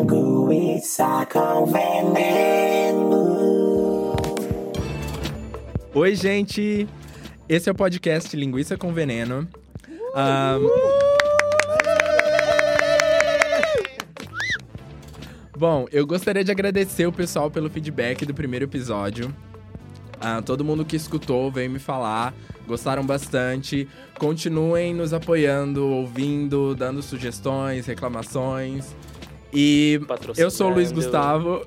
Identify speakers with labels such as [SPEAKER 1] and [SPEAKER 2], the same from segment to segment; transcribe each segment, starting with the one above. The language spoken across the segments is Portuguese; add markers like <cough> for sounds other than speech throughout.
[SPEAKER 1] Linguiça com veneno.
[SPEAKER 2] Oi, gente! Esse é o podcast Linguiça com Veneno. Ah, Ahn, Bom, eu gostaria de agradecer o pessoal pelo feedback do primeiro episódio. Ah, todo mundo que escutou veio me falar, gostaram bastante. Continuem nos apoiando, ouvindo, dando sugestões, reclamações. E eu sou
[SPEAKER 3] né,
[SPEAKER 2] o Luiz
[SPEAKER 3] É,
[SPEAKER 2] Gustavo.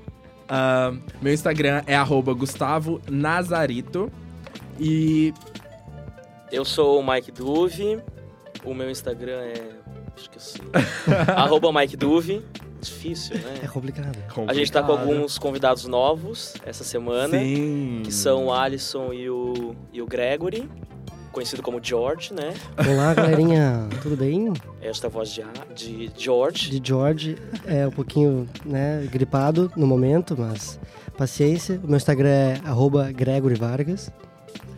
[SPEAKER 2] ah, meu Instagram é arroba Gustavo Nazarito. E
[SPEAKER 3] Eu sou o Mike Duve. O meu Instagram é. Esqueci. <laughs> Arroba Mike Duve. Difícil,
[SPEAKER 4] É
[SPEAKER 3] né?
[SPEAKER 4] complicado.
[SPEAKER 3] A gente tá com alguns convidados novos essa semana.
[SPEAKER 2] Sim.
[SPEAKER 3] Que são o Alisson e o, e o Gregory. Conhecido como George, né?
[SPEAKER 4] Olá, galerinha. Tudo bem?
[SPEAKER 3] Esta voz de, A- de George.
[SPEAKER 4] De George. É um pouquinho, né, gripado no momento, mas paciência. O meu Instagram é arroba Gregory Vargas.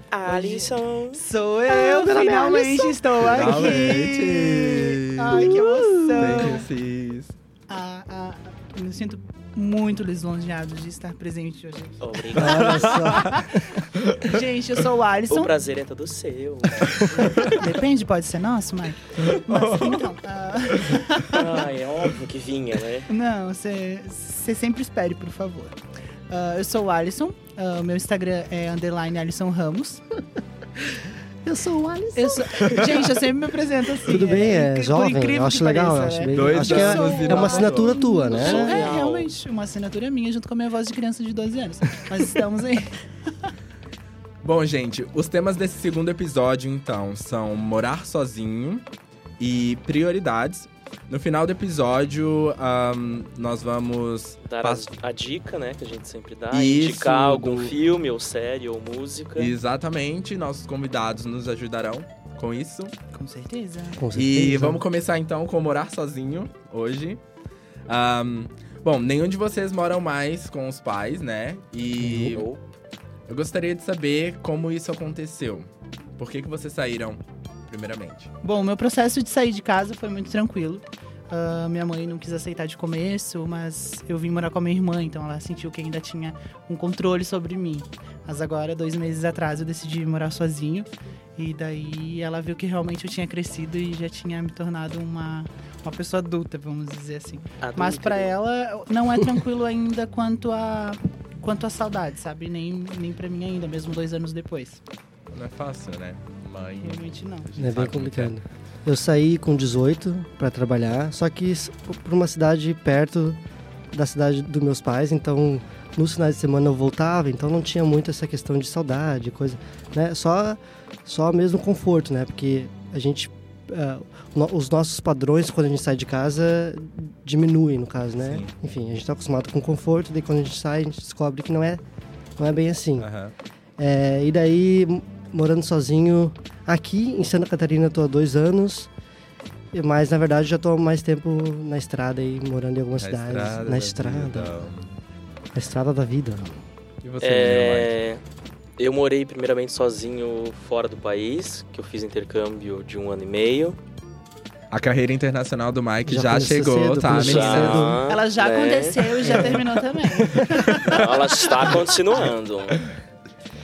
[SPEAKER 3] Alisson.
[SPEAKER 5] Sou
[SPEAKER 4] Ah,
[SPEAKER 5] eu, finalmente estou
[SPEAKER 2] Finalmente!
[SPEAKER 5] aqui. Ai, que
[SPEAKER 2] Thank
[SPEAKER 5] emoção.
[SPEAKER 2] you, sis.
[SPEAKER 5] Ah, ah, ah, me sinto muito lisonjeado de estar presente hoje. aqui.
[SPEAKER 3] Obrigado.
[SPEAKER 4] Olha só.
[SPEAKER 5] Gente, eu sou o
[SPEAKER 3] O
[SPEAKER 5] Alisson.
[SPEAKER 3] prazer é todo seu.
[SPEAKER 5] Depende, pode ser nosso, Mike.
[SPEAKER 4] <laughs>
[SPEAKER 5] Mas então, ah,
[SPEAKER 3] Ah, é óbvio que vinha, né?
[SPEAKER 5] não, você sempre espere, por favor. Ah, eu sou o Alisson. ah, O meu Instagram é underline Alisson Ramos.
[SPEAKER 4] Eu sou o Alisson.
[SPEAKER 5] Eu sou- Gente, eu sempre me apresento assim.
[SPEAKER 4] Tudo bem,
[SPEAKER 5] incri-
[SPEAKER 4] é
[SPEAKER 5] por
[SPEAKER 4] jovem.
[SPEAKER 5] incrível
[SPEAKER 4] Eu
[SPEAKER 5] que
[SPEAKER 4] acho legal,
[SPEAKER 5] pareça,
[SPEAKER 4] eu acho
[SPEAKER 5] né?
[SPEAKER 4] bem.
[SPEAKER 2] Dois
[SPEAKER 4] acho que é,
[SPEAKER 2] anos
[SPEAKER 4] é
[SPEAKER 2] e nada.
[SPEAKER 4] uma assinatura tua, né?
[SPEAKER 3] Sou-
[SPEAKER 5] É
[SPEAKER 3] Real.
[SPEAKER 5] realmente uma assinatura minha junto com a minha voz de criança de 12 anos. Mas estamos aí.
[SPEAKER 2] Bom, gente, os temas desse segundo episódio, então, são morar sozinho e prioridades. No final do episódio, ahn, nós vamos.
[SPEAKER 3] Dar
[SPEAKER 2] Pas-
[SPEAKER 3] a, a dica, né? Que a gente sempre dá.
[SPEAKER 2] Isso,
[SPEAKER 3] indicar algum
[SPEAKER 2] do-
[SPEAKER 3] filme, ou série, ou música.
[SPEAKER 2] Exatamente, nossos convidados nos ajudarão com isso.
[SPEAKER 5] Com certeza.
[SPEAKER 4] Com certeza.
[SPEAKER 2] E vamos começar então com morar sozinho hoje. Ahn, bom, nenhum de vocês moram mais com os pais, né? E.
[SPEAKER 3] Ou
[SPEAKER 2] Eu gostaria de saber como isso aconteceu. Por que, que vocês saíram, primeiramente?
[SPEAKER 5] Bom, meu processo de sair de casa foi muito tranquilo. Ah, minha mãe não quis aceitar de começo, mas eu vim morar com a minha irmã, então ela sentiu que ainda tinha um controle sobre mim. Mas agora, dois meses atrás, eu decidi morar sozinho. E daí ela viu que realmente eu tinha crescido e já tinha me tornado uma, uma pessoa adulta, vamos dizer assim.
[SPEAKER 3] adulto,
[SPEAKER 5] Mas pra
[SPEAKER 3] né?
[SPEAKER 5] ela não é tranquilo ainda quanto a quanto a saudade, sabe? Nem nem para mim ainda, mesmo dois anos depois.
[SPEAKER 2] Não é fácil, né? Mãe.
[SPEAKER 5] Realmente não.
[SPEAKER 2] a gente
[SPEAKER 4] É bem
[SPEAKER 2] sabe como que
[SPEAKER 4] complicado. Eu saí com 18 pra trabalhar, só que s- pra uma cidade perto da cidade dos meus pais, então nos finais de semana eu voltava, então não tinha muito essa questão de saudade, coisa, né? Só só mesmo conforto, né? Porque a gente ah, no- os nossos padrões quando a gente sai de casa diminuem, no caso, né?
[SPEAKER 2] Sim.
[SPEAKER 4] Enfim, a gente tá acostumado com conforto, daí quando a gente sai, a gente descobre que não é não é bem assim.
[SPEAKER 2] Aham.
[SPEAKER 4] É, e daí, m- morando sozinho aqui em Santa Catarina, tô há dois anos. e- Mas, na verdade, já tô há mais tempo na estrada e morando em algumas
[SPEAKER 2] Na
[SPEAKER 4] cidades.
[SPEAKER 2] estrada.
[SPEAKER 4] na
[SPEAKER 2] da
[SPEAKER 4] estrada.
[SPEAKER 2] vida.
[SPEAKER 4] Na estrada da vida.
[SPEAKER 2] E você, é...
[SPEAKER 3] É, eu morei primeiramente sozinho fora do país, que eu fiz intercâmbio de um ano e meio.
[SPEAKER 2] A carreira internacional do Mike já,
[SPEAKER 4] Já começou
[SPEAKER 2] chegou,
[SPEAKER 4] cedo,
[SPEAKER 2] tá,
[SPEAKER 4] começou
[SPEAKER 2] menina?
[SPEAKER 4] cedo.
[SPEAKER 5] Ah, Ela já
[SPEAKER 3] né?
[SPEAKER 5] aconteceu e já terminou também.
[SPEAKER 3] <laughs> Ela está
[SPEAKER 5] <laughs>
[SPEAKER 3] continuando.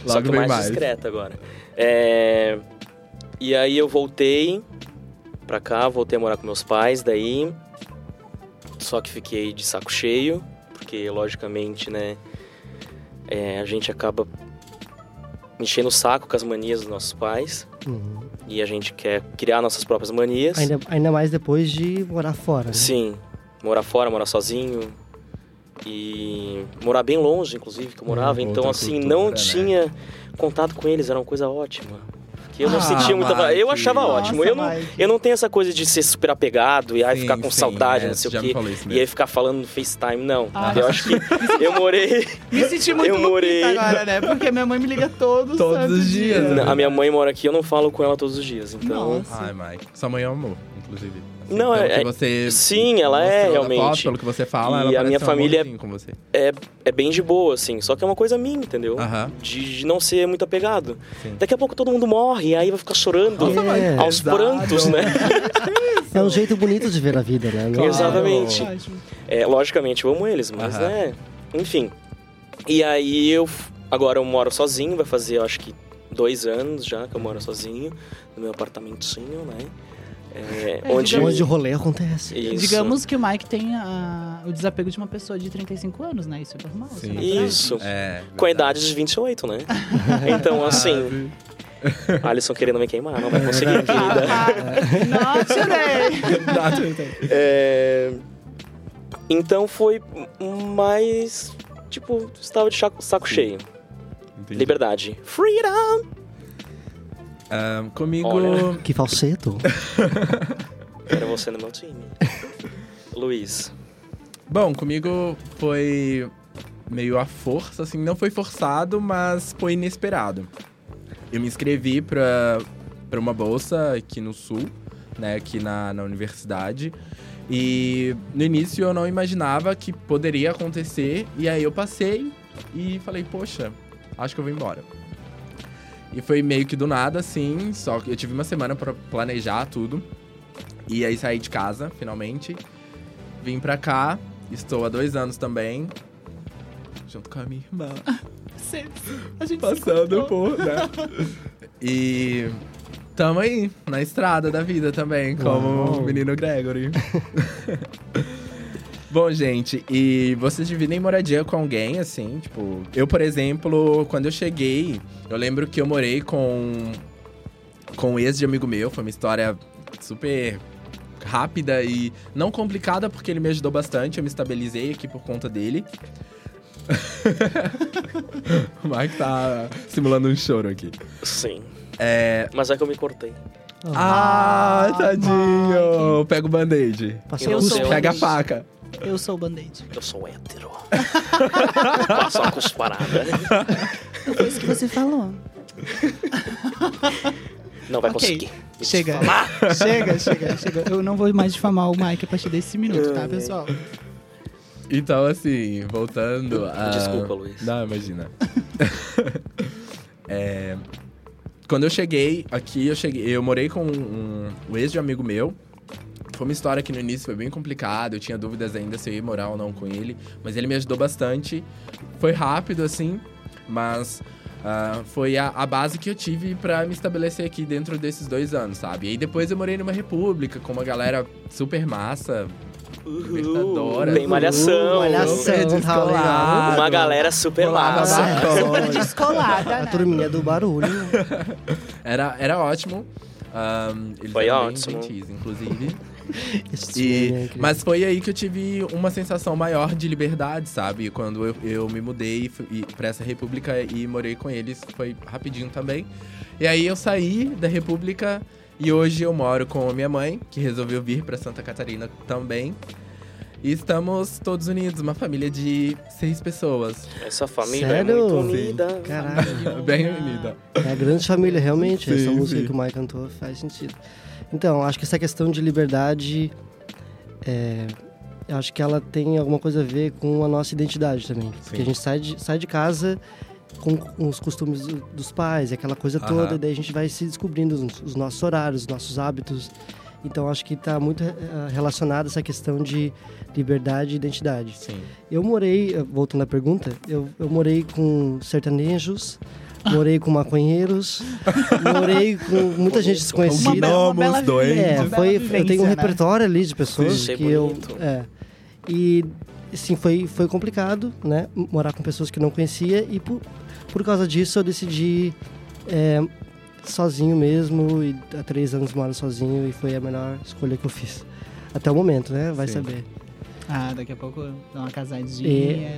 [SPEAKER 3] Só
[SPEAKER 2] Logo
[SPEAKER 3] que
[SPEAKER 2] vem
[SPEAKER 3] mais,
[SPEAKER 2] mais.
[SPEAKER 3] discreta agora. É, e aí eu voltei pra cá, voltei a morar com meus pais, daí. Só que fiquei de saco cheio, porque logicamente, né, é, a gente acaba enchendo o saco com as manias dos nossos pais.
[SPEAKER 4] Uhum.
[SPEAKER 3] E a gente quer criar nossas próprias manias.
[SPEAKER 4] Ainda, ainda mais depois de morar fora. né?
[SPEAKER 3] Sim, morar fora, morar sozinho. E morar bem longe, inclusive, que eu morava.
[SPEAKER 2] outra
[SPEAKER 3] então, assim,
[SPEAKER 2] cultura,
[SPEAKER 3] não
[SPEAKER 2] né?
[SPEAKER 3] tinha contato com eles, era uma coisa ótima. Que eu não
[SPEAKER 2] Ah,
[SPEAKER 3] sentia muita. va- Eu
[SPEAKER 2] Mike.
[SPEAKER 3] achava
[SPEAKER 2] Nossa,
[SPEAKER 3] ótimo. Eu <laughs> não, <laughs>
[SPEAKER 5] Mike.
[SPEAKER 3] eu não tenho essa coisa de ser super apegado e ai,
[SPEAKER 2] Sim,
[SPEAKER 3] ficar com
[SPEAKER 2] sim,
[SPEAKER 3] saudade,
[SPEAKER 2] é,
[SPEAKER 3] não sei
[SPEAKER 2] já
[SPEAKER 3] o
[SPEAKER 2] me
[SPEAKER 3] quê.
[SPEAKER 2] falou isso
[SPEAKER 3] E aí
[SPEAKER 2] mesmo.
[SPEAKER 3] ficar falando no FaceTime, não.
[SPEAKER 5] Ah.
[SPEAKER 3] Eu
[SPEAKER 2] <laughs>
[SPEAKER 3] acho que eu morei.
[SPEAKER 5] Me senti muito
[SPEAKER 3] Eu morei.
[SPEAKER 5] Lupita agora, né? Porque minha mãe me liga todos,
[SPEAKER 2] Todos
[SPEAKER 5] santo
[SPEAKER 2] os dias,
[SPEAKER 5] dia.
[SPEAKER 2] né?
[SPEAKER 3] A minha mãe mora aqui, eu não falo com ela todos os dias. Então.
[SPEAKER 5] Nossa.
[SPEAKER 2] Ai, Mike. Sua mãe é um amor, inclusive. assim.
[SPEAKER 3] Não,
[SPEAKER 2] pelo
[SPEAKER 3] é-
[SPEAKER 2] que você
[SPEAKER 3] sim, ela é,
[SPEAKER 2] mostrou na
[SPEAKER 3] realmente.
[SPEAKER 2] Foto, pelo que você fala,
[SPEAKER 3] E
[SPEAKER 2] ela
[SPEAKER 3] a
[SPEAKER 2] parece
[SPEAKER 3] minha
[SPEAKER 2] ser um
[SPEAKER 3] família-
[SPEAKER 2] amorzinho com você.
[SPEAKER 3] É bem de boa, assim. Só que é uma coisa minha, entendeu?
[SPEAKER 2] Aham.
[SPEAKER 3] De, de não ser muito apegado.
[SPEAKER 2] Sim.
[SPEAKER 3] Daqui a pouco todo mundo morre, e aí vai ficar chorando
[SPEAKER 2] <laughs>
[SPEAKER 4] Nossa, mas É.
[SPEAKER 3] aos
[SPEAKER 2] pesado.
[SPEAKER 3] prantos, né?
[SPEAKER 4] É um jeito bonito de ver a vida, né? Não-
[SPEAKER 2] Claro.
[SPEAKER 3] Exatamente.
[SPEAKER 5] Ótimo.
[SPEAKER 3] <laughs> É, logicamente, eu amo eles, mas
[SPEAKER 2] Aham.
[SPEAKER 3] né. Enfim. E aí eu. f- Agora eu moro sozinho, vai fazer eu acho que dois anos já que eu moro sozinho, no meu apartamentozinho, né? É,
[SPEAKER 5] É,
[SPEAKER 3] onde.
[SPEAKER 4] Onde o rolê acontece.
[SPEAKER 3] Isso.
[SPEAKER 5] Digamos que o Mike tem a- o desapego de uma pessoa de 35 anos, né? Isso é normal. isso é
[SPEAKER 2] Sim.
[SPEAKER 5] natural.
[SPEAKER 3] Isso.
[SPEAKER 2] É,
[SPEAKER 3] Com a
[SPEAKER 2] verdade.
[SPEAKER 3] idade de 28, né? Então, assim, Alisson querendo me queimar, não vai conseguir, querida.
[SPEAKER 5] <laughs> Ah, né? Not today!
[SPEAKER 3] É, Então foi mais. Tipo, estava de chaco- saco cheio.
[SPEAKER 2] <laughs> Entendi.
[SPEAKER 3] Liberdade. Freedom!
[SPEAKER 2] Ah, comigo,
[SPEAKER 3] Olha.
[SPEAKER 4] Que falseto.
[SPEAKER 3] Era você no meu time. Luiz.
[SPEAKER 2] Bom, comigo foi meio à força, assim, não foi forçado, mas foi inesperado. Eu me inscrevi pra, pra uma bolsa aqui no Sul, né, aqui na, na universidade. E no início eu não imaginava que poderia acontecer, e aí eu passei e falei, poxa, acho que eu vou embora. E foi meio que do nada, assim, só que eu tive uma semana pra planejar tudo. E aí saí de casa, finalmente. Vim pra cá, estou há dois anos também. Junto com a minha irmã.
[SPEAKER 5] Você- A gente se
[SPEAKER 2] Passando
[SPEAKER 5] encontrou.
[SPEAKER 2] por, né? E tamo aí, na estrada da vida também, como
[SPEAKER 4] Uau.
[SPEAKER 2] o menino Gregory. <laughs> Bom, gente, e vocês dividem moradia com alguém, assim? Tipo, eu, por exemplo, quando eu cheguei, eu lembro que eu morei com, com um ex de amigo meu. Foi uma história super rápida e não complicada, porque ele me ajudou bastante. Eu me estabilizei aqui por conta dele. <laughs> o Mike tá simulando um choro aqui.
[SPEAKER 3] Sim.
[SPEAKER 2] É.
[SPEAKER 3] Mas é que eu me cortei.
[SPEAKER 2] Ah, tadinho! Pega o band-aid.
[SPEAKER 4] Passou
[SPEAKER 5] Eu
[SPEAKER 4] cuspe.
[SPEAKER 5] sou-
[SPEAKER 2] Pega a
[SPEAKER 5] band-aid.
[SPEAKER 2] faca.
[SPEAKER 5] Eu sou o Band-Aid.
[SPEAKER 3] Eu sou hétero. Só cusparada.
[SPEAKER 5] Foi isso que você falou.
[SPEAKER 3] Não vai
[SPEAKER 5] Ok.
[SPEAKER 3] conseguir. Me
[SPEAKER 5] Chega.
[SPEAKER 3] difamar.
[SPEAKER 5] chega, chega, chega. Eu não vou mais difamar o Mike a partir desse minuto,
[SPEAKER 4] É.
[SPEAKER 5] tá, pessoal?
[SPEAKER 2] Então, assim, voltando a.
[SPEAKER 3] Desculpa, Luiz.
[SPEAKER 2] Não, imagina. <laughs> É, Quando eu cheguei aqui, eu cheguei. Eu morei com um, um ex de amigo meu. Foi uma história que no início foi bem complicada. Eu tinha dúvidas ainda se eu ia morar ou não com ele. Mas ele me ajudou bastante. Foi rápido, assim. Mas ah, foi a, a base que eu tive pra me estabelecer aqui dentro desses dois anos, sabe? E aí depois eu morei numa república com uma galera super massa. Libertadora.
[SPEAKER 3] Tem malhação.
[SPEAKER 4] Uh, malhação.
[SPEAKER 2] super
[SPEAKER 4] tá Ah, é.
[SPEAKER 2] descolado.
[SPEAKER 3] Uma galera super
[SPEAKER 2] Olá,
[SPEAKER 3] massa.
[SPEAKER 2] babaca.
[SPEAKER 5] Super descolada,
[SPEAKER 4] A
[SPEAKER 5] né?
[SPEAKER 4] turminha do barulho.
[SPEAKER 2] Era, era ótimo. Ahn, eles
[SPEAKER 3] Foi
[SPEAKER 2] eram bem
[SPEAKER 3] ótimo.
[SPEAKER 2] gentis, inclusive.
[SPEAKER 4] Esse
[SPEAKER 2] E-
[SPEAKER 4] time é incrível.
[SPEAKER 2] mas foi aí que eu tive uma sensação maior de liberdade, sabe? Quando eu, eu me mudei e fui- e pra essa república e morei com eles, foi rapidinho também. E aí eu saí da república e hoje eu moro com a minha mãe, que resolveu vir pra Santa Catarina também. E estamos todos unidos, uma família de seis pessoas.
[SPEAKER 3] Essa família é
[SPEAKER 4] Sério?
[SPEAKER 3] muito
[SPEAKER 4] Sim.
[SPEAKER 3] unida.
[SPEAKER 4] Caraca,
[SPEAKER 2] <laughs> Bem unida.
[SPEAKER 4] é a grande família, realmente.
[SPEAKER 2] Sim,
[SPEAKER 4] Essa música
[SPEAKER 2] sim.
[SPEAKER 4] que o Mike cantou faz sentido. Então, acho que essa questão de liberdade. é, eu acho que ela tem alguma coisa a ver com a nossa identidade também. Porque a gente sai de, sai de casa com os costumes do- dos pais, é aquela coisa
[SPEAKER 2] Aham.
[SPEAKER 4] toda, e daí a gente vai se descobrindo os, os nossos horários, os nossos hábitos. Então, acho que está muito eh, relacionada essa questão de liberdade e identidade.
[SPEAKER 2] Sim.
[SPEAKER 4] Eu morei, eh, voltando à pergunta, eu, eu morei com sertanejos, morei com maconheiros, morei com muita gente
[SPEAKER 5] Uma, be-
[SPEAKER 4] desconhecida.
[SPEAKER 5] uma
[SPEAKER 2] Gnomos,
[SPEAKER 5] bela
[SPEAKER 2] doentes.
[SPEAKER 5] vida,
[SPEAKER 4] É,
[SPEAKER 5] uma bela
[SPEAKER 4] foi, eu
[SPEAKER 5] vivência,
[SPEAKER 4] tenho um
[SPEAKER 5] né?
[SPEAKER 4] repertório ali de pessoas
[SPEAKER 3] Sim.
[SPEAKER 4] que
[SPEAKER 3] Achei
[SPEAKER 4] eu.
[SPEAKER 3] bonito.
[SPEAKER 4] É. E sim, foi, foi complicado, né? m- Morar com pessoas que eu não conhecia e por, por causa disso eu decidi é, sozinho mesmo. E há três anos moro sozinho e foi a melhor escolha que eu fiz. Até o momento, né? Vai
[SPEAKER 2] Sim.
[SPEAKER 4] saber.
[SPEAKER 5] Ah, daqui a pouco dá uma casadinha.
[SPEAKER 4] E-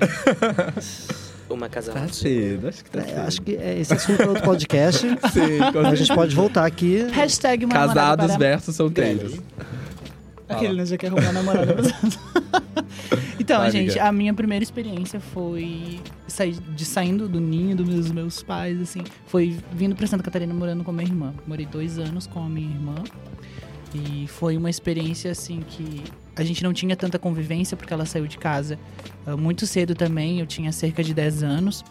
[SPEAKER 3] Uma casa
[SPEAKER 2] Tá cedo, acho que tá
[SPEAKER 4] É,
[SPEAKER 2] cedo.
[SPEAKER 4] acho que é esse assunto para outro podcast.
[SPEAKER 5] <laughs>
[SPEAKER 2] Sim, com
[SPEAKER 4] A
[SPEAKER 2] certeza.
[SPEAKER 4] gente pode voltar aqui.
[SPEAKER 5] Hashtag uma namorada
[SPEAKER 2] Casados
[SPEAKER 5] para-
[SPEAKER 2] versus solteiros.
[SPEAKER 5] Aquele, né? Já quer arrumar namorada.
[SPEAKER 2] <laughs>
[SPEAKER 5] então,
[SPEAKER 2] Vai,
[SPEAKER 5] gente,
[SPEAKER 2] amiga.
[SPEAKER 5] a minha primeira experiência foi sair, de saindo do ninho dos meus, meus pais, assim. Foi vindo pra Santa Catarina morando com a minha irmã. Morei dois anos com a minha irmã. E foi uma experiência assim que a gente não tinha tanta convivência porque ela saiu de casa ah, muito cedo também, eu tinha cerca de 10 anos.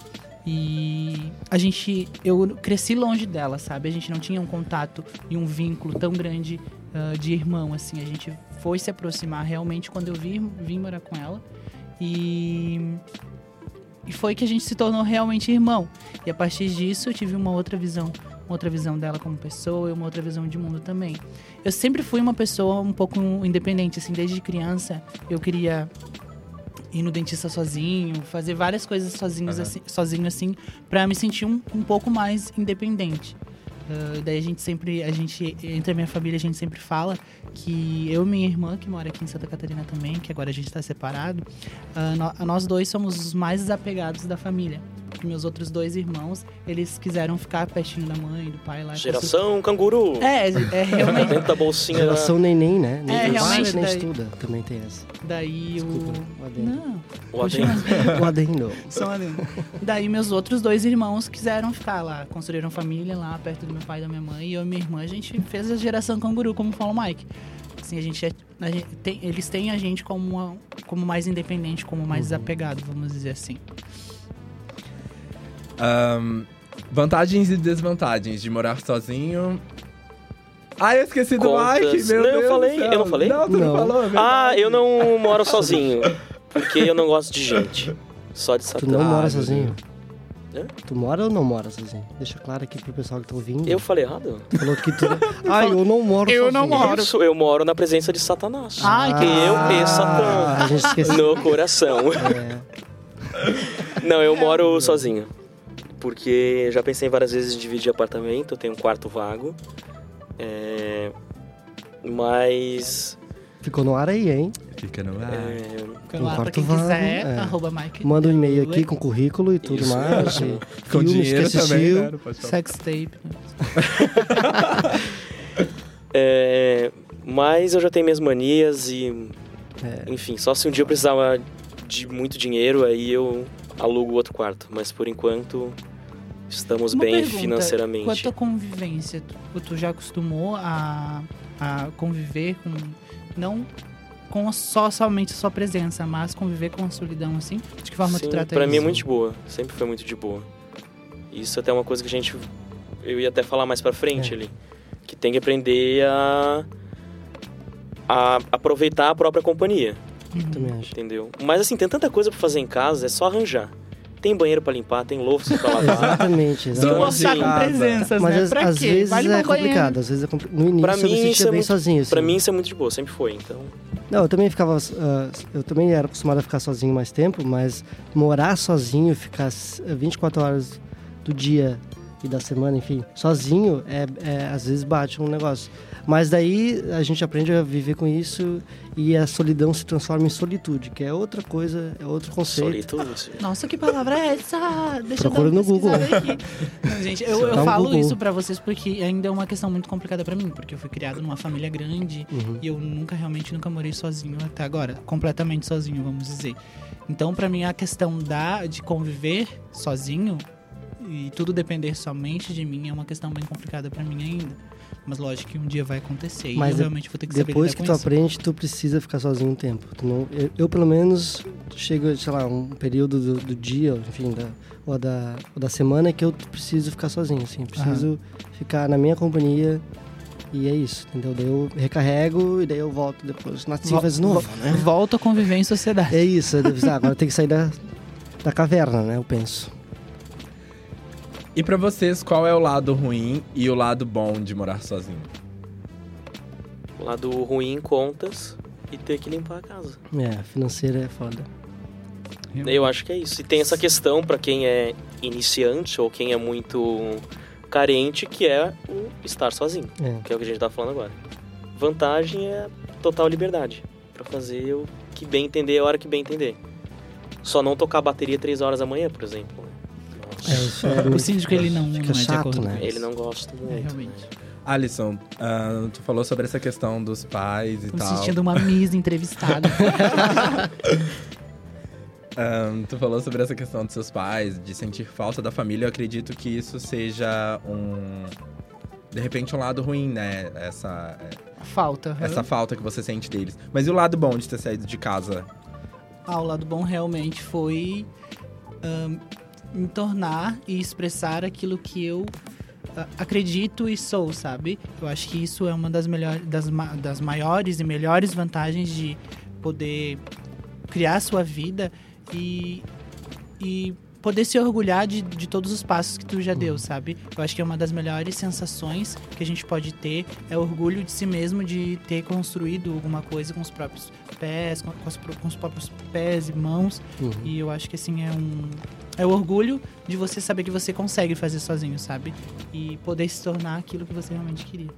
[SPEAKER 5] E a gente eu cresci longe dela, sabe? A gente não tinha um contato e um vínculo tão grande ah, de irmão assim. A gente foi se aproximar realmente quando eu vim, vim morar com ela. E e foi que a gente se tornou realmente irmão. E a partir disso eu tive uma outra visão, uma outra visão dela como pessoa e uma outra visão de mundo também. Eu sempre fui uma pessoa um pouco independente, assim, desde criança eu queria ir no dentista sozinho, fazer várias coisas sozinhos
[SPEAKER 2] Aham.
[SPEAKER 5] assim, sozinho assim, para me sentir um, um pouco mais independente. Ah, daí a gente sempre, a gente, entre a minha família, a gente sempre fala que eu e minha irmã, que mora aqui em Santa Catarina também, que agora a gente tá separado, ah, nó- nós dois somos os mais desapegados da família. Porque meus outros dois irmãos, eles quiseram ficar pertinho da mãe, do pai lá.
[SPEAKER 3] Geração canguru.
[SPEAKER 5] É, é realmente.
[SPEAKER 3] Dentro da bolsinha.
[SPEAKER 4] Geração neném, né? Nem
[SPEAKER 5] É,
[SPEAKER 4] trabalha,
[SPEAKER 5] realmente,
[SPEAKER 4] nem
[SPEAKER 5] daí-
[SPEAKER 4] estuda. Também tem essa.
[SPEAKER 5] Daí
[SPEAKER 4] Desculpa, né? o
[SPEAKER 5] o.
[SPEAKER 4] adendo.
[SPEAKER 5] Não,
[SPEAKER 3] O adendo.
[SPEAKER 4] <laughs> O adendo.
[SPEAKER 5] só um adendo. Daí meus outros dois irmãos quiseram ficar lá, construíram família lá perto do meu pai e da minha mãe. E eu e minha irmã, a gente fez a geração canguru, como fala o Mike. Assim, a gente é- a gente tem, eles têm a gente como, uma- como mais independente, como mais
[SPEAKER 4] Uhum.
[SPEAKER 5] desapegado, vamos dizer assim.
[SPEAKER 2] Ahn, vantagens e desvantagens de morar sozinho. Ah, eu esqueci do
[SPEAKER 3] Contas.
[SPEAKER 2] like, meu
[SPEAKER 3] Não, eu
[SPEAKER 2] Deus do
[SPEAKER 3] falei,
[SPEAKER 2] céu.
[SPEAKER 3] eu não falei?
[SPEAKER 2] Não, tu não,
[SPEAKER 4] Não.
[SPEAKER 2] falou, é
[SPEAKER 3] Ah,
[SPEAKER 2] verdade.
[SPEAKER 3] eu não moro sozinho. Porque eu não gosto de gente. Só de
[SPEAKER 4] Tu
[SPEAKER 3] satã.
[SPEAKER 4] não
[SPEAKER 2] Ah,
[SPEAKER 4] mora
[SPEAKER 2] meu
[SPEAKER 4] sozinho?
[SPEAKER 3] Hã?
[SPEAKER 4] Tu mora ou não mora sozinho? Deixa claro aqui pro pessoal que tá ouvindo.
[SPEAKER 3] Eu falei errado?
[SPEAKER 4] Tu falou que tu...
[SPEAKER 3] <laughs>
[SPEAKER 4] Ai, eu não moro
[SPEAKER 5] Eu
[SPEAKER 4] sozinho. Ah,
[SPEAKER 5] não moro. Ah.
[SPEAKER 3] Isso, eu moro na presença de Satanás.
[SPEAKER 5] Ai, que
[SPEAKER 3] eu e Satã.
[SPEAKER 4] A gente
[SPEAKER 3] <laughs>
[SPEAKER 4] esqueceu.
[SPEAKER 3] No
[SPEAKER 5] <laughs>
[SPEAKER 3] coração.
[SPEAKER 4] É,
[SPEAKER 3] Não, eu moro sozinho. Porque já pensei várias vezes em dividir apartamento, eu tenho um quarto vago. É, Mas.
[SPEAKER 4] ficou no ar aí, hein?
[SPEAKER 2] Fica no ar.
[SPEAKER 3] É,
[SPEAKER 5] Fica
[SPEAKER 4] Um
[SPEAKER 5] lá pra
[SPEAKER 4] quarto
[SPEAKER 5] quem
[SPEAKER 4] vago,
[SPEAKER 5] quiser,
[SPEAKER 4] é.
[SPEAKER 5] arroba Mike.
[SPEAKER 4] Manda um e-mail aqui
[SPEAKER 5] Oi.
[SPEAKER 4] com currículo e tudo
[SPEAKER 3] Isso
[SPEAKER 4] mais.
[SPEAKER 3] <laughs> mesmo.
[SPEAKER 4] e
[SPEAKER 2] Com
[SPEAKER 4] filmes
[SPEAKER 2] dinheiro
[SPEAKER 4] que
[SPEAKER 2] também,
[SPEAKER 4] assistiu.
[SPEAKER 2] né? Não pode falar.
[SPEAKER 5] Sex tape. né?
[SPEAKER 3] é, Mas eu já tenho minhas manias e.
[SPEAKER 5] É.
[SPEAKER 3] Enfim, só se um dia eu precisava de muito dinheiro, aí eu alugo outro quarto. Mas por enquanto, estamos
[SPEAKER 5] Uma
[SPEAKER 3] bem
[SPEAKER 5] pergunta,
[SPEAKER 3] financeiramente.
[SPEAKER 5] Quanto à convivência, tu, tipo, tu já acostumou a, a conviver com. Não com só somente a sua presença, mas conviver com a solidão, assim? De que forma
[SPEAKER 3] Sim,
[SPEAKER 5] tu trata
[SPEAKER 3] pra
[SPEAKER 5] isso?
[SPEAKER 3] mim é muito de boa. Sempre foi muito de boa. Isso até é uma coisa que a gente. Eu ia até falar mais pra frente
[SPEAKER 4] É.
[SPEAKER 3] ali. Que tem que aprender a. a aproveitar a própria companhia,
[SPEAKER 5] Uhum.
[SPEAKER 4] Também acho.
[SPEAKER 3] entendeu? Mas assim, tem tanta coisa pra fazer em casa, é só arranjar. Tem banheiro pra limpar, tem louça
[SPEAKER 4] <laughs>
[SPEAKER 3] pra lavar. <laughs>
[SPEAKER 4] Exatamente,
[SPEAKER 3] Então, Nossa,
[SPEAKER 4] exatamente.
[SPEAKER 5] Mostrar
[SPEAKER 3] assim,
[SPEAKER 5] com presenças,
[SPEAKER 4] Mas
[SPEAKER 5] né?
[SPEAKER 4] às,
[SPEAKER 5] pra
[SPEAKER 4] às
[SPEAKER 5] quê?
[SPEAKER 4] vezes
[SPEAKER 5] Vale
[SPEAKER 4] é
[SPEAKER 5] uma banheira.
[SPEAKER 4] complicado, às vezes é complicado. No início
[SPEAKER 3] Pra
[SPEAKER 4] eu
[SPEAKER 3] mim,
[SPEAKER 4] me
[SPEAKER 3] isso é
[SPEAKER 4] sentia bem
[SPEAKER 3] muito-
[SPEAKER 4] sozinho. Assim.
[SPEAKER 3] pra mim isso é muito de boa, sempre foi, então.
[SPEAKER 4] Não, eu também ficava. ah, eu também era acostumado a ficar sozinho mais tempo, mas morar sozinho, ficar s- eh, 24 horas do dia e da semana, enfim, sozinho, é, é, às vezes bate um negócio. Mas daí a gente aprende a viver com isso e a solidão se transforma em solitude, que é outra coisa, é outro conceito.
[SPEAKER 3] Solitude.
[SPEAKER 5] Nossa, que palavra é essa? Deixa
[SPEAKER 4] Procura
[SPEAKER 5] eu
[SPEAKER 4] no
[SPEAKER 5] dar uma
[SPEAKER 4] Google.
[SPEAKER 5] pesquisada aqui. Não, gente, eu, eu
[SPEAKER 4] Dá um
[SPEAKER 5] falo
[SPEAKER 4] Google.
[SPEAKER 5] isso pra vocês porque ainda é uma questão muito complicada pra mim, porque eu fui criado numa família grande
[SPEAKER 4] Uhum.
[SPEAKER 5] e eu nunca, realmente, nunca morei sozinho até agora. Completamente sozinho, vamos dizer. Então, pra mim, a questão da, de conviver sozinho e tudo depender somente de mim é uma questão bem complicada pra mim ainda. Mas lógico que um dia vai acontecer
[SPEAKER 4] Mas
[SPEAKER 5] e eu
[SPEAKER 4] de-
[SPEAKER 5] realmente vou ter que saber
[SPEAKER 4] Depois
[SPEAKER 5] lidar
[SPEAKER 4] que
[SPEAKER 5] com
[SPEAKER 4] tu
[SPEAKER 5] isso.
[SPEAKER 4] aprende, tu precisa ficar sozinho um tempo. Tu não- eu, eu, pelo menos, chego, sei lá, um período do, do dia, enfim, da, ou, da, ou da semana que eu preciso ficar sozinho, assim. Preciso ficar na minha companhia e é isso, entendeu? Daí eu recarrego e daí eu volto depois.
[SPEAKER 5] Vol-
[SPEAKER 4] Nativas de novo, né?
[SPEAKER 5] Volto a conviver em sociedade.
[SPEAKER 4] É isso, eu devo- ah, agora tem que sair da, da caverna, né? Eu penso.
[SPEAKER 2] E pra vocês, qual é o lado ruim e o lado bom de morar sozinho?
[SPEAKER 3] Lado ruim, contas e ter que limpar a casa.
[SPEAKER 4] É, financeira é foda.
[SPEAKER 3] Eu acho que é isso. E tem essa questão pra quem é iniciante ou quem é muito carente, que é o estar sozinho,
[SPEAKER 4] É.
[SPEAKER 3] que é o que a gente tá falando agora. Vantagem é total liberdade Pra fazer o que bem entender, a hora que bem entender. Só não tocar a bateria três horas da manhã, por exemplo. né?
[SPEAKER 4] É, isso é
[SPEAKER 5] O
[SPEAKER 4] muito-
[SPEAKER 5] síndico, ele não,
[SPEAKER 4] Fica
[SPEAKER 5] não é de
[SPEAKER 4] chato,
[SPEAKER 5] acordo
[SPEAKER 4] né?
[SPEAKER 5] com isso.
[SPEAKER 3] Ele não gosta muito.
[SPEAKER 5] É, realmente.
[SPEAKER 3] né?
[SPEAKER 2] Alisson, ah, tu falou sobre essa questão dos pais e
[SPEAKER 5] Tô me
[SPEAKER 2] tal.
[SPEAKER 5] sentindo uma Miss entrevistada.
[SPEAKER 4] <laughs>
[SPEAKER 2] Ahn, tu falou sobre essa questão dos seus pais, de sentir falta da família. Eu acredito que isso seja um, de repente, um lado ruim, né? Essa,
[SPEAKER 5] Falta. aham.
[SPEAKER 2] essa falta que você sente deles. Mas e o lado bom de ter saído de casa?
[SPEAKER 5] Ah, o lado bom realmente foi ahn, me tornar e expressar aquilo que eu ah, acredito e sou, sabe? Eu acho que isso é uma das, melhor, das, ma- das maiores e melhores vantagens de poder criar sua vida e, e poder se orgulhar de, de todos os passos que tu já deu, sabe? Eu acho que é uma das melhores sensações que a gente pode ter, é orgulho de si mesmo de ter construído alguma coisa com os próprios pés, com, com as pró- com os próprios pés e mãos.
[SPEAKER 4] Uhum.
[SPEAKER 5] E eu acho que assim é um. É o orgulho de você saber que você consegue fazer sozinho, sabe? E poder se tornar aquilo que você realmente queria.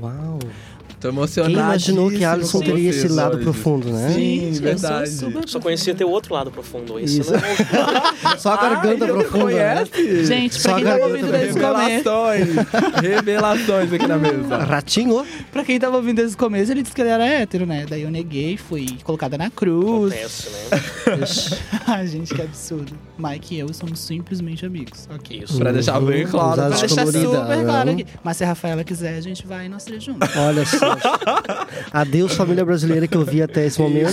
[SPEAKER 4] Uau.
[SPEAKER 2] Tô
[SPEAKER 4] Quem
[SPEAKER 2] emocionado.
[SPEAKER 4] imaginou que Alisson teria esse lado profundo, né?
[SPEAKER 2] Sim,
[SPEAKER 5] Gente, eu sou
[SPEAKER 2] verdade.
[SPEAKER 5] super
[SPEAKER 3] Só conhecia teu outro lado profundo, isso,
[SPEAKER 4] Isso.
[SPEAKER 3] né?
[SPEAKER 4] Só a garganta
[SPEAKER 2] Ai, tu
[SPEAKER 4] profunda. né?
[SPEAKER 2] Conhece?
[SPEAKER 5] Gente,
[SPEAKER 4] Só
[SPEAKER 5] pra quem, tava
[SPEAKER 4] garota
[SPEAKER 5] ouvindo
[SPEAKER 4] também.
[SPEAKER 5] desde o começo,
[SPEAKER 2] Revelações! Revelações aqui na
[SPEAKER 5] É
[SPEAKER 2] mesa.
[SPEAKER 4] Ratinho?
[SPEAKER 5] pra quem tava ouvindo desde o começo, ele disse que ele era hétero, né? Daí eu neguei, fui colocada na cruz.
[SPEAKER 3] Acontece, né?
[SPEAKER 5] <laughs> Ah, gente, que absurdo. Mike e eu somos simplesmente amigos. Ok.
[SPEAKER 3] Isso.
[SPEAKER 2] Pra deixar bem claro,
[SPEAKER 4] Tá
[SPEAKER 5] Pra
[SPEAKER 2] As
[SPEAKER 5] deixar super claro
[SPEAKER 4] claro
[SPEAKER 5] aqui. Mas se a Rafaela quiser, a gente vai nós
[SPEAKER 4] <laughs>
[SPEAKER 5] três juntos.
[SPEAKER 4] Olha só. Adeus, família brasileira que eu vi até esse momento.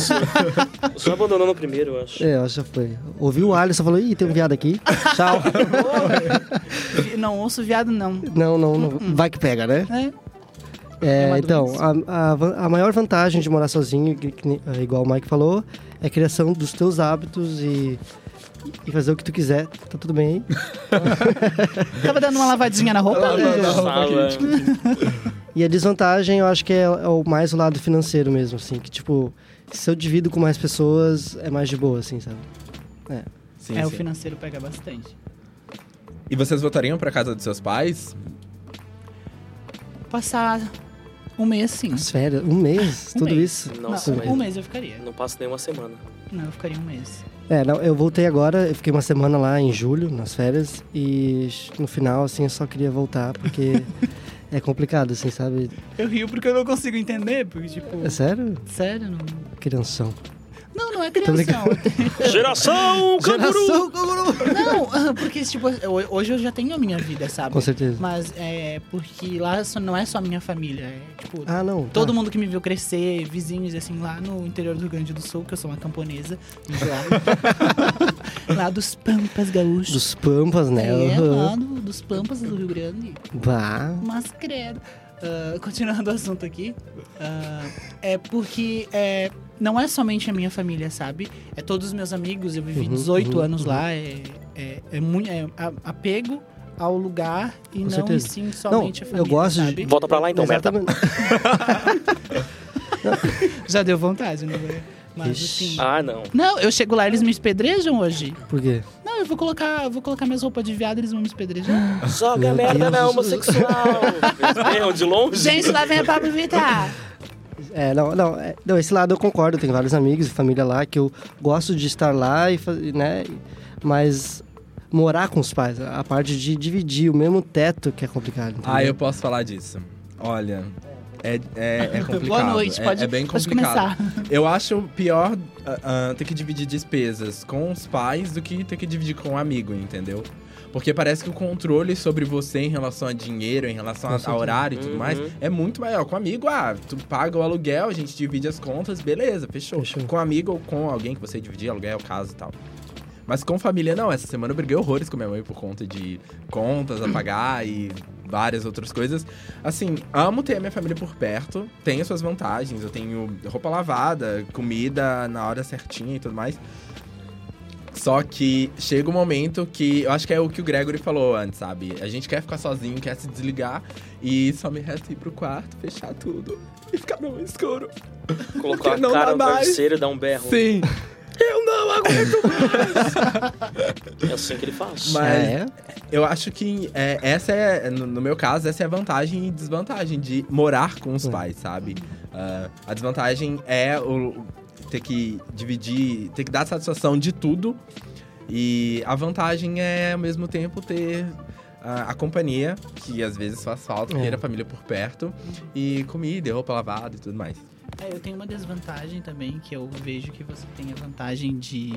[SPEAKER 3] Só abandonou no primeiro, eu acho.
[SPEAKER 4] É, eu acho que já foi. Ouviu o Alisson falou, ih, tem um viado aqui. Tchau.
[SPEAKER 5] Vi- não ouço
[SPEAKER 4] <laughs>
[SPEAKER 5] viado, não.
[SPEAKER 4] não, não, não. Vai que pega, né?
[SPEAKER 5] É.
[SPEAKER 4] É,
[SPEAKER 5] É uma
[SPEAKER 4] então,
[SPEAKER 5] doença.
[SPEAKER 4] a, a van- a maior vantagem de morar sozinho, que- que nem- é, igual o Mike falou, é a criação dos teus hábitos e, e fazer o que tu quiser. Tá tudo bem aí.
[SPEAKER 5] Tava dando uma lavadinha na roupa, né?
[SPEAKER 2] Lavando a roupa
[SPEAKER 3] Fala.
[SPEAKER 2] aqui.
[SPEAKER 4] E a desvantagem, eu acho que é, é o mais o lado financeiro mesmo, assim. Que, tipo, se eu divido com mais pessoas, é mais de boa, assim, sabe?
[SPEAKER 2] Sim,
[SPEAKER 5] é, o
[SPEAKER 2] sim.
[SPEAKER 5] financeiro pega bastante.
[SPEAKER 2] E vocês voltariam pra casa dos seus pais?
[SPEAKER 5] Passar um mês sim.
[SPEAKER 4] As férias, um mês,
[SPEAKER 5] Um
[SPEAKER 4] tudo
[SPEAKER 5] mês.
[SPEAKER 4] isso.
[SPEAKER 3] Nossa,
[SPEAKER 5] não,
[SPEAKER 3] mas
[SPEAKER 5] um mês eu ficaria.
[SPEAKER 3] não passa nem uma semana.
[SPEAKER 5] Não, eu ficaria um mês.
[SPEAKER 4] É, não, eu voltei agora, eu fiquei uma semana lá em julho, nas férias, e no final, assim, eu só queria voltar,
[SPEAKER 5] <laughs>
[SPEAKER 4] porque é complicado, assim, sabe?
[SPEAKER 5] Eu rio porque eu não consigo entender, porque, tipo,
[SPEAKER 4] É sério?
[SPEAKER 5] sério, não.
[SPEAKER 4] Crianção.
[SPEAKER 5] Não, não é
[SPEAKER 4] brincando.
[SPEAKER 5] criação.
[SPEAKER 3] Geração canguru!
[SPEAKER 4] Geração canguru!
[SPEAKER 5] não, porque, tipo, eu- hoje eu já tenho a minha vida, sabe?
[SPEAKER 4] Com certeza.
[SPEAKER 5] Mas é porque lá só- não é só a minha família, é tipo.
[SPEAKER 4] Ah, não.
[SPEAKER 5] Todo
[SPEAKER 4] tá.
[SPEAKER 5] mundo que me viu crescer, vizinhos, assim, lá no interior do Rio Grande do Sul, que eu sou uma camponesa,
[SPEAKER 4] <laughs>
[SPEAKER 5] lá, lá dos Pampas Gaúchos.
[SPEAKER 4] Dos Pampas, né?
[SPEAKER 5] É,
[SPEAKER 4] Aham.
[SPEAKER 5] lá do- dos Pampas do Rio Grande.
[SPEAKER 4] Bah.
[SPEAKER 5] Mas credo. Ah, continuando o assunto aqui. ah, é porque é, não é somente a minha família, sabe? É todos os meus amigos. Eu vivi
[SPEAKER 4] Uhum,
[SPEAKER 5] 18
[SPEAKER 4] uhum,
[SPEAKER 5] anos
[SPEAKER 4] uhum.
[SPEAKER 5] lá. É, é, é muito é a- apego ao lugar e não
[SPEAKER 4] certeza.
[SPEAKER 5] e sim somente
[SPEAKER 4] eu
[SPEAKER 5] a família.
[SPEAKER 4] gosto de-
[SPEAKER 5] sabe?
[SPEAKER 3] Volta pra lá então, merda.
[SPEAKER 4] Exatamente.
[SPEAKER 5] Já deu vontade, não é? Mas
[SPEAKER 4] Ixi.
[SPEAKER 5] assim.
[SPEAKER 3] Ah, não.
[SPEAKER 5] Não, eu chego lá, eles me espedrejam hoje.
[SPEAKER 4] Por quê?
[SPEAKER 5] Não, eu vou colocar, eu vou colocar minhas roupas de viado, eles vão me
[SPEAKER 4] <gasps>
[SPEAKER 5] espedrejar.
[SPEAKER 3] Joga
[SPEAKER 4] Meu
[SPEAKER 3] merda
[SPEAKER 4] Deus.
[SPEAKER 3] na homossexual! Eles erram de longe.
[SPEAKER 5] Gente, lá vem a Pablo Vittar.
[SPEAKER 4] É, não, não, é, não, esse lado eu concordo, eu tenho vários amigos e família lá que eu gosto de estar lá e fa- né, mas morar com os pais, a parte de dividir o mesmo teto que é complicado. entendeu?
[SPEAKER 2] Ah, eu posso falar disso. Olha, é, é, é complicado.
[SPEAKER 5] <laughs> Boa noite,
[SPEAKER 2] é,
[SPEAKER 5] pode,
[SPEAKER 2] é bem
[SPEAKER 5] pode
[SPEAKER 2] complicado.
[SPEAKER 5] começar.
[SPEAKER 2] Eu acho pior ah, ah, ter que dividir despesas com os pais do que ter que dividir com um amigo, entendeu? Porque parece que o controle sobre você em relação a dinheiro, em relação
[SPEAKER 4] Com
[SPEAKER 2] a, a
[SPEAKER 4] certeza.
[SPEAKER 2] horário e tudo
[SPEAKER 3] Uhum.
[SPEAKER 2] mais, é muito maior. Com amigo, ah, tu paga o aluguel, a gente divide as contas, beleza, fechou.
[SPEAKER 4] Fechou.
[SPEAKER 2] Com amigo ou com alguém que você dividir aluguel, casa e tal. Mas com família, não. Essa semana eu briguei horrores com minha mãe por conta de contas a pagar e várias outras coisas. Assim, amo ter a minha família por perto. Tenho suas vantagens. Eu tenho roupa lavada, comida na hora certinha e tudo mais. Só que chega um momento que eu acho que é o que o Gregory falou antes, sabe? A gente quer ficar sozinho, quer se desligar e só me resta ir pro quarto, fechar tudo e ficar no escuro.
[SPEAKER 3] Colocar a
[SPEAKER 2] Não
[SPEAKER 3] cara no
[SPEAKER 2] dá mais.
[SPEAKER 3] travesseiro e dar um berro.
[SPEAKER 2] Sim.
[SPEAKER 3] É assim que ele faz.
[SPEAKER 2] Mas-
[SPEAKER 4] É,
[SPEAKER 2] <laughs> Eu acho que é, essa é, no, no meu caso, essa é a vantagem e desvantagem de morar com os
[SPEAKER 4] É.
[SPEAKER 2] pais, sabe? Ah, a desvantagem é o, ter que dividir, ter que dar satisfação de tudo. E a vantagem é, ao mesmo tempo, ter ah, a companhia, que às vezes faz falta,
[SPEAKER 4] É.
[SPEAKER 2] ter a família por perto, e comida, e roupa lavada e tudo mais.
[SPEAKER 5] É, eu tenho uma desvantagem também, que eu vejo que você tem a vantagem de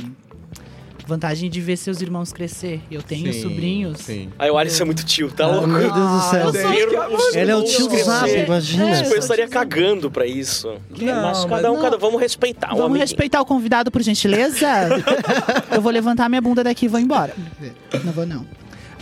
[SPEAKER 5] vantagem de ver seus irmãos crescer. Eu tenho
[SPEAKER 2] Sim,
[SPEAKER 5] sobrinhos.
[SPEAKER 2] Sim.
[SPEAKER 3] Aí o Alisson é muito tio, tá louco?
[SPEAKER 4] Meu Deus do céu.
[SPEAKER 5] eu
[SPEAKER 2] sou
[SPEAKER 3] Ver os
[SPEAKER 4] Ele é o
[SPEAKER 3] irmãos
[SPEAKER 4] tio né?
[SPEAKER 3] crescer.
[SPEAKER 4] Zap, imagina.
[SPEAKER 5] É,
[SPEAKER 3] Tipo, eu
[SPEAKER 5] sou
[SPEAKER 3] estaria
[SPEAKER 5] tiozão.
[SPEAKER 3] cagando pra isso.
[SPEAKER 2] Não, mas
[SPEAKER 3] mas cada um,
[SPEAKER 5] não.
[SPEAKER 3] cada vamos respeitar o
[SPEAKER 5] Vamos
[SPEAKER 3] amiguinho.
[SPEAKER 5] respeitar o convidado,
[SPEAKER 2] <laughs>
[SPEAKER 5] por gentileza? eu vou levantar minha bunda daqui e vou embora. Não vou, não.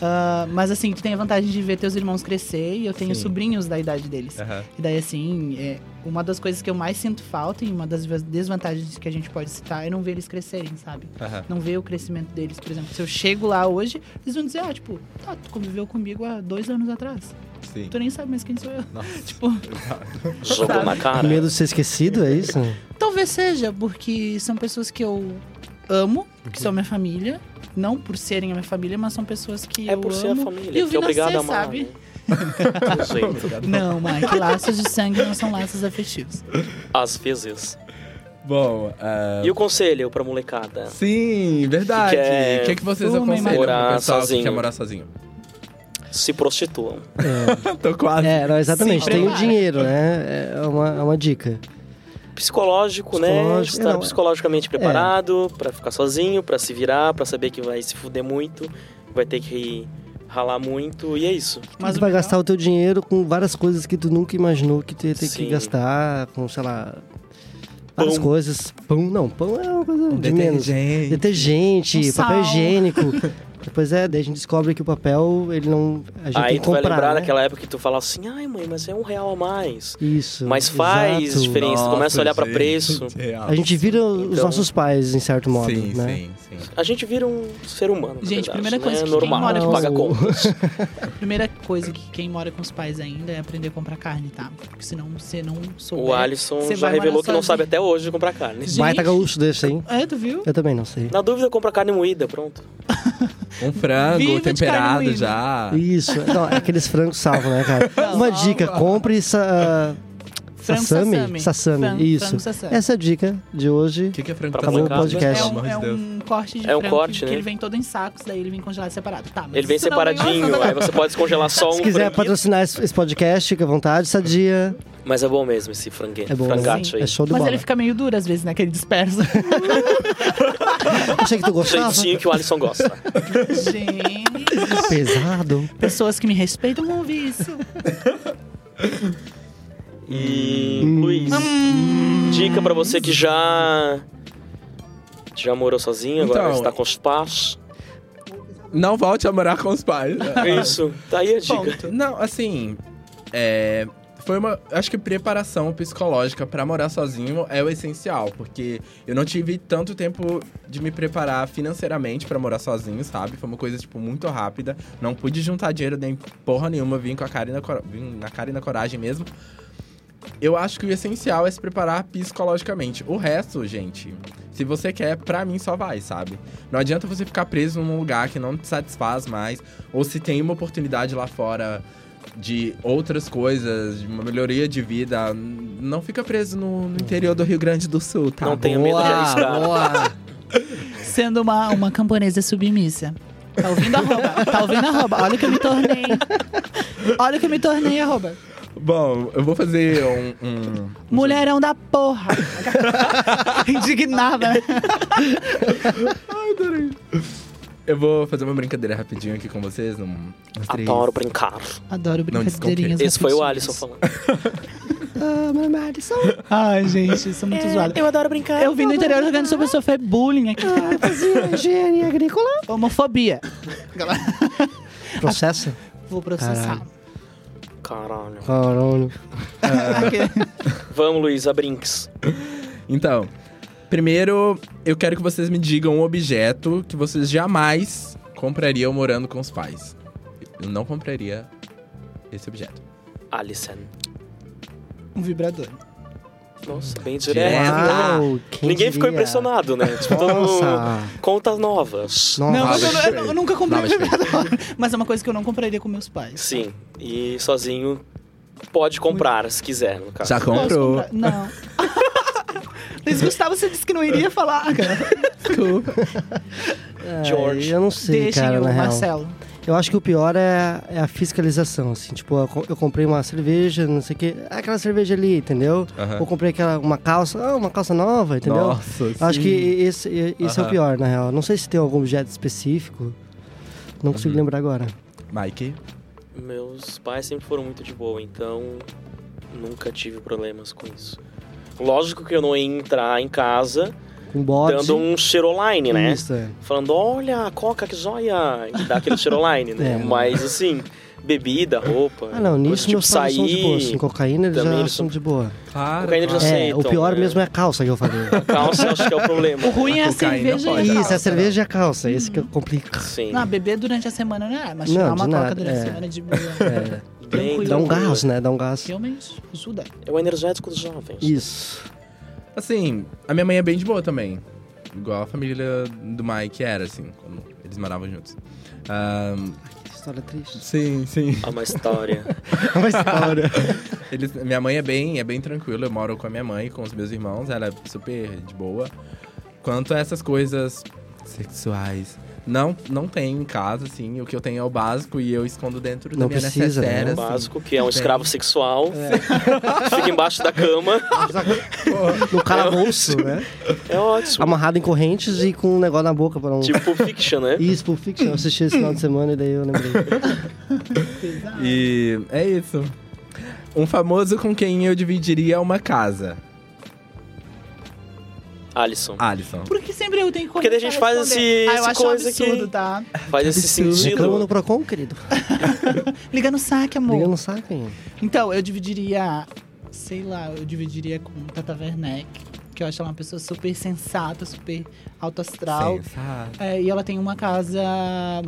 [SPEAKER 5] Ah, mas assim, tu tem a vantagem de ver teus irmãos crescer e eu tenho
[SPEAKER 2] Sim. É.
[SPEAKER 5] sobrinhos da idade deles.
[SPEAKER 2] Aham.
[SPEAKER 5] E daí, assim, é, uma das coisas que eu mais sinto falta e uma das ves- desvantagens que a gente pode citar é não ver eles crescerem, sabe?
[SPEAKER 2] Aham.
[SPEAKER 5] Não ver o crescimento deles. Por exemplo, se eu chego lá hoje, eles vão dizer, ah, tipo, tá, tu conviveu comigo há dois anos atrás.
[SPEAKER 2] Sim.
[SPEAKER 5] Tu nem sabe mais quem sou eu. <laughs>
[SPEAKER 2] Nossa.
[SPEAKER 5] Tipo,
[SPEAKER 3] Jogou na cara.
[SPEAKER 4] Medo de ser esquecido, é isso?
[SPEAKER 5] Talvez seja, porque são pessoas que eu amo, que são minha família. Não por serem a minha família, mas são pessoas que
[SPEAKER 3] É
[SPEAKER 5] eu
[SPEAKER 3] por ser a
[SPEAKER 5] amo.
[SPEAKER 3] família,
[SPEAKER 5] eu
[SPEAKER 3] que é
[SPEAKER 5] vi
[SPEAKER 3] obrigado
[SPEAKER 5] nascer,
[SPEAKER 3] a amar.
[SPEAKER 5] sabe?
[SPEAKER 3] né? Não sei.
[SPEAKER 5] Não, Mike, laços de sangue não são laços afetivos.
[SPEAKER 3] Às vezes.
[SPEAKER 2] Bom, ah,
[SPEAKER 4] É.
[SPEAKER 3] E o conselho pra molecada?
[SPEAKER 2] sim, verdade. O
[SPEAKER 3] Que quer-
[SPEAKER 2] que, que vocês
[SPEAKER 5] Fumem
[SPEAKER 2] aconselham
[SPEAKER 3] morar
[SPEAKER 2] pro pessoal
[SPEAKER 3] sozinho.
[SPEAKER 2] que quer morar sozinho?
[SPEAKER 3] Se prostituam.
[SPEAKER 2] Tô quase.
[SPEAKER 4] É, não, exatamente.
[SPEAKER 5] Sim,
[SPEAKER 4] tem o
[SPEAKER 5] prepara.
[SPEAKER 4] dinheiro, né? É uma, é uma dica.
[SPEAKER 3] Psicológico, né?
[SPEAKER 4] Psicológico,
[SPEAKER 3] Estar
[SPEAKER 4] não, é.
[SPEAKER 3] psicologicamente preparado pra ficar sozinho, pra se virar, pra saber que vai se fuder muito, vai ter que ralar muito, e é isso.
[SPEAKER 5] Mas
[SPEAKER 4] tu
[SPEAKER 5] o
[SPEAKER 4] vai
[SPEAKER 5] melhor-
[SPEAKER 4] gastar o teu dinheiro com várias coisas que tu nunca imaginou que tu ia ter
[SPEAKER 3] Sim.
[SPEAKER 4] que gastar, com, sei lá, várias
[SPEAKER 3] Pão.
[SPEAKER 4] coisas. Pão, não, pão é uma
[SPEAKER 2] Um
[SPEAKER 4] coisa de menos.
[SPEAKER 2] Detergente.
[SPEAKER 4] Detergente,
[SPEAKER 5] Um
[SPEAKER 4] papel
[SPEAKER 5] sal. <laughs>
[SPEAKER 4] higiênico. Depois é, daí a gente descobre que o papel, ele não. A gente tem
[SPEAKER 3] Aí
[SPEAKER 4] que
[SPEAKER 3] tu vai
[SPEAKER 4] comprar.
[SPEAKER 3] lembrar
[SPEAKER 4] né?
[SPEAKER 3] daquela época que tu fala assim, ai mãe, mas é um real a mais.
[SPEAKER 4] Isso.
[SPEAKER 3] Mas faz
[SPEAKER 4] exato.
[SPEAKER 3] diferença. Detergente, tu começa a olhar pra preço.
[SPEAKER 2] é real.
[SPEAKER 4] A gente vira os
[SPEAKER 3] Então-
[SPEAKER 4] nossos pais, em certo modo,
[SPEAKER 2] sim,
[SPEAKER 4] né?
[SPEAKER 2] sim, sim.
[SPEAKER 3] A gente vira um ser humano, na verdade,
[SPEAKER 5] Gente, primeira
[SPEAKER 3] né?
[SPEAKER 5] coisa
[SPEAKER 3] é
[SPEAKER 5] que quem
[SPEAKER 3] normal,
[SPEAKER 5] mora
[SPEAKER 3] a gente
[SPEAKER 4] com-
[SPEAKER 3] paga contas.
[SPEAKER 5] <laughs> A primeira coisa que quem mora com os pais ainda é aprender a comprar carne, tá? Porque senão você não souber...
[SPEAKER 3] o Alisson
[SPEAKER 5] Você
[SPEAKER 3] já
[SPEAKER 5] vai morar
[SPEAKER 3] revelou que não
[SPEAKER 5] sozinho.
[SPEAKER 3] sabe até hoje comprar carne.
[SPEAKER 5] Gente.
[SPEAKER 4] Um Baita gaúcho desse, hein?
[SPEAKER 5] É, tu viu?
[SPEAKER 4] Eu também não sei.
[SPEAKER 3] Na dúvida, compra carne moída, pronto.
[SPEAKER 2] Um frango
[SPEAKER 5] Viva de carne
[SPEAKER 2] temperado
[SPEAKER 5] moída.
[SPEAKER 2] já.
[SPEAKER 3] Ah.
[SPEAKER 4] Isso. Não, é aqueles frangos salvos, né, cara?
[SPEAKER 3] <laughs>
[SPEAKER 5] Não,
[SPEAKER 4] Uma
[SPEAKER 5] salva.
[SPEAKER 4] dica, compre sa...
[SPEAKER 5] Frango
[SPEAKER 4] sassami.
[SPEAKER 5] sassami.
[SPEAKER 4] Sassami,
[SPEAKER 5] Fran-
[SPEAKER 4] isso.
[SPEAKER 5] frango sassami.
[SPEAKER 4] Essa é a dica de hoje.
[SPEAKER 2] O que, que é frango
[SPEAKER 3] Pra
[SPEAKER 4] Acabou o
[SPEAKER 2] temperado?
[SPEAKER 4] podcast.
[SPEAKER 5] É
[SPEAKER 2] Pelo
[SPEAKER 5] um,
[SPEAKER 2] amor de
[SPEAKER 5] é
[SPEAKER 2] Deus.
[SPEAKER 5] um corte de
[SPEAKER 3] É um
[SPEAKER 5] frango
[SPEAKER 3] corte,
[SPEAKER 5] que,
[SPEAKER 3] né?
[SPEAKER 5] que ele vem todo em sacos, daí ele vem congelado separado. Tá, mas
[SPEAKER 3] Ele vem
[SPEAKER 5] isso não vem
[SPEAKER 3] separadinho,
[SPEAKER 5] lançando-
[SPEAKER 3] aí você pode descongelar só um
[SPEAKER 4] <laughs> Se quiser
[SPEAKER 3] franguinho.
[SPEAKER 4] patrocinar esse esse podcast, fica à vontade, sadia.
[SPEAKER 3] Mas é bom mesmo esse franguinho,
[SPEAKER 4] É bom, né?
[SPEAKER 3] frangacho aí.
[SPEAKER 4] É show de
[SPEAKER 5] Mas
[SPEAKER 4] bola.
[SPEAKER 5] ele fica meio duro às vezes, né? Que
[SPEAKER 4] <laughs>
[SPEAKER 5] ele dispersa.
[SPEAKER 4] Achei que tu
[SPEAKER 3] O
[SPEAKER 4] gostava.
[SPEAKER 3] jeitinho que o Alisson gosta.
[SPEAKER 5] Gente,
[SPEAKER 4] Pesado.
[SPEAKER 5] pessoas que me respeitam vão ouvir isso.
[SPEAKER 3] E Luiz, dica pra você que já já morou sozinho, agora
[SPEAKER 2] Então,
[SPEAKER 3] está com os pais.
[SPEAKER 2] Não volte a morar com os pais.
[SPEAKER 3] É isso. Tá aí a dica.
[SPEAKER 2] Não, assim. É. Foi uma. Acho que preparação psicológica pra morar sozinho é o essencial, porque eu não tive tanto tempo de me preparar financeiramente pra morar sozinho, sabe? Foi uma coisa, tipo, muito rápida. Não pude juntar dinheiro nem porra nenhuma, vim com a cara e na, cora- vim na cara e na coragem mesmo. Eu acho que o essencial é se preparar psicologicamente. O resto, gente, se você quer, pra mim só vai, sabe? Não adianta você ficar preso num lugar que não te satisfaz mais, ou se tem uma oportunidade lá fora de outras coisas, de uma melhoria de vida, n- não fica preso no, no interior do Rio Grande do Sul, tá?
[SPEAKER 3] Não tenha medo de arriscar.
[SPEAKER 4] boa.
[SPEAKER 5] Sendo uma, uma camponesa submissa. Tá ouvindo arroba? Tá ouvindo arroba? Olha o que eu me tornei. Olha o que eu me tornei, arroba.
[SPEAKER 2] Bom, eu vou fazer um. um-
[SPEAKER 5] é. Mulherão da <laughs> porra. Indignada. né?
[SPEAKER 2] Eu vou fazer uma brincadeira rapidinho aqui com vocês. Um, uns três.
[SPEAKER 3] Adoro brincar.
[SPEAKER 5] Adoro
[SPEAKER 2] Não
[SPEAKER 5] brincadeirinhas.
[SPEAKER 3] Esse foi o
[SPEAKER 5] afetivas.
[SPEAKER 3] Alisson falando.
[SPEAKER 5] Ai, gente, isso é muito zoado. Eu adoro brincar. Ah, Eu vim do interior jogando sobre pessoa, foi bullying aqui.
[SPEAKER 4] Engenharia agrícola.
[SPEAKER 5] Homofobia.
[SPEAKER 4] Processo?
[SPEAKER 5] Vou processar.
[SPEAKER 3] Caralho.
[SPEAKER 4] Caralho.
[SPEAKER 3] Vamos, Luiz, a brinks.
[SPEAKER 2] Então, primeiro eu quero que vocês me digam um objeto que vocês jamais comprariam morando com os pais. Eu não compraria esse objeto.
[SPEAKER 3] Alisson.
[SPEAKER 5] <laughs> Um vibrador.
[SPEAKER 3] Nossa, bem
[SPEAKER 2] É,
[SPEAKER 3] direto.
[SPEAKER 2] tá.
[SPEAKER 4] Uau, quem
[SPEAKER 3] Ninguém ficou
[SPEAKER 4] diria?
[SPEAKER 3] impressionado, né? Tipo, todo mundo...
[SPEAKER 4] Nossa.
[SPEAKER 3] Contas novas.
[SPEAKER 4] Nossa.
[SPEAKER 5] Não, mas eu,
[SPEAKER 2] mas
[SPEAKER 5] eu- eu nunca comprei
[SPEAKER 2] Não,
[SPEAKER 5] um
[SPEAKER 2] mas
[SPEAKER 5] vibrador. Mas é uma coisa que eu não compraria com meus pais.
[SPEAKER 3] Sim. E sozinho pode comprar, se quiser, no
[SPEAKER 4] Tá.
[SPEAKER 3] caso.
[SPEAKER 2] Já
[SPEAKER 5] Posso
[SPEAKER 2] comprou.
[SPEAKER 5] comprar? <laughs> Não. Luiz Gustavo, você disse que não iria falar, cara.
[SPEAKER 4] Ai,
[SPEAKER 3] George.
[SPEAKER 4] Eu não sei,
[SPEAKER 5] Deixem
[SPEAKER 4] cara,
[SPEAKER 5] o
[SPEAKER 4] na real.
[SPEAKER 5] um, Marcelo.
[SPEAKER 4] Eu acho que o pior é, é a fiscalização, assim. Tipo, eu co- eu comprei uma cerveja, não sei o quê. "Ah, Aquela cerveja ali, entendeu?
[SPEAKER 2] Aham.
[SPEAKER 4] Ou comprei aquela, uma calça. Ah, uma calça nova, entendeu?
[SPEAKER 2] Nossa,
[SPEAKER 4] Eu Acho
[SPEAKER 2] sim.
[SPEAKER 4] que esse, e- esse é
[SPEAKER 2] Aham.
[SPEAKER 4] o pior, na real. Não sei se tem algum objeto específico. Não
[SPEAKER 3] Uhum.
[SPEAKER 4] consigo lembrar agora.
[SPEAKER 2] Mike?
[SPEAKER 3] Meus pais sempre foram muito de boa, então nunca tive problemas com isso. Lógico que eu não ia entrar em casa
[SPEAKER 4] Um bode.
[SPEAKER 3] dando um cheiro online, né?
[SPEAKER 4] Isso, é.
[SPEAKER 3] Falando, olha, coca, que joia! E dá aquele cheiro online, né?
[SPEAKER 4] <laughs> É.
[SPEAKER 3] Mas assim, bebida, roupa.
[SPEAKER 4] Ah, não.
[SPEAKER 3] coisa
[SPEAKER 4] Nisso meus pais são de boa. Assim, cocaína eles
[SPEAKER 3] Tipo também
[SPEAKER 4] já
[SPEAKER 3] eles
[SPEAKER 4] são
[SPEAKER 3] são-
[SPEAKER 4] de boa.
[SPEAKER 2] Claro.
[SPEAKER 3] Cocaína de
[SPEAKER 2] claro.
[SPEAKER 3] açaí.
[SPEAKER 4] É, o
[SPEAKER 3] Aceitam,
[SPEAKER 4] pior
[SPEAKER 3] né?
[SPEAKER 4] mesmo é a calça que
[SPEAKER 3] <laughs>
[SPEAKER 4] eu falei.
[SPEAKER 3] Calça, acho que é o
[SPEAKER 4] <laughs>
[SPEAKER 3] problema.
[SPEAKER 5] O ruim é a
[SPEAKER 2] Cocaína
[SPEAKER 5] cerveja
[SPEAKER 2] pode.
[SPEAKER 5] e a
[SPEAKER 4] Isso,
[SPEAKER 5] calça.
[SPEAKER 4] a cerveja e a calça. Esse que eu complico.
[SPEAKER 3] Sim.
[SPEAKER 5] Não, beber durante a semana não é, mas
[SPEAKER 4] Não,
[SPEAKER 5] tirar
[SPEAKER 4] de
[SPEAKER 5] uma
[SPEAKER 4] nada,
[SPEAKER 5] coca durante
[SPEAKER 4] é.
[SPEAKER 5] a semana de boa. né?
[SPEAKER 4] É,
[SPEAKER 3] Bem,
[SPEAKER 4] dá
[SPEAKER 3] tranquilo.
[SPEAKER 4] um gás, né? Dá um gás.
[SPEAKER 5] Realmente, ajuda.
[SPEAKER 3] É o energético dos jovens.
[SPEAKER 4] Isso.
[SPEAKER 2] Assim, a minha mãe é bem de boa também. Igual a família do Mike era, assim, quando eles moravam juntos. Ahn,
[SPEAKER 4] Que história triste.
[SPEAKER 2] sim, sim.
[SPEAKER 3] É uma história.
[SPEAKER 4] <laughs> É uma história.
[SPEAKER 2] Eles, minha mãe é bem, é bem tranquila. Eu moro com a minha mãe, com os meus irmãos. Ela é super de boa. Quanto a essas coisas sexuais, não, não tem em casa, assim. O que eu tenho é o básico e eu escondo dentro da
[SPEAKER 4] Não
[SPEAKER 2] minha
[SPEAKER 4] precisa, né?
[SPEAKER 2] necessaire,
[SPEAKER 4] <laughs> É
[SPEAKER 3] O
[SPEAKER 2] assim.
[SPEAKER 3] básico, que é um
[SPEAKER 2] Bem.
[SPEAKER 3] escravo sexual. <laughs> Fica embaixo da cama.
[SPEAKER 4] No calabouço, né?
[SPEAKER 3] É ótimo.
[SPEAKER 4] Amarrado em correntes e com um negócio na boca pra um.
[SPEAKER 3] Tipo Pulp Fiction, né?
[SPEAKER 4] Isso, Pulp Fiction. Eu assisti esse final de semana e daí
[SPEAKER 3] <laughs>
[SPEAKER 4] eu lembrei.
[SPEAKER 2] E é isso. Um famoso com quem eu dividiria uma casa.
[SPEAKER 3] Alisson.
[SPEAKER 2] Alisson.
[SPEAKER 5] Por que sempre eu tenho que
[SPEAKER 3] Porque daí a gente faz
[SPEAKER 5] responder?
[SPEAKER 3] esse-
[SPEAKER 5] ah, eu
[SPEAKER 3] esse
[SPEAKER 5] acho um
[SPEAKER 3] coisa aqui.
[SPEAKER 5] absurdo, tá?
[SPEAKER 3] Faz esse
[SPEAKER 2] absurdo.
[SPEAKER 4] Reclama
[SPEAKER 3] sentido.
[SPEAKER 4] no Procon, querido.
[SPEAKER 5] Liga no saque, amor.
[SPEAKER 4] Liga no saco, hein?
[SPEAKER 5] Então, eu dividiria, sei lá, eu dividiria com Tata Werneck, que eu acho ela uma pessoa super sensata, super alto astral.
[SPEAKER 2] Sensato.
[SPEAKER 5] É, e ela tem uma casa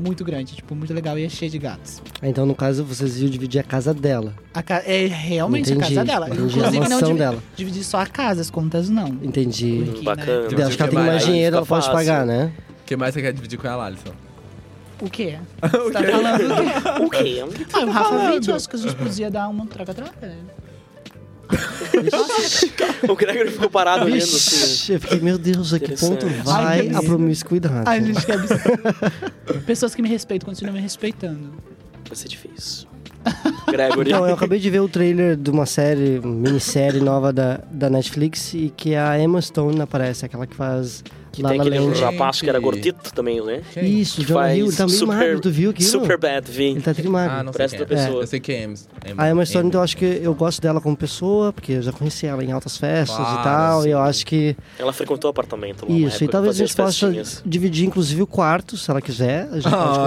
[SPEAKER 5] muito grande, tipo, muito legal e é cheia de gatos.
[SPEAKER 4] Ah, Então, no caso, vocês iam dividir a casa dela.
[SPEAKER 5] A ca- É realmente
[SPEAKER 4] entendi,
[SPEAKER 5] a casa dela.
[SPEAKER 4] Entendi a
[SPEAKER 5] Inclusive, não
[SPEAKER 4] mansão
[SPEAKER 5] divi-
[SPEAKER 4] dela.
[SPEAKER 5] dividir só a casa, as contas não.
[SPEAKER 4] Entendi.
[SPEAKER 5] Aqui, né?
[SPEAKER 3] Hum, Bacana.
[SPEAKER 2] Entendi.
[SPEAKER 4] Daí, acho que ela tem
[SPEAKER 2] Aí
[SPEAKER 4] mais
[SPEAKER 2] fica
[SPEAKER 4] dinheiro, ela pode
[SPEAKER 3] fácil.
[SPEAKER 4] pagar, né?
[SPEAKER 2] O que mais você quer dividir com ela, Alisson?
[SPEAKER 3] <laughs>
[SPEAKER 5] O quê? Você tá falando do quê?
[SPEAKER 3] O quê?
[SPEAKER 5] Ah, o Rafa Witt, eu acho que a gente podia dar uma troca-troca, né?
[SPEAKER 3] O Gregory ficou parado olhando assim.
[SPEAKER 4] Vixe, eu fiquei, meu Deus, a que ponto
[SPEAKER 3] Interessante.
[SPEAKER 4] vai
[SPEAKER 5] Ai, que
[SPEAKER 4] a
[SPEAKER 3] Tá
[SPEAKER 5] delícia.
[SPEAKER 4] promiscuidade?
[SPEAKER 5] Ai, gente, que absurdo. <laughs> Pessoas que me respeitam continuam me respeitando.
[SPEAKER 3] Vai ser difícil. Gregory.
[SPEAKER 4] Então,
[SPEAKER 3] <laughs>
[SPEAKER 4] eu acabei de ver o trailer de uma série, minissérie nova da, da Netflix e que é a Emma Stone aparece, aquela que faz
[SPEAKER 3] que
[SPEAKER 4] La
[SPEAKER 3] tem
[SPEAKER 4] La
[SPEAKER 3] aquele
[SPEAKER 4] Land.
[SPEAKER 2] gente.
[SPEAKER 3] rapaz que era gordito também, né?
[SPEAKER 2] Quem?
[SPEAKER 4] Isso,
[SPEAKER 3] que
[SPEAKER 4] John
[SPEAKER 3] faz
[SPEAKER 4] Hill, tá meio
[SPEAKER 3] super-
[SPEAKER 4] magro, tu viu aquilo?
[SPEAKER 3] Super Bad
[SPEAKER 4] Ele
[SPEAKER 3] V.
[SPEAKER 4] tá trimado.
[SPEAKER 2] Ah, não sei
[SPEAKER 3] Parece
[SPEAKER 2] quem
[SPEAKER 3] outra
[SPEAKER 2] é.
[SPEAKER 3] pessoa.
[SPEAKER 2] Eu sei que é Emma.
[SPEAKER 4] A Emma Stone,
[SPEAKER 2] Emma.
[SPEAKER 4] então, eu acho que eu gosto dela como pessoa, porque eu já conheci ela em altas festas
[SPEAKER 2] Claro,
[SPEAKER 4] e tal, e eu
[SPEAKER 2] sim.
[SPEAKER 4] acho que...
[SPEAKER 3] Ela frequentou o apartamento lá. na
[SPEAKER 4] Isso,
[SPEAKER 3] época
[SPEAKER 4] e
[SPEAKER 3] que
[SPEAKER 4] talvez a
[SPEAKER 3] fazia
[SPEAKER 4] gente
[SPEAKER 3] as
[SPEAKER 4] possa
[SPEAKER 3] festinhas.
[SPEAKER 4] dividir, inclusive, o quarto, se ela quiser. A gente pode conversar.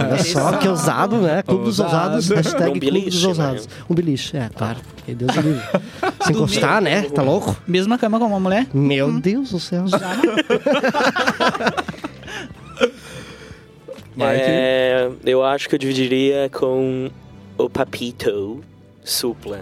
[SPEAKER 2] Olha!
[SPEAKER 4] Olha só, que ousado, né? Clube dos
[SPEAKER 2] Ousado.
[SPEAKER 4] ousados,
[SPEAKER 3] É
[SPEAKER 4] hashtag
[SPEAKER 3] um
[SPEAKER 4] Clube dos
[SPEAKER 3] beliche,
[SPEAKER 4] ousados. Um beliche, é, claro. Porque Deus me
[SPEAKER 3] <laughs>
[SPEAKER 4] livre. Se encostar, né? Tá louco?
[SPEAKER 5] Mesma cama com uma mulher?
[SPEAKER 4] Meu Deus do céu.
[SPEAKER 2] Mike.
[SPEAKER 3] É, eu acho que eu dividiria com o Papito Supla.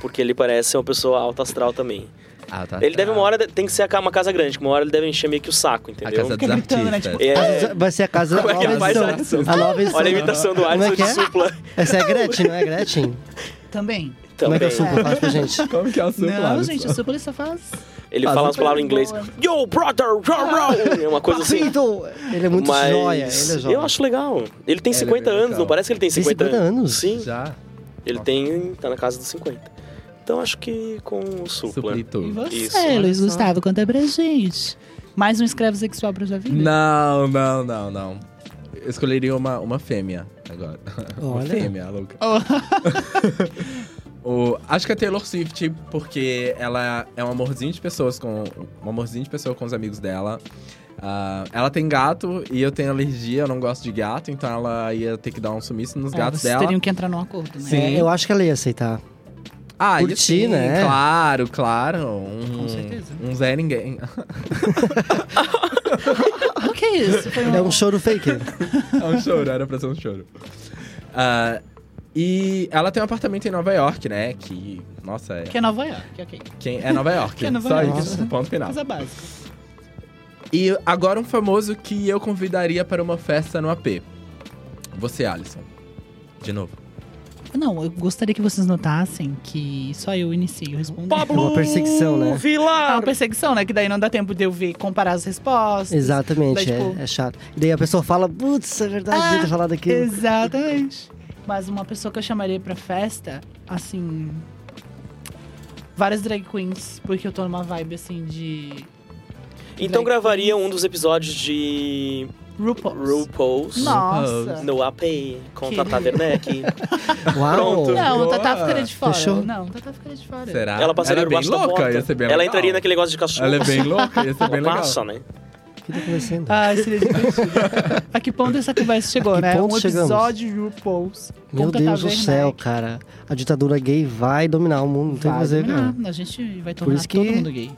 [SPEAKER 3] Porque ele parece ser uma pessoa alta astral também.
[SPEAKER 2] Ah, tá.
[SPEAKER 3] Ele deve
[SPEAKER 2] tá.
[SPEAKER 3] uma hora, tem que ser a- uma casa grande, que uma hora ele deve encher meio que o saco,
[SPEAKER 2] A
[SPEAKER 3] entendeu?
[SPEAKER 2] casa dos
[SPEAKER 5] Fica gritando, né,
[SPEAKER 2] artistas.
[SPEAKER 5] tipo,
[SPEAKER 3] É,
[SPEAKER 4] Vai ser a casa da
[SPEAKER 3] Como é que
[SPEAKER 4] nova
[SPEAKER 3] faz a
[SPEAKER 4] edição. A nova edição.
[SPEAKER 3] olha a imitação do
[SPEAKER 4] Como é
[SPEAKER 3] Alisson de
[SPEAKER 4] que é?
[SPEAKER 3] Supla.
[SPEAKER 4] Essa é a Gretchen, não é a Gretchen?
[SPEAKER 5] Também.
[SPEAKER 4] Como é que é
[SPEAKER 3] Também.
[SPEAKER 4] o Supla faz pra gente?
[SPEAKER 2] Como que é o seu
[SPEAKER 5] não,
[SPEAKER 2] Flávio?
[SPEAKER 5] gente, eu sou polícia faz.
[SPEAKER 3] Ele
[SPEAKER 2] Ah, Supla
[SPEAKER 3] fala umas palavras
[SPEAKER 5] é
[SPEAKER 3] em inglês.
[SPEAKER 5] boa.
[SPEAKER 3] Yo, brother! Row, row! É uma coisa assim.
[SPEAKER 4] Então, ele é muito
[SPEAKER 3] Mas
[SPEAKER 4] joia. Ele é joia.
[SPEAKER 3] Eu acho legal. Ele tem
[SPEAKER 2] É, ele é
[SPEAKER 3] 50
[SPEAKER 2] bem
[SPEAKER 3] anos,
[SPEAKER 2] legal.
[SPEAKER 3] não parece que ele tem
[SPEAKER 4] Tem
[SPEAKER 3] 50,
[SPEAKER 4] 50 anos?
[SPEAKER 5] assim,
[SPEAKER 3] Sim,
[SPEAKER 2] Já.
[SPEAKER 3] ele
[SPEAKER 2] Nossa.
[SPEAKER 3] tem. tá na casa dos 50. Então acho que com o Supla.
[SPEAKER 2] Suplitou.
[SPEAKER 5] E você,
[SPEAKER 3] Isso, olha
[SPEAKER 5] Luiz
[SPEAKER 4] só.
[SPEAKER 5] Gustavo, conta pra gente. Mais um escravo sexual pra sua vida?
[SPEAKER 2] Não, não, não, não. Eu escolheria uma, uma fêmea agora.
[SPEAKER 3] é
[SPEAKER 2] Uma
[SPEAKER 4] Olha.
[SPEAKER 2] fêmea, louca.
[SPEAKER 5] Oh.
[SPEAKER 2] O- acho que a Taylor Swift, porque ela é um amorzinho de pessoas com. Um amorzinho de pessoa com os amigos dela. Ah, ela tem gato e eu tenho alergia, eu não gosto de gato, então ela ia ter que dar um sumiço nos
[SPEAKER 5] É,
[SPEAKER 2] gatos
[SPEAKER 5] vocês
[SPEAKER 2] dela.
[SPEAKER 5] teriam que entrar num acordo, né?
[SPEAKER 2] Sim.
[SPEAKER 4] É, eu acho que ela ia aceitar.
[SPEAKER 2] Ah,
[SPEAKER 4] Por
[SPEAKER 2] e
[SPEAKER 4] ti,
[SPEAKER 2] sim,
[SPEAKER 4] né?
[SPEAKER 2] Claro, claro. Um,
[SPEAKER 5] Com certeza.
[SPEAKER 2] Um Zé Ninguém.
[SPEAKER 5] O que é isso? Foi um...
[SPEAKER 4] É um choro <laughs> fake.
[SPEAKER 2] É um choro, era pra ser um choro. Ah, e ela tem um apartamento em Nova York, né? Que, nossa, é,
[SPEAKER 5] Que é Nova York, ok.
[SPEAKER 2] quem, é Nova York.
[SPEAKER 5] <laughs> Que é Nova
[SPEAKER 2] só
[SPEAKER 5] York. é-
[SPEAKER 2] isso, ponto final.
[SPEAKER 5] Coisa básica.
[SPEAKER 2] E agora um famoso que eu convidaria para uma festa no AP. Você, Alisson. De novo.
[SPEAKER 5] Não, eu gostaria que vocês notassem que só eu inicio respondendo.
[SPEAKER 3] Pablo
[SPEAKER 4] É uma perseguição, né?
[SPEAKER 5] É uma
[SPEAKER 3] Vilar!
[SPEAKER 5] perseguição, né? Que daí não dá tempo de eu ver, comparar as respostas.
[SPEAKER 4] Exatamente,
[SPEAKER 5] Daí, tipo-
[SPEAKER 4] é, é chato. E daí a pessoa fala, putz, é verdade, devia ter falado aquilo.
[SPEAKER 5] Exatamente. Mas uma pessoa que eu chamaria pra festa, assim. Várias drag queens, porque eu tô numa vibe assim de.
[SPEAKER 3] Então
[SPEAKER 5] Drag
[SPEAKER 3] gravaria
[SPEAKER 5] queens.
[SPEAKER 3] um dos episódios de
[SPEAKER 5] RuPaul's.
[SPEAKER 3] RuPaul's
[SPEAKER 5] Nossa.
[SPEAKER 3] no AP com
[SPEAKER 5] Que-
[SPEAKER 3] Tata
[SPEAKER 5] <laughs>
[SPEAKER 3] Werneck.
[SPEAKER 4] Uau!
[SPEAKER 3] Pronto.
[SPEAKER 5] Não, Tatá
[SPEAKER 2] Boa.
[SPEAKER 5] ficaria de fora.
[SPEAKER 4] Fechou?
[SPEAKER 5] Não, Tatá ficaria de fora.
[SPEAKER 2] Será?
[SPEAKER 3] Ela passaria
[SPEAKER 2] é bem
[SPEAKER 3] debaixo da
[SPEAKER 2] louca,
[SPEAKER 3] porta.
[SPEAKER 2] ia ser bem
[SPEAKER 3] Ela
[SPEAKER 2] legal.
[SPEAKER 3] entraria naquele negócio de cachorro.
[SPEAKER 2] Ela é
[SPEAKER 3] <laughs>
[SPEAKER 2] bem louca, ia ser
[SPEAKER 3] Ela
[SPEAKER 2] bem legal.
[SPEAKER 3] passa, né?
[SPEAKER 4] O que tá acontecendo?
[SPEAKER 5] Ah, seria divertido. <laughs> a que ponto essa conversa chegou,
[SPEAKER 4] A que
[SPEAKER 5] né?
[SPEAKER 4] ponto
[SPEAKER 5] um
[SPEAKER 4] chegamos?
[SPEAKER 5] episódio de RuPaul's. com
[SPEAKER 4] Meu
[SPEAKER 5] Tata
[SPEAKER 4] Deus do
[SPEAKER 5] Werneck.
[SPEAKER 4] céu, cara. A ditadura gay vai dominar o mundo, não tem o que
[SPEAKER 5] Vai
[SPEAKER 4] fazer,
[SPEAKER 5] dominar.
[SPEAKER 4] cara.
[SPEAKER 5] A gente vai tornar
[SPEAKER 4] isso que-
[SPEAKER 5] todo mundo gay.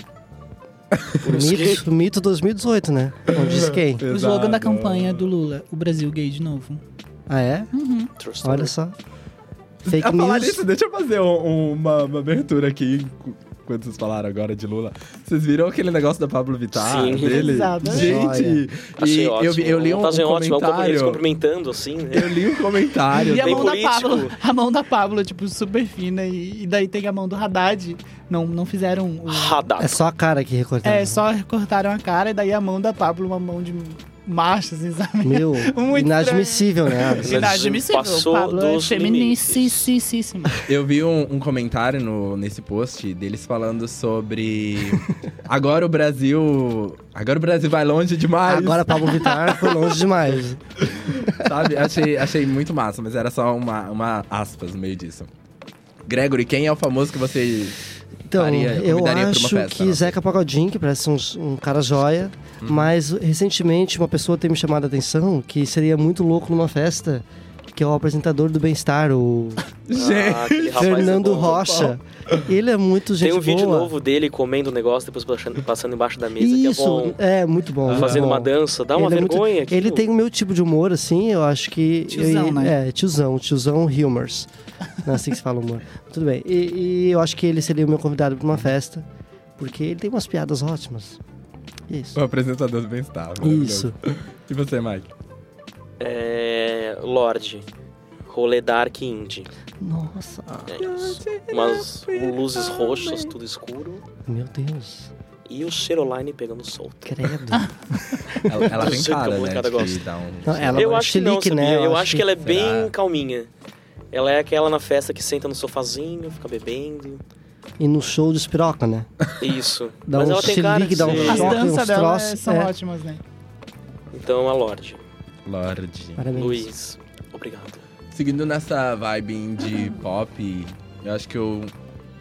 [SPEAKER 4] Mito, mito 2018, né? Onde diz quem?
[SPEAKER 5] O slogan da campanha do Lula, o Brasil gay de novo.
[SPEAKER 4] Ah, é?
[SPEAKER 3] True story.
[SPEAKER 4] Olha só.
[SPEAKER 2] A
[SPEAKER 4] Fake
[SPEAKER 2] falar
[SPEAKER 4] news.
[SPEAKER 2] disso, deixa eu fazer um- uma, uma abertura aqui. Quando vocês falaram agora de Lula, vocês viram aquele negócio da Pablo Vittar
[SPEAKER 3] Sim.
[SPEAKER 2] dele?
[SPEAKER 4] né?
[SPEAKER 5] Exato.
[SPEAKER 2] Gente,
[SPEAKER 3] Achei
[SPEAKER 2] e
[SPEAKER 3] ótimo.
[SPEAKER 2] eu, vi- eu li um,
[SPEAKER 3] Montagem ótima, eles
[SPEAKER 2] comentário.
[SPEAKER 3] cumprimentando assim, né?
[SPEAKER 2] Eu li um
[SPEAKER 4] <laughs>
[SPEAKER 2] comentário.
[SPEAKER 5] E a
[SPEAKER 3] bem
[SPEAKER 5] mão
[SPEAKER 3] político.
[SPEAKER 5] da Pablo, a mão da Pablo, tipo, super fina. E, e daí tem a mão do Haddad. Não, não fizeram o.
[SPEAKER 3] Radar.
[SPEAKER 4] É só a cara que recortaram.
[SPEAKER 5] É, só cortaram a cara e daí a mão da Pablo, uma mão de macho, <laughs> assim, sabe?
[SPEAKER 4] Meu,
[SPEAKER 5] Muito
[SPEAKER 4] inadmissível,
[SPEAKER 5] <laughs>
[SPEAKER 4] né?
[SPEAKER 5] Inadmissível.
[SPEAKER 3] Passou
[SPEAKER 5] Pablo é
[SPEAKER 3] dos limites.
[SPEAKER 5] feminicíssima.
[SPEAKER 2] Eu vi um, um comentário no- nesse post deles falando sobre. agora o Brasil. Agora o Brasil vai longe demais.
[SPEAKER 4] Agora Pablo Vittar foi longe demais.
[SPEAKER 2] Sabe? Achei, achei muito massa, mas era só uma, uma aspas no meio disso. Gregory, quem é o famoso que você.
[SPEAKER 4] Então,
[SPEAKER 2] Faria-
[SPEAKER 4] eu
[SPEAKER 2] convidaria pra uma
[SPEAKER 4] acho
[SPEAKER 2] festa,
[SPEAKER 4] que
[SPEAKER 2] não?
[SPEAKER 4] Zeca Pagodinho, que parece um, um cara joia,
[SPEAKER 3] Hum.
[SPEAKER 4] mas recentemente uma pessoa tem me chamado a atenção que seria muito louco numa festa, que é o apresentador do Bem-Estar, o
[SPEAKER 3] Ah, aquele rapaz é
[SPEAKER 4] Fernando
[SPEAKER 3] bom.
[SPEAKER 4] Rocha. Ele é muito gente
[SPEAKER 3] Tem um
[SPEAKER 4] boa.
[SPEAKER 3] vídeo novo dele comendo o negócio, depois passando- passando embaixo da mesa, que é
[SPEAKER 4] Isso,
[SPEAKER 3] bom.
[SPEAKER 4] é, muito bom. muito
[SPEAKER 3] Fazendo
[SPEAKER 4] bom.
[SPEAKER 3] uma dança, dá uma
[SPEAKER 4] Ele é muito-
[SPEAKER 3] vergonha. aquilo.
[SPEAKER 4] Ele tem o meu tipo de humor, assim, eu acho que.
[SPEAKER 5] Tiozão,
[SPEAKER 4] eu-
[SPEAKER 5] né?
[SPEAKER 4] É, tiozão, tiozão humors. Não é assim que se fala
[SPEAKER 5] <laughs>
[SPEAKER 4] humor. Tudo bem. E, e eu acho que ele seria o meu convidado pra uma festa, porque ele tem umas piadas ótimas. Isso.
[SPEAKER 2] O apresentador do bem-estar. maravilhoso.
[SPEAKER 4] Isso.
[SPEAKER 2] E você, Mike?
[SPEAKER 3] É. Lorde. Rolê Dark Indie.
[SPEAKER 4] Nossa.
[SPEAKER 3] É isso. Umas luzes roxas, tudo escuro.
[SPEAKER 4] Meu Deus.
[SPEAKER 3] E o Cheroline pegando sol.
[SPEAKER 4] Credo.
[SPEAKER 2] Ela, ela
[SPEAKER 3] Eu
[SPEAKER 2] tem
[SPEAKER 3] sei que
[SPEAKER 2] cara,
[SPEAKER 3] a
[SPEAKER 2] né?
[SPEAKER 3] molecada
[SPEAKER 2] De
[SPEAKER 3] gosta.
[SPEAKER 2] dar um...
[SPEAKER 4] Não, ela
[SPEAKER 3] eu
[SPEAKER 4] é
[SPEAKER 3] acho que não,
[SPEAKER 4] chilique,
[SPEAKER 3] sabia?
[SPEAKER 4] né?
[SPEAKER 3] Eu acho que ela é
[SPEAKER 2] que-
[SPEAKER 3] bem
[SPEAKER 2] Será?
[SPEAKER 3] calminha. Ela é aquela na festa que senta no sofazinho, fica bebendo.
[SPEAKER 4] E no show de espiroca, né?
[SPEAKER 3] Isso.
[SPEAKER 4] Dá
[SPEAKER 3] Mas
[SPEAKER 4] um
[SPEAKER 3] ela tem cara
[SPEAKER 4] chilique,
[SPEAKER 3] de
[SPEAKER 4] dá um
[SPEAKER 3] ser-
[SPEAKER 5] As
[SPEAKER 4] Joga
[SPEAKER 5] danças
[SPEAKER 4] uns
[SPEAKER 5] dela
[SPEAKER 4] troços,
[SPEAKER 5] são
[SPEAKER 4] é.
[SPEAKER 5] ótimas, né?
[SPEAKER 3] Então a Lorde.
[SPEAKER 2] Lorde.
[SPEAKER 4] Parabéns.
[SPEAKER 3] Luiz. Obrigado.
[SPEAKER 2] Seguindo nessa vibe indie pop, eu acho que eu...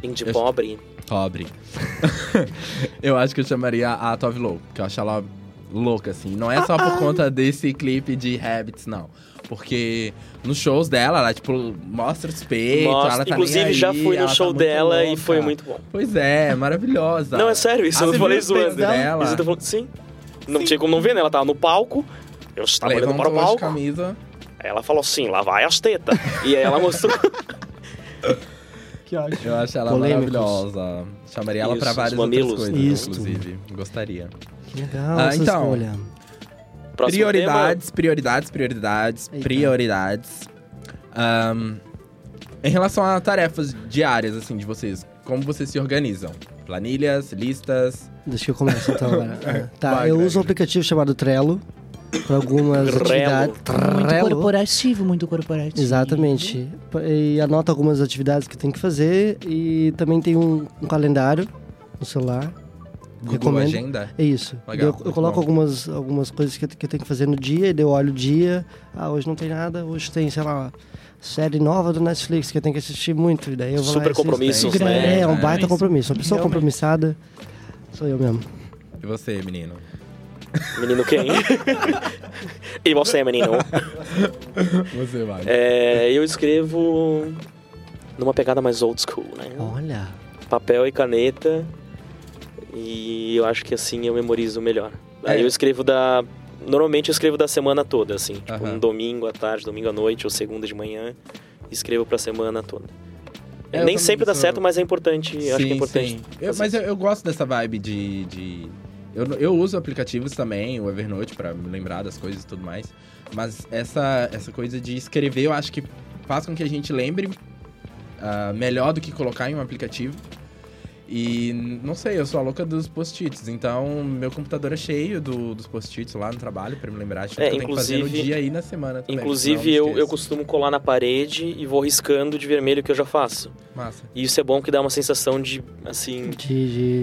[SPEAKER 3] Indie
[SPEAKER 2] Eu-
[SPEAKER 3] pobre.
[SPEAKER 2] Pobre. <laughs> eu acho que eu chamaria a Tove Low, que eu acho ela louca, assim. Não é só
[SPEAKER 4] Ah,
[SPEAKER 2] por conta desse clipe de Habits, não. Porque nos shows dela, ela, tipo, mostra os peitos,
[SPEAKER 3] Nossa,
[SPEAKER 2] ela tá
[SPEAKER 3] inclusive
[SPEAKER 2] nem aí,
[SPEAKER 3] já fui
[SPEAKER 2] ela
[SPEAKER 3] no
[SPEAKER 2] tá
[SPEAKER 3] show
[SPEAKER 2] muito
[SPEAKER 3] dela e
[SPEAKER 2] louca.
[SPEAKER 3] foi muito bom.
[SPEAKER 2] Pois é, maravilhosa.
[SPEAKER 3] Não, é sério, isso
[SPEAKER 2] Ah,
[SPEAKER 3] eu
[SPEAKER 2] você
[SPEAKER 3] não falei
[SPEAKER 2] viu os peitos
[SPEAKER 3] zoando.
[SPEAKER 2] dela?
[SPEAKER 3] Isso eu tô falando- sim. Não tinha como não ver, né? Ela tava no palco, eu estava olhando para o
[SPEAKER 2] Levantou de
[SPEAKER 3] tá palco.
[SPEAKER 2] camisa.
[SPEAKER 3] Aí ela falou assim, lá vai as tetas. e aí
[SPEAKER 2] <laughs>
[SPEAKER 3] ela mostrou.
[SPEAKER 5] Que ótimo.
[SPEAKER 2] Eu acho ela
[SPEAKER 4] Polêmicos.
[SPEAKER 2] maravilhosa. Chamaria ela
[SPEAKER 3] Isso,
[SPEAKER 2] pra
[SPEAKER 3] os
[SPEAKER 2] várias
[SPEAKER 3] mamilos.
[SPEAKER 2] outras coisas,
[SPEAKER 4] Isso.
[SPEAKER 2] inclusive. Gostaria.
[SPEAKER 4] Que legal
[SPEAKER 2] Ah,
[SPEAKER 4] essa
[SPEAKER 2] então.
[SPEAKER 4] escolha.
[SPEAKER 3] Próximo
[SPEAKER 2] prioridades, prioridades, prioridades,
[SPEAKER 4] Eita.
[SPEAKER 2] prioridades, Ahn, em relação a tarefas diárias, assim, de vocês, como vocês se organizam? Planilhas, listas.
[SPEAKER 4] Deixa eu começar
[SPEAKER 2] <laughs>
[SPEAKER 4] então agora. Ah, Tá,
[SPEAKER 2] É, Vai,
[SPEAKER 4] eu
[SPEAKER 2] Greg.
[SPEAKER 4] uso um aplicativo chamado Trello para algumas
[SPEAKER 3] Trello.
[SPEAKER 4] atividades.
[SPEAKER 5] Muito
[SPEAKER 4] Trello.
[SPEAKER 5] corporativo, muito corporativo.
[SPEAKER 4] Exatamente. E anoto algumas atividades que tem que fazer e também tem um, um calendário no celular.
[SPEAKER 2] Google
[SPEAKER 4] Recomendo.
[SPEAKER 2] Agenda.
[SPEAKER 4] É isso.
[SPEAKER 2] Legal,
[SPEAKER 4] eu, eu
[SPEAKER 2] muito
[SPEAKER 4] coloco
[SPEAKER 2] bom.
[SPEAKER 4] algumas, algumas coisas que, eu- que eu tenho que fazer no dia, e daí eu olho o dia. Ah, hoje não tem nada, hoje tem, sei lá, série nova do Netflix que eu tenho que assistir muito. E daí eu vou lá e
[SPEAKER 3] Super
[SPEAKER 4] assisto.
[SPEAKER 3] compromissos,
[SPEAKER 2] né?
[SPEAKER 4] É, é um baita
[SPEAKER 5] Realmente.
[SPEAKER 4] compromisso. Uma pessoa
[SPEAKER 5] Realmente.
[SPEAKER 4] compromissada sou eu mesmo.
[SPEAKER 2] E você,
[SPEAKER 3] <laughs>
[SPEAKER 2] menino?
[SPEAKER 3] tema,
[SPEAKER 2] <laughs>
[SPEAKER 3] menino quem? e você, menino?
[SPEAKER 2] Você vai.
[SPEAKER 3] É, eu escrevo numa pegada mais old school, né?
[SPEAKER 4] Olha.
[SPEAKER 3] Papel e caneta. E eu acho que assim eu memorizo melhor. Aí
[SPEAKER 2] É.
[SPEAKER 3] eu escrevo da. Normalmente eu escrevo da semana toda, assim. Tipo,
[SPEAKER 2] Aham.
[SPEAKER 3] um domingo à tarde, domingo à noite ou segunda de manhã. Escrevo pra semana toda.
[SPEAKER 2] É, eu
[SPEAKER 3] Nem
[SPEAKER 2] também
[SPEAKER 3] sempre dá
[SPEAKER 2] sou-
[SPEAKER 3] certo, mas é importante. eu acho que é importante.
[SPEAKER 2] sim. Eu- mas eu, eu gosto dessa vibe de. de- Eu, eu uso aplicativos também, o Evernote, pra me lembrar das coisas e tudo mais. Mas essa, essa coisa de escrever, eu acho que faz com que a gente lembre ah, melhor do que colocar em um aplicativo. E não sei, eu sou a louca dos post-its, então meu computador é cheio do- dos post-its lá no trabalho pra me lembrar de tudo
[SPEAKER 3] É,
[SPEAKER 2] que eu tenho que fazer no
[SPEAKER 3] inclusive-
[SPEAKER 2] dia e na semana também.
[SPEAKER 3] Inclusive,
[SPEAKER 2] senão
[SPEAKER 3] eu, eu
[SPEAKER 2] esqueço.
[SPEAKER 3] costumo colar na parede e vou riscando de vermelho o que eu já faço.
[SPEAKER 2] Massa.
[SPEAKER 3] E isso é bom que dá uma sensação de, assim...
[SPEAKER 4] De,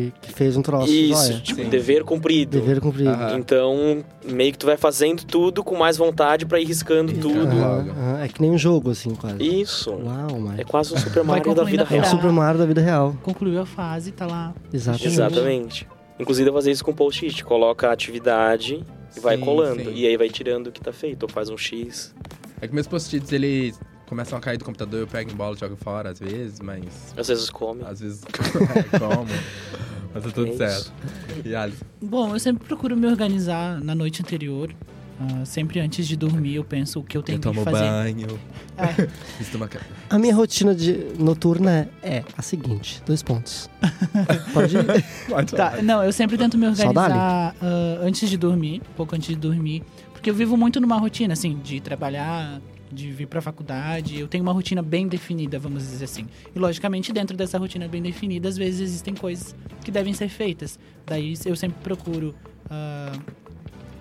[SPEAKER 4] de- que fez um troço.
[SPEAKER 3] isso,
[SPEAKER 4] olha,
[SPEAKER 3] tipo,
[SPEAKER 2] Sim.
[SPEAKER 3] dever cumprido.
[SPEAKER 4] dever cumprido.
[SPEAKER 2] Aham.
[SPEAKER 3] Então, meio que tu vai fazendo tudo com mais vontade pra ir riscando
[SPEAKER 2] Riscando.
[SPEAKER 3] tudo.
[SPEAKER 4] Aham,
[SPEAKER 2] logo.
[SPEAKER 4] aham. É que nem um jogo, assim, quase.
[SPEAKER 3] Isso.
[SPEAKER 4] Uau,
[SPEAKER 3] É
[SPEAKER 4] mas...
[SPEAKER 3] quase um Super
[SPEAKER 5] Vai
[SPEAKER 3] Mario da vida
[SPEAKER 5] concluindo
[SPEAKER 4] É
[SPEAKER 5] a
[SPEAKER 4] um
[SPEAKER 5] frase.
[SPEAKER 3] real.
[SPEAKER 4] Super Mario da vida real.
[SPEAKER 5] Concluiu a fase, tá lá.
[SPEAKER 4] Exatamente.
[SPEAKER 3] Exatamente. Inclusive, eu fazia isso com post-it. Coloca a atividade e vai
[SPEAKER 2] Sim,
[SPEAKER 3] colando.
[SPEAKER 2] sim.
[SPEAKER 3] E aí vai tirando o que tá feito. Ou faz um X.
[SPEAKER 2] É que meus post-its, eles começam a cair do computador, eu pego em bola, jogo fora às vezes, mas
[SPEAKER 3] Às vezes come.
[SPEAKER 2] às vezes <laughs> é, como. Mas tá tudo
[SPEAKER 3] É
[SPEAKER 2] certo. E Alice,
[SPEAKER 5] Bom, eu sempre procuro me organizar na noite anterior. Ah, sempre antes de dormir, eu penso o que eu tenho
[SPEAKER 2] eu tomo
[SPEAKER 5] que fazer.
[SPEAKER 2] banho, <laughs>
[SPEAKER 5] É,
[SPEAKER 2] visto uma ca-
[SPEAKER 4] A minha rotina de noturna é, é a seguinte, dois
[SPEAKER 5] <laughs>
[SPEAKER 4] pontos. Pode ir?
[SPEAKER 2] Pode falar.
[SPEAKER 5] tá, não, eu sempre tento me
[SPEAKER 4] Só dá-lhe.
[SPEAKER 5] organizar ah, antes de dormir, pouco antes de dormir. Porque eu vivo muito numa rotina, assim, de trabalhar, de vir pra faculdade. Eu tenho uma rotina bem definida, vamos dizer assim. E, logicamente, dentro dessa rotina bem definida, às vezes existem coisas que devem ser feitas. Daí eu sempre procuro ah,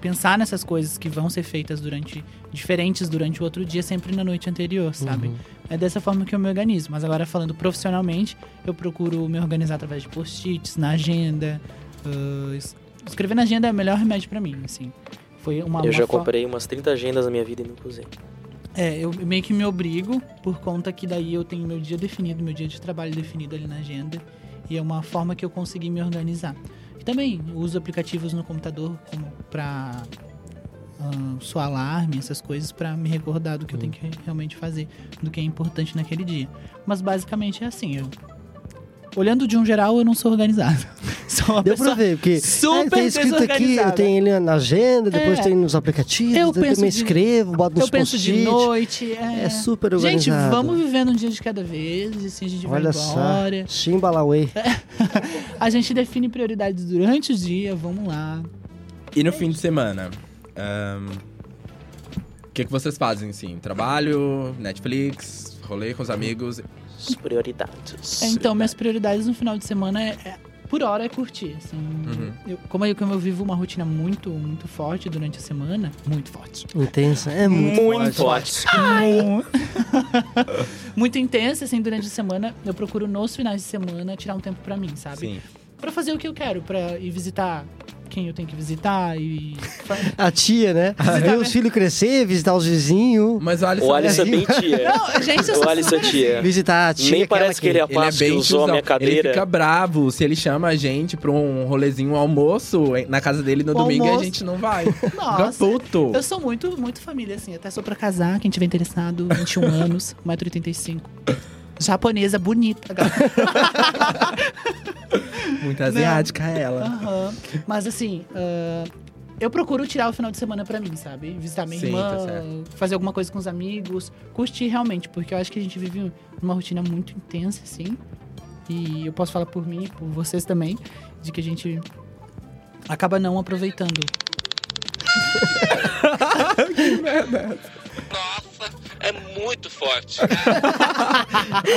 [SPEAKER 5] pensar nessas coisas que vão ser feitas durante diferentes durante o outro dia, sempre na noite anterior, sabe?
[SPEAKER 4] Uhum.
[SPEAKER 5] É dessa forma que eu me organizo. Mas agora falando profissionalmente, eu procuro me organizar através de post-its, na agenda. ah, es- escrever na agenda é o melhor remédio pra mim, assim. Foi uma
[SPEAKER 3] Eu
[SPEAKER 5] uma
[SPEAKER 3] já
[SPEAKER 5] fo-
[SPEAKER 3] comprei umas 30 agendas na minha vida e não usei.
[SPEAKER 5] É, eu meio que me obrigo, por conta que daí eu tenho meu dia definido, meu dia de trabalho definido ali na agenda. E é uma forma que eu consegui me organizar. E também uso aplicativos no computador como pra ah, sua alarme, essas coisas, pra me recordar do que eu tenho que realmente fazer, do que é importante naquele dia. Mas basicamente é assim, eu. Olhando de um geral, eu não sou organizado. <laughs> Sou uma
[SPEAKER 4] Deu pra
[SPEAKER 5] pessoa.
[SPEAKER 4] ver, porque
[SPEAKER 5] super
[SPEAKER 4] ah, tá escrito aqui, eu
[SPEAKER 5] desorganizada.
[SPEAKER 4] tenho ele na agenda, depois
[SPEAKER 5] É.
[SPEAKER 4] tem nos aplicativos,
[SPEAKER 5] Eu
[SPEAKER 4] depois
[SPEAKER 5] penso
[SPEAKER 4] me
[SPEAKER 5] de-
[SPEAKER 4] escrevo, boto nos
[SPEAKER 5] Eu penso de
[SPEAKER 4] post-it.
[SPEAKER 5] noite. É,
[SPEAKER 4] É super organizado.
[SPEAKER 5] Gente, vamos vivendo um dia de cada vez, e assim a gente
[SPEAKER 4] Olha
[SPEAKER 5] vai
[SPEAKER 4] só,
[SPEAKER 5] embora.
[SPEAKER 4] Shimbalawe.
[SPEAKER 5] A gente define prioridades durante o dia, vamos lá.
[SPEAKER 2] E no fim de semana? ahn, O que, que vocês fazem, assim? Trabalho, Netflix, rolê com os amigos.
[SPEAKER 3] As prioridades.
[SPEAKER 5] Então, minhas prioridades no final de semana é. é- por hora é curtir, assim.
[SPEAKER 2] Uhum.
[SPEAKER 5] Eu- como, eu, como eu vivo uma rotina muito, muito forte durante a semana. Muito forte.
[SPEAKER 4] Intensa, é muito,
[SPEAKER 3] Muito
[SPEAKER 4] forte.
[SPEAKER 3] forte.
[SPEAKER 5] Mu- muito intensa, assim, durante a semana. Eu procuro nos finais de semana tirar um tempo pra mim, sabe?
[SPEAKER 2] Sim.
[SPEAKER 5] Pra fazer o que eu quero, pra ir visitar quem eu tenho que visitar e.
[SPEAKER 4] A tia, né?
[SPEAKER 5] Ah,
[SPEAKER 4] Ver
[SPEAKER 5] é?
[SPEAKER 4] os filhos crescer, visitar os vizinhos,
[SPEAKER 2] Mas o Alisson,
[SPEAKER 3] O Alisson é bem tia.
[SPEAKER 5] Não, gente, eu
[SPEAKER 3] O
[SPEAKER 5] sou
[SPEAKER 3] Alisson é tia.
[SPEAKER 4] visitar a tia.
[SPEAKER 3] Nem
[SPEAKER 4] aquela
[SPEAKER 3] parece que ele é a
[SPEAKER 2] ele é
[SPEAKER 3] parte que
[SPEAKER 2] bem
[SPEAKER 3] usou a
[SPEAKER 2] tiozão.
[SPEAKER 3] minha
[SPEAKER 2] Ele
[SPEAKER 3] cadeira.
[SPEAKER 2] fica bravo se ele chama a gente pra um rolezinho, um almoço em- na casa dele no domingo e a
[SPEAKER 5] Almoço.
[SPEAKER 2] gente não vai. Fica
[SPEAKER 5] Nossa,
[SPEAKER 2] puto.
[SPEAKER 5] Eu sou muito, muito família, assim. Até sou pra casar, quem tiver interessado, 21 anos, 1,85m. Japonesa, bonita. galera.
[SPEAKER 2] Muito asiática
[SPEAKER 4] é
[SPEAKER 2] ela.
[SPEAKER 5] Aham. Mas assim, ah, eu procuro tirar o final de semana pra mim, sabe? Visitar minha
[SPEAKER 2] Sim,
[SPEAKER 5] irmã,
[SPEAKER 2] tá certo.
[SPEAKER 5] fazer alguma coisa com os amigos. Curtir realmente, porque eu acho que a gente vive uma rotina muito intensa, assim. E eu posso falar por mim e por vocês também, de que a gente acaba não aproveitando
[SPEAKER 1] Nossa, é muito forte.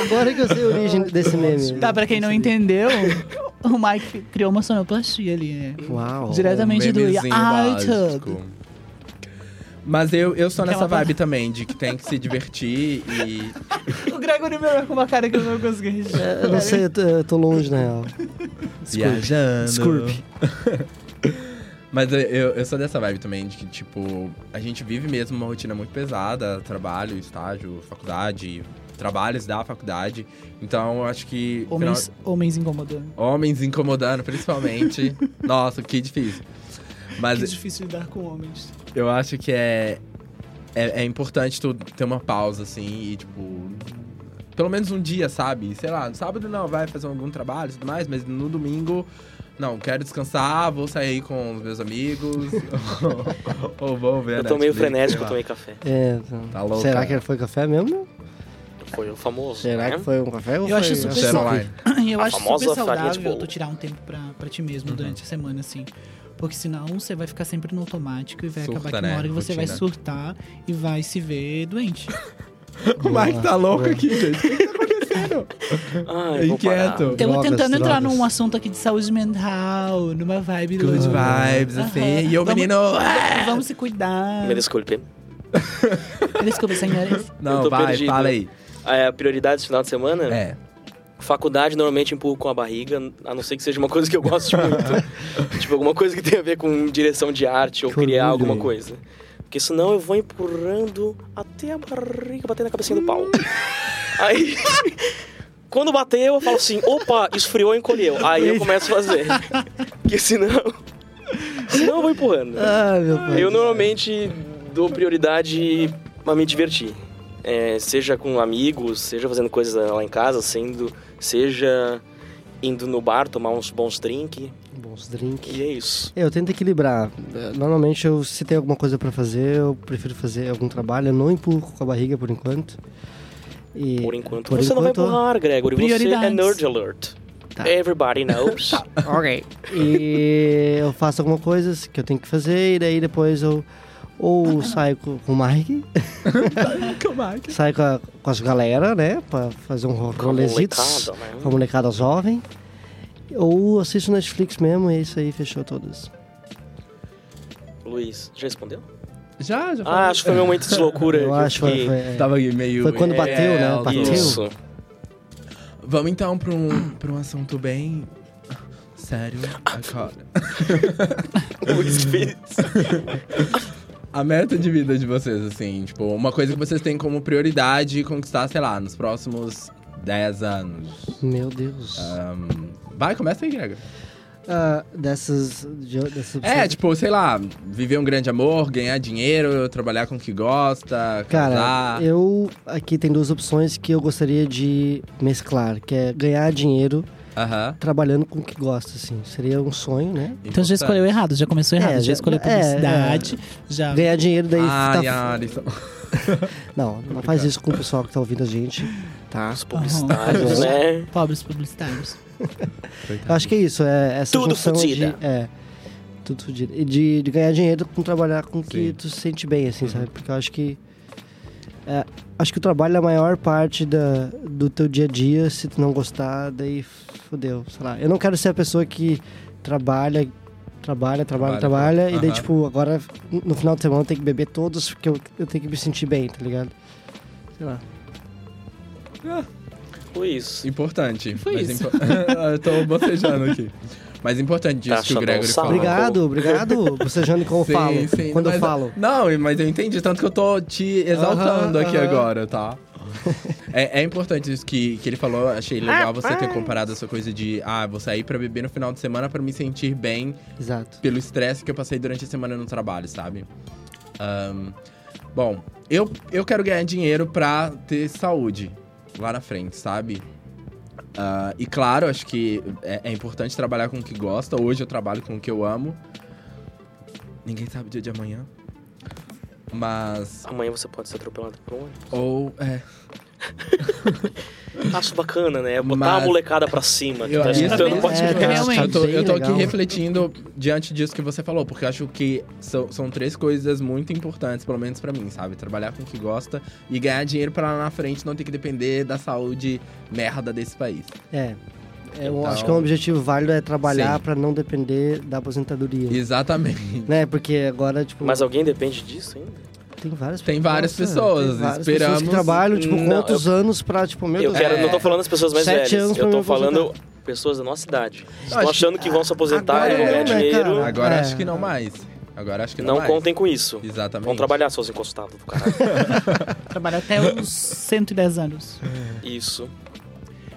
[SPEAKER 4] Agora que eu sei a origem desse meme.
[SPEAKER 5] Tá, pra quem não entendeu,
[SPEAKER 2] <laughs>
[SPEAKER 5] o Mike criou uma sonoplastia ali, né?
[SPEAKER 4] Uau.
[SPEAKER 5] Diretamente do
[SPEAKER 2] Um memezinho
[SPEAKER 5] iTunes.
[SPEAKER 2] básico. Mas eu, eu sou
[SPEAKER 5] Aquela
[SPEAKER 2] nessa vibe também, de que tem que se divertir
[SPEAKER 5] <laughs>
[SPEAKER 2] e.
[SPEAKER 5] O Gregory me olhou com uma cara que eu não
[SPEAKER 2] <laughs>
[SPEAKER 5] consegui registrar.
[SPEAKER 4] Eu não sei, eu tô, eu tô longe, né? na real.
[SPEAKER 2] Viajando.
[SPEAKER 4] Desculpe.
[SPEAKER 2] Mas eu, eu eu sou dessa vibe também, de que, tipo, a gente vive mesmo uma rotina muito pesada, trabalho, estágio, faculdade, trabalhos da faculdade. Então, eu acho que.
[SPEAKER 5] Homens, homens incomodando.
[SPEAKER 2] homens incomodando,
[SPEAKER 5] <laughs>
[SPEAKER 2] principalmente. Nossa, que difícil.
[SPEAKER 5] Que
[SPEAKER 2] Mas
[SPEAKER 5] difícil lidar com homens.
[SPEAKER 2] eu acho que é, é. é importante tu ter uma pausa, assim, e, tipo. Pelo menos um dia, sabe? Sei lá, no sábado não, vai fazer algum trabalho e tudo mais, mas no domingo. Não, quero descansar, vou sair com os meus amigos. <laughs> ou, ou vou ver.
[SPEAKER 3] Eu tô meio
[SPEAKER 2] Netflix,
[SPEAKER 3] frenético,
[SPEAKER 2] sei lá.
[SPEAKER 3] tomei café.
[SPEAKER 4] É, então.
[SPEAKER 2] Tá louco.
[SPEAKER 4] Será
[SPEAKER 2] cara.
[SPEAKER 4] que foi café mesmo?
[SPEAKER 3] Foi o famoso.
[SPEAKER 4] Será
[SPEAKER 3] né?
[SPEAKER 4] que foi um café ou
[SPEAKER 5] Eu
[SPEAKER 4] foi...
[SPEAKER 5] acho super
[SPEAKER 2] Zero <laughs> online.
[SPEAKER 5] Eu
[SPEAKER 3] A
[SPEAKER 5] acho
[SPEAKER 3] famosa farinha
[SPEAKER 5] super
[SPEAKER 3] de
[SPEAKER 5] saudável
[SPEAKER 3] bolo. Uhum.
[SPEAKER 5] tu tirar um tempo pra, pra ti mesmo durante a semana, assim. Porque senão você vai ficar sempre no automático e vai
[SPEAKER 2] Surta,
[SPEAKER 5] acabar que
[SPEAKER 2] né?
[SPEAKER 5] uma hora que você vai
[SPEAKER 2] Rotina.
[SPEAKER 4] <laughs>
[SPEAKER 5] surtar e vai se ver doente.
[SPEAKER 2] O Mike tá louco aqui, gente. O que que tá acontecendo?
[SPEAKER 3] Ai, vou parar.
[SPEAKER 2] Inquieto.
[SPEAKER 5] Estamos
[SPEAKER 4] Drogas,
[SPEAKER 5] tentando entrar
[SPEAKER 4] drogas.
[SPEAKER 5] num assunto aqui de saúde mental, numa vibe do-
[SPEAKER 2] Good vibes,
[SPEAKER 5] Aham.
[SPEAKER 2] assim. E o
[SPEAKER 5] Vamos-
[SPEAKER 2] menino. ah!
[SPEAKER 5] Vamos se cuidar.
[SPEAKER 3] Me desculpe. <laughs>
[SPEAKER 5] Desculpa, senhores.
[SPEAKER 2] Não,
[SPEAKER 3] tô
[SPEAKER 2] vai,
[SPEAKER 3] perdido.
[SPEAKER 2] fala aí.
[SPEAKER 3] É, prioridades do final de semana?
[SPEAKER 2] É.
[SPEAKER 3] Faculdade normalmente empurro com a barriga, a não ser que seja uma coisa que eu gosto muito. tipo, alguma coisa que tenha a ver com direção de arte ou
[SPEAKER 4] Que
[SPEAKER 3] criar
[SPEAKER 4] orgulho,
[SPEAKER 3] alguma
[SPEAKER 4] hein?
[SPEAKER 3] coisa. Porque senão eu vou empurrando até a barriga bater na cabecinha do pau. Aí. <laughs> Quando bater, eu falo assim: opa, esfriou, encolheu. Aí eu começo a fazer. Porque senão. Senão eu vou empurrando.
[SPEAKER 4] Ah, meu pai.
[SPEAKER 3] Eu normalmente dou prioridade a me divertir. É, seja com amigos, seja fazendo coisa lá em casa, sendo, seja indo no bar tomar uns bons drink.
[SPEAKER 4] Bons drinks.
[SPEAKER 3] E é isso.
[SPEAKER 4] Eu tento equilibrar. Normalmente, eu, se tem alguma coisa pra fazer, eu prefiro fazer algum trabalho. Eu não empurro com a barriga por enquanto. E-
[SPEAKER 3] Por enquanto.
[SPEAKER 4] por
[SPEAKER 3] você não vai
[SPEAKER 4] enquanto-
[SPEAKER 3] empurrar, Gregory. Você é
[SPEAKER 5] Prioridades.
[SPEAKER 3] nerd alert.
[SPEAKER 4] Tá.
[SPEAKER 3] Everybody
[SPEAKER 4] <laughs>
[SPEAKER 3] knows.
[SPEAKER 4] Ok. E eu faço alguma coisa que eu tenho que fazer, e daí depois eu ou saio com com o Mike, saio com, a, com as galera, né? Pra fazer um ro- rolezito.
[SPEAKER 3] Molecada, né?
[SPEAKER 4] Com a molecada jovem. Ou assisto Netflix mesmo, e é isso aí, fechou todas.
[SPEAKER 3] Luiz, já respondeu?
[SPEAKER 2] Já, já
[SPEAKER 3] Ah,
[SPEAKER 2] falei.
[SPEAKER 3] acho que foi meu momento de loucura.
[SPEAKER 4] eu
[SPEAKER 3] que
[SPEAKER 4] acho que
[SPEAKER 3] fiquei-
[SPEAKER 4] foi. é.
[SPEAKER 2] Tava meio.
[SPEAKER 4] Foi quando bateu, né?
[SPEAKER 2] rebelde.
[SPEAKER 4] Bateu. <laughs>
[SPEAKER 3] Isso.
[SPEAKER 2] Vamos então pra um, pra um assunto bem. Sério, agora.
[SPEAKER 3] Luiz fez.
[SPEAKER 2] A meta de vida de vocês, assim, tipo, uma coisa que vocês têm como prioridade conquistar, sei lá, nos próximos 10 anos.
[SPEAKER 4] é. Meu Deus.
[SPEAKER 2] Ah. Vai, começa aí, Greg.
[SPEAKER 4] Ah, dessas. de- dessas
[SPEAKER 2] É, tipo, sei lá, viver um grande amor, ganhar dinheiro, trabalhar com o que gosta,
[SPEAKER 4] Cara,
[SPEAKER 2] casar.
[SPEAKER 4] eu aqui tem duas opções que eu gostaria de mesclar, que é ganhar dinheiro
[SPEAKER 2] Aham.
[SPEAKER 4] trabalhando com o que gosta, assim. Seria um sonho, né?
[SPEAKER 5] Então já escolheu errado, já começou errado.
[SPEAKER 4] É,
[SPEAKER 5] já,
[SPEAKER 4] já-
[SPEAKER 5] escolheu
[SPEAKER 4] é,
[SPEAKER 5] publicidade, já...
[SPEAKER 4] Ganhar dinheiro daí
[SPEAKER 2] Ah,
[SPEAKER 4] tá-
[SPEAKER 2] Yarison.
[SPEAKER 4] Não, não faz isso com o pessoal que tá ouvindo a gente, tá?
[SPEAKER 3] Os publicitários, né?
[SPEAKER 5] Pobres publicitários.
[SPEAKER 4] Eu acho que é isso, é essa
[SPEAKER 3] Tudo
[SPEAKER 4] junção
[SPEAKER 3] fudida.
[SPEAKER 4] de... É, tudo fodido. E de, de ganhar dinheiro com trabalhar com o que tu se sente bem,
[SPEAKER 2] Uhum.
[SPEAKER 4] assim, sabe? Porque eu acho que... é, acho que o trabalho é a maior parte da, do teu dia a dia, se tu não gostar, daí fodeu, sei lá. Eu não quero ser a pessoa que trabalha... Trabalha, trabalha,
[SPEAKER 2] Trabalha,
[SPEAKER 4] trabalha, e daí,
[SPEAKER 2] aham.
[SPEAKER 4] tipo, agora no final de semana eu tenho que beber todos, porque eu, eu tenho que me sentir bem, tá ligado? Sei lá.
[SPEAKER 3] Luiz.
[SPEAKER 2] Importante.
[SPEAKER 5] Foi
[SPEAKER 2] mas
[SPEAKER 5] isso.
[SPEAKER 2] impo- <laughs> Eu tô bocejando aqui. Mas importante isso
[SPEAKER 3] Tá
[SPEAKER 2] que o
[SPEAKER 3] achando
[SPEAKER 2] Gregory
[SPEAKER 3] um
[SPEAKER 2] falou.
[SPEAKER 3] saco.
[SPEAKER 4] Obrigado,
[SPEAKER 2] <laughs>
[SPEAKER 4] obrigado, bocejando como eu
[SPEAKER 2] Sim,
[SPEAKER 4] falo.
[SPEAKER 2] sim,
[SPEAKER 4] quando eu
[SPEAKER 2] mas- é
[SPEAKER 4] falo.
[SPEAKER 2] Não, mas eu entendi, tanto que eu tô te exaltando
[SPEAKER 4] Aham,
[SPEAKER 2] aqui
[SPEAKER 4] aham.
[SPEAKER 2] agora,
[SPEAKER 4] <laughs>
[SPEAKER 2] tá? É, é importante isso que, que ele falou, achei legal você ter comparado essa coisa de ah, vou sair pra beber no final de semana pra me sentir bem
[SPEAKER 4] Exato.
[SPEAKER 2] pelo estresse que eu passei durante a semana no trabalho, sabe? Ahn, bom, eu, eu quero ganhar dinheiro pra ter saúde lá na frente, sabe? Ah, e claro, acho que é, é importante trabalhar com o que gosta. Hoje eu trabalho com o que eu amo. Ninguém sabe o dia de amanhã. Mas.
[SPEAKER 3] Amanhã você pode ser atropelado por um ônibus.
[SPEAKER 2] Ou. É.
[SPEAKER 3] Acho bacana, né? Botar
[SPEAKER 2] Mas-
[SPEAKER 3] a molecada pra cima. que
[SPEAKER 2] Eu-
[SPEAKER 3] tá
[SPEAKER 2] isso-
[SPEAKER 3] escutando
[SPEAKER 5] é-
[SPEAKER 3] o podcast.
[SPEAKER 5] é-
[SPEAKER 2] eu tô, eu tô aqui
[SPEAKER 4] Legal.
[SPEAKER 2] refletindo diante disso que você falou, porque eu acho que são, são três coisas muito importantes, pelo menos pra mim, sabe? Trabalhar com o que gosta e ganhar dinheiro pra lá na frente não ter que depender da saúde merda desse país.
[SPEAKER 4] É. Eu
[SPEAKER 2] Então-
[SPEAKER 4] acho que um objetivo válido é trabalhar
[SPEAKER 2] Sim.
[SPEAKER 4] pra não depender da aposentadoria.
[SPEAKER 2] Exatamente.
[SPEAKER 4] Né? Porque agora, tipo,
[SPEAKER 3] Mas alguém depende disso ainda?
[SPEAKER 4] tem várias né?
[SPEAKER 2] Tem várias pessoas,
[SPEAKER 4] tem várias
[SPEAKER 2] esperamos-
[SPEAKER 4] pessoas que trabalham, tipo, com
[SPEAKER 3] Não,
[SPEAKER 4] outros anos pra, tipo, meu
[SPEAKER 3] eu
[SPEAKER 4] Deus.
[SPEAKER 3] quero,
[SPEAKER 4] é,
[SPEAKER 3] não tô falando das pessoas mais
[SPEAKER 4] Sete
[SPEAKER 3] velhas.
[SPEAKER 4] anos pra
[SPEAKER 3] Eu tô
[SPEAKER 4] me aposentar.
[SPEAKER 3] falando pessoas da nossa idade. Estão
[SPEAKER 2] acho que-
[SPEAKER 3] achando que vão se aposentar
[SPEAKER 4] agora
[SPEAKER 3] e vão
[SPEAKER 2] é,
[SPEAKER 3] ganhar
[SPEAKER 2] né,
[SPEAKER 3] dinheiro.
[SPEAKER 4] cara?
[SPEAKER 2] Agora
[SPEAKER 4] É.
[SPEAKER 2] acho que não mais. Agora acho que não,
[SPEAKER 3] Não
[SPEAKER 2] mais.
[SPEAKER 3] contem com isso.
[SPEAKER 2] Exatamente.
[SPEAKER 3] Vão trabalhar, seus encostados do
[SPEAKER 4] <laughs>
[SPEAKER 3] caralho.
[SPEAKER 5] Trabalho até os 110 anos.
[SPEAKER 3] Isso.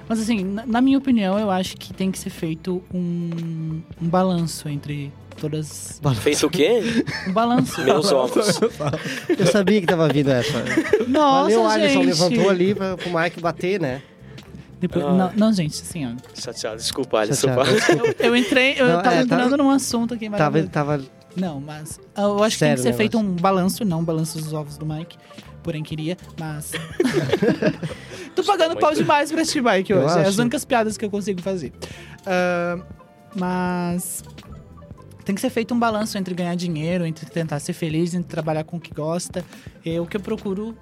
[SPEAKER 5] Mas assim, na, na minha opinião, eu acho que tem que ser feito um, um balanço entre todas...
[SPEAKER 3] Feito o quê?
[SPEAKER 5] Um
[SPEAKER 3] <laughs>
[SPEAKER 5] balanço.
[SPEAKER 3] Meus ovos.
[SPEAKER 4] Eu sabia que tava vindo essa.
[SPEAKER 5] Nossa,
[SPEAKER 4] Valeu, Alisson,
[SPEAKER 5] gente.
[SPEAKER 4] levantou ali pra, pro Mike bater, né?
[SPEAKER 5] Depois-
[SPEAKER 3] Ah.
[SPEAKER 5] não, não, gente, assim, ó.
[SPEAKER 3] Chateado. Desculpa, Alisson.
[SPEAKER 4] Chateado.
[SPEAKER 5] Eu entrei, eu
[SPEAKER 4] Não,
[SPEAKER 5] tava
[SPEAKER 4] é, tá-
[SPEAKER 5] entrando num assunto aqui, mas...
[SPEAKER 4] Tava, tava...
[SPEAKER 5] Não, mas ah, eu acho que
[SPEAKER 4] Sério
[SPEAKER 5] tem
[SPEAKER 4] né,
[SPEAKER 5] que
[SPEAKER 4] o
[SPEAKER 5] ser feito
[SPEAKER 4] negócio.
[SPEAKER 5] um balanço, não um balanço dos ovos do Mike, porém queria,
[SPEAKER 4] <laughs>
[SPEAKER 5] mas. Tô pagando pau demais pra este Mike
[SPEAKER 4] é Eu
[SPEAKER 5] hoje. É as
[SPEAKER 4] acho.
[SPEAKER 5] únicas piadas que eu consigo fazer. Ah, mas. Tem que ser feito um balanço entre ganhar dinheiro, entre tentar ser feliz, entre trabalhar com o que gosta. É o que eu procuro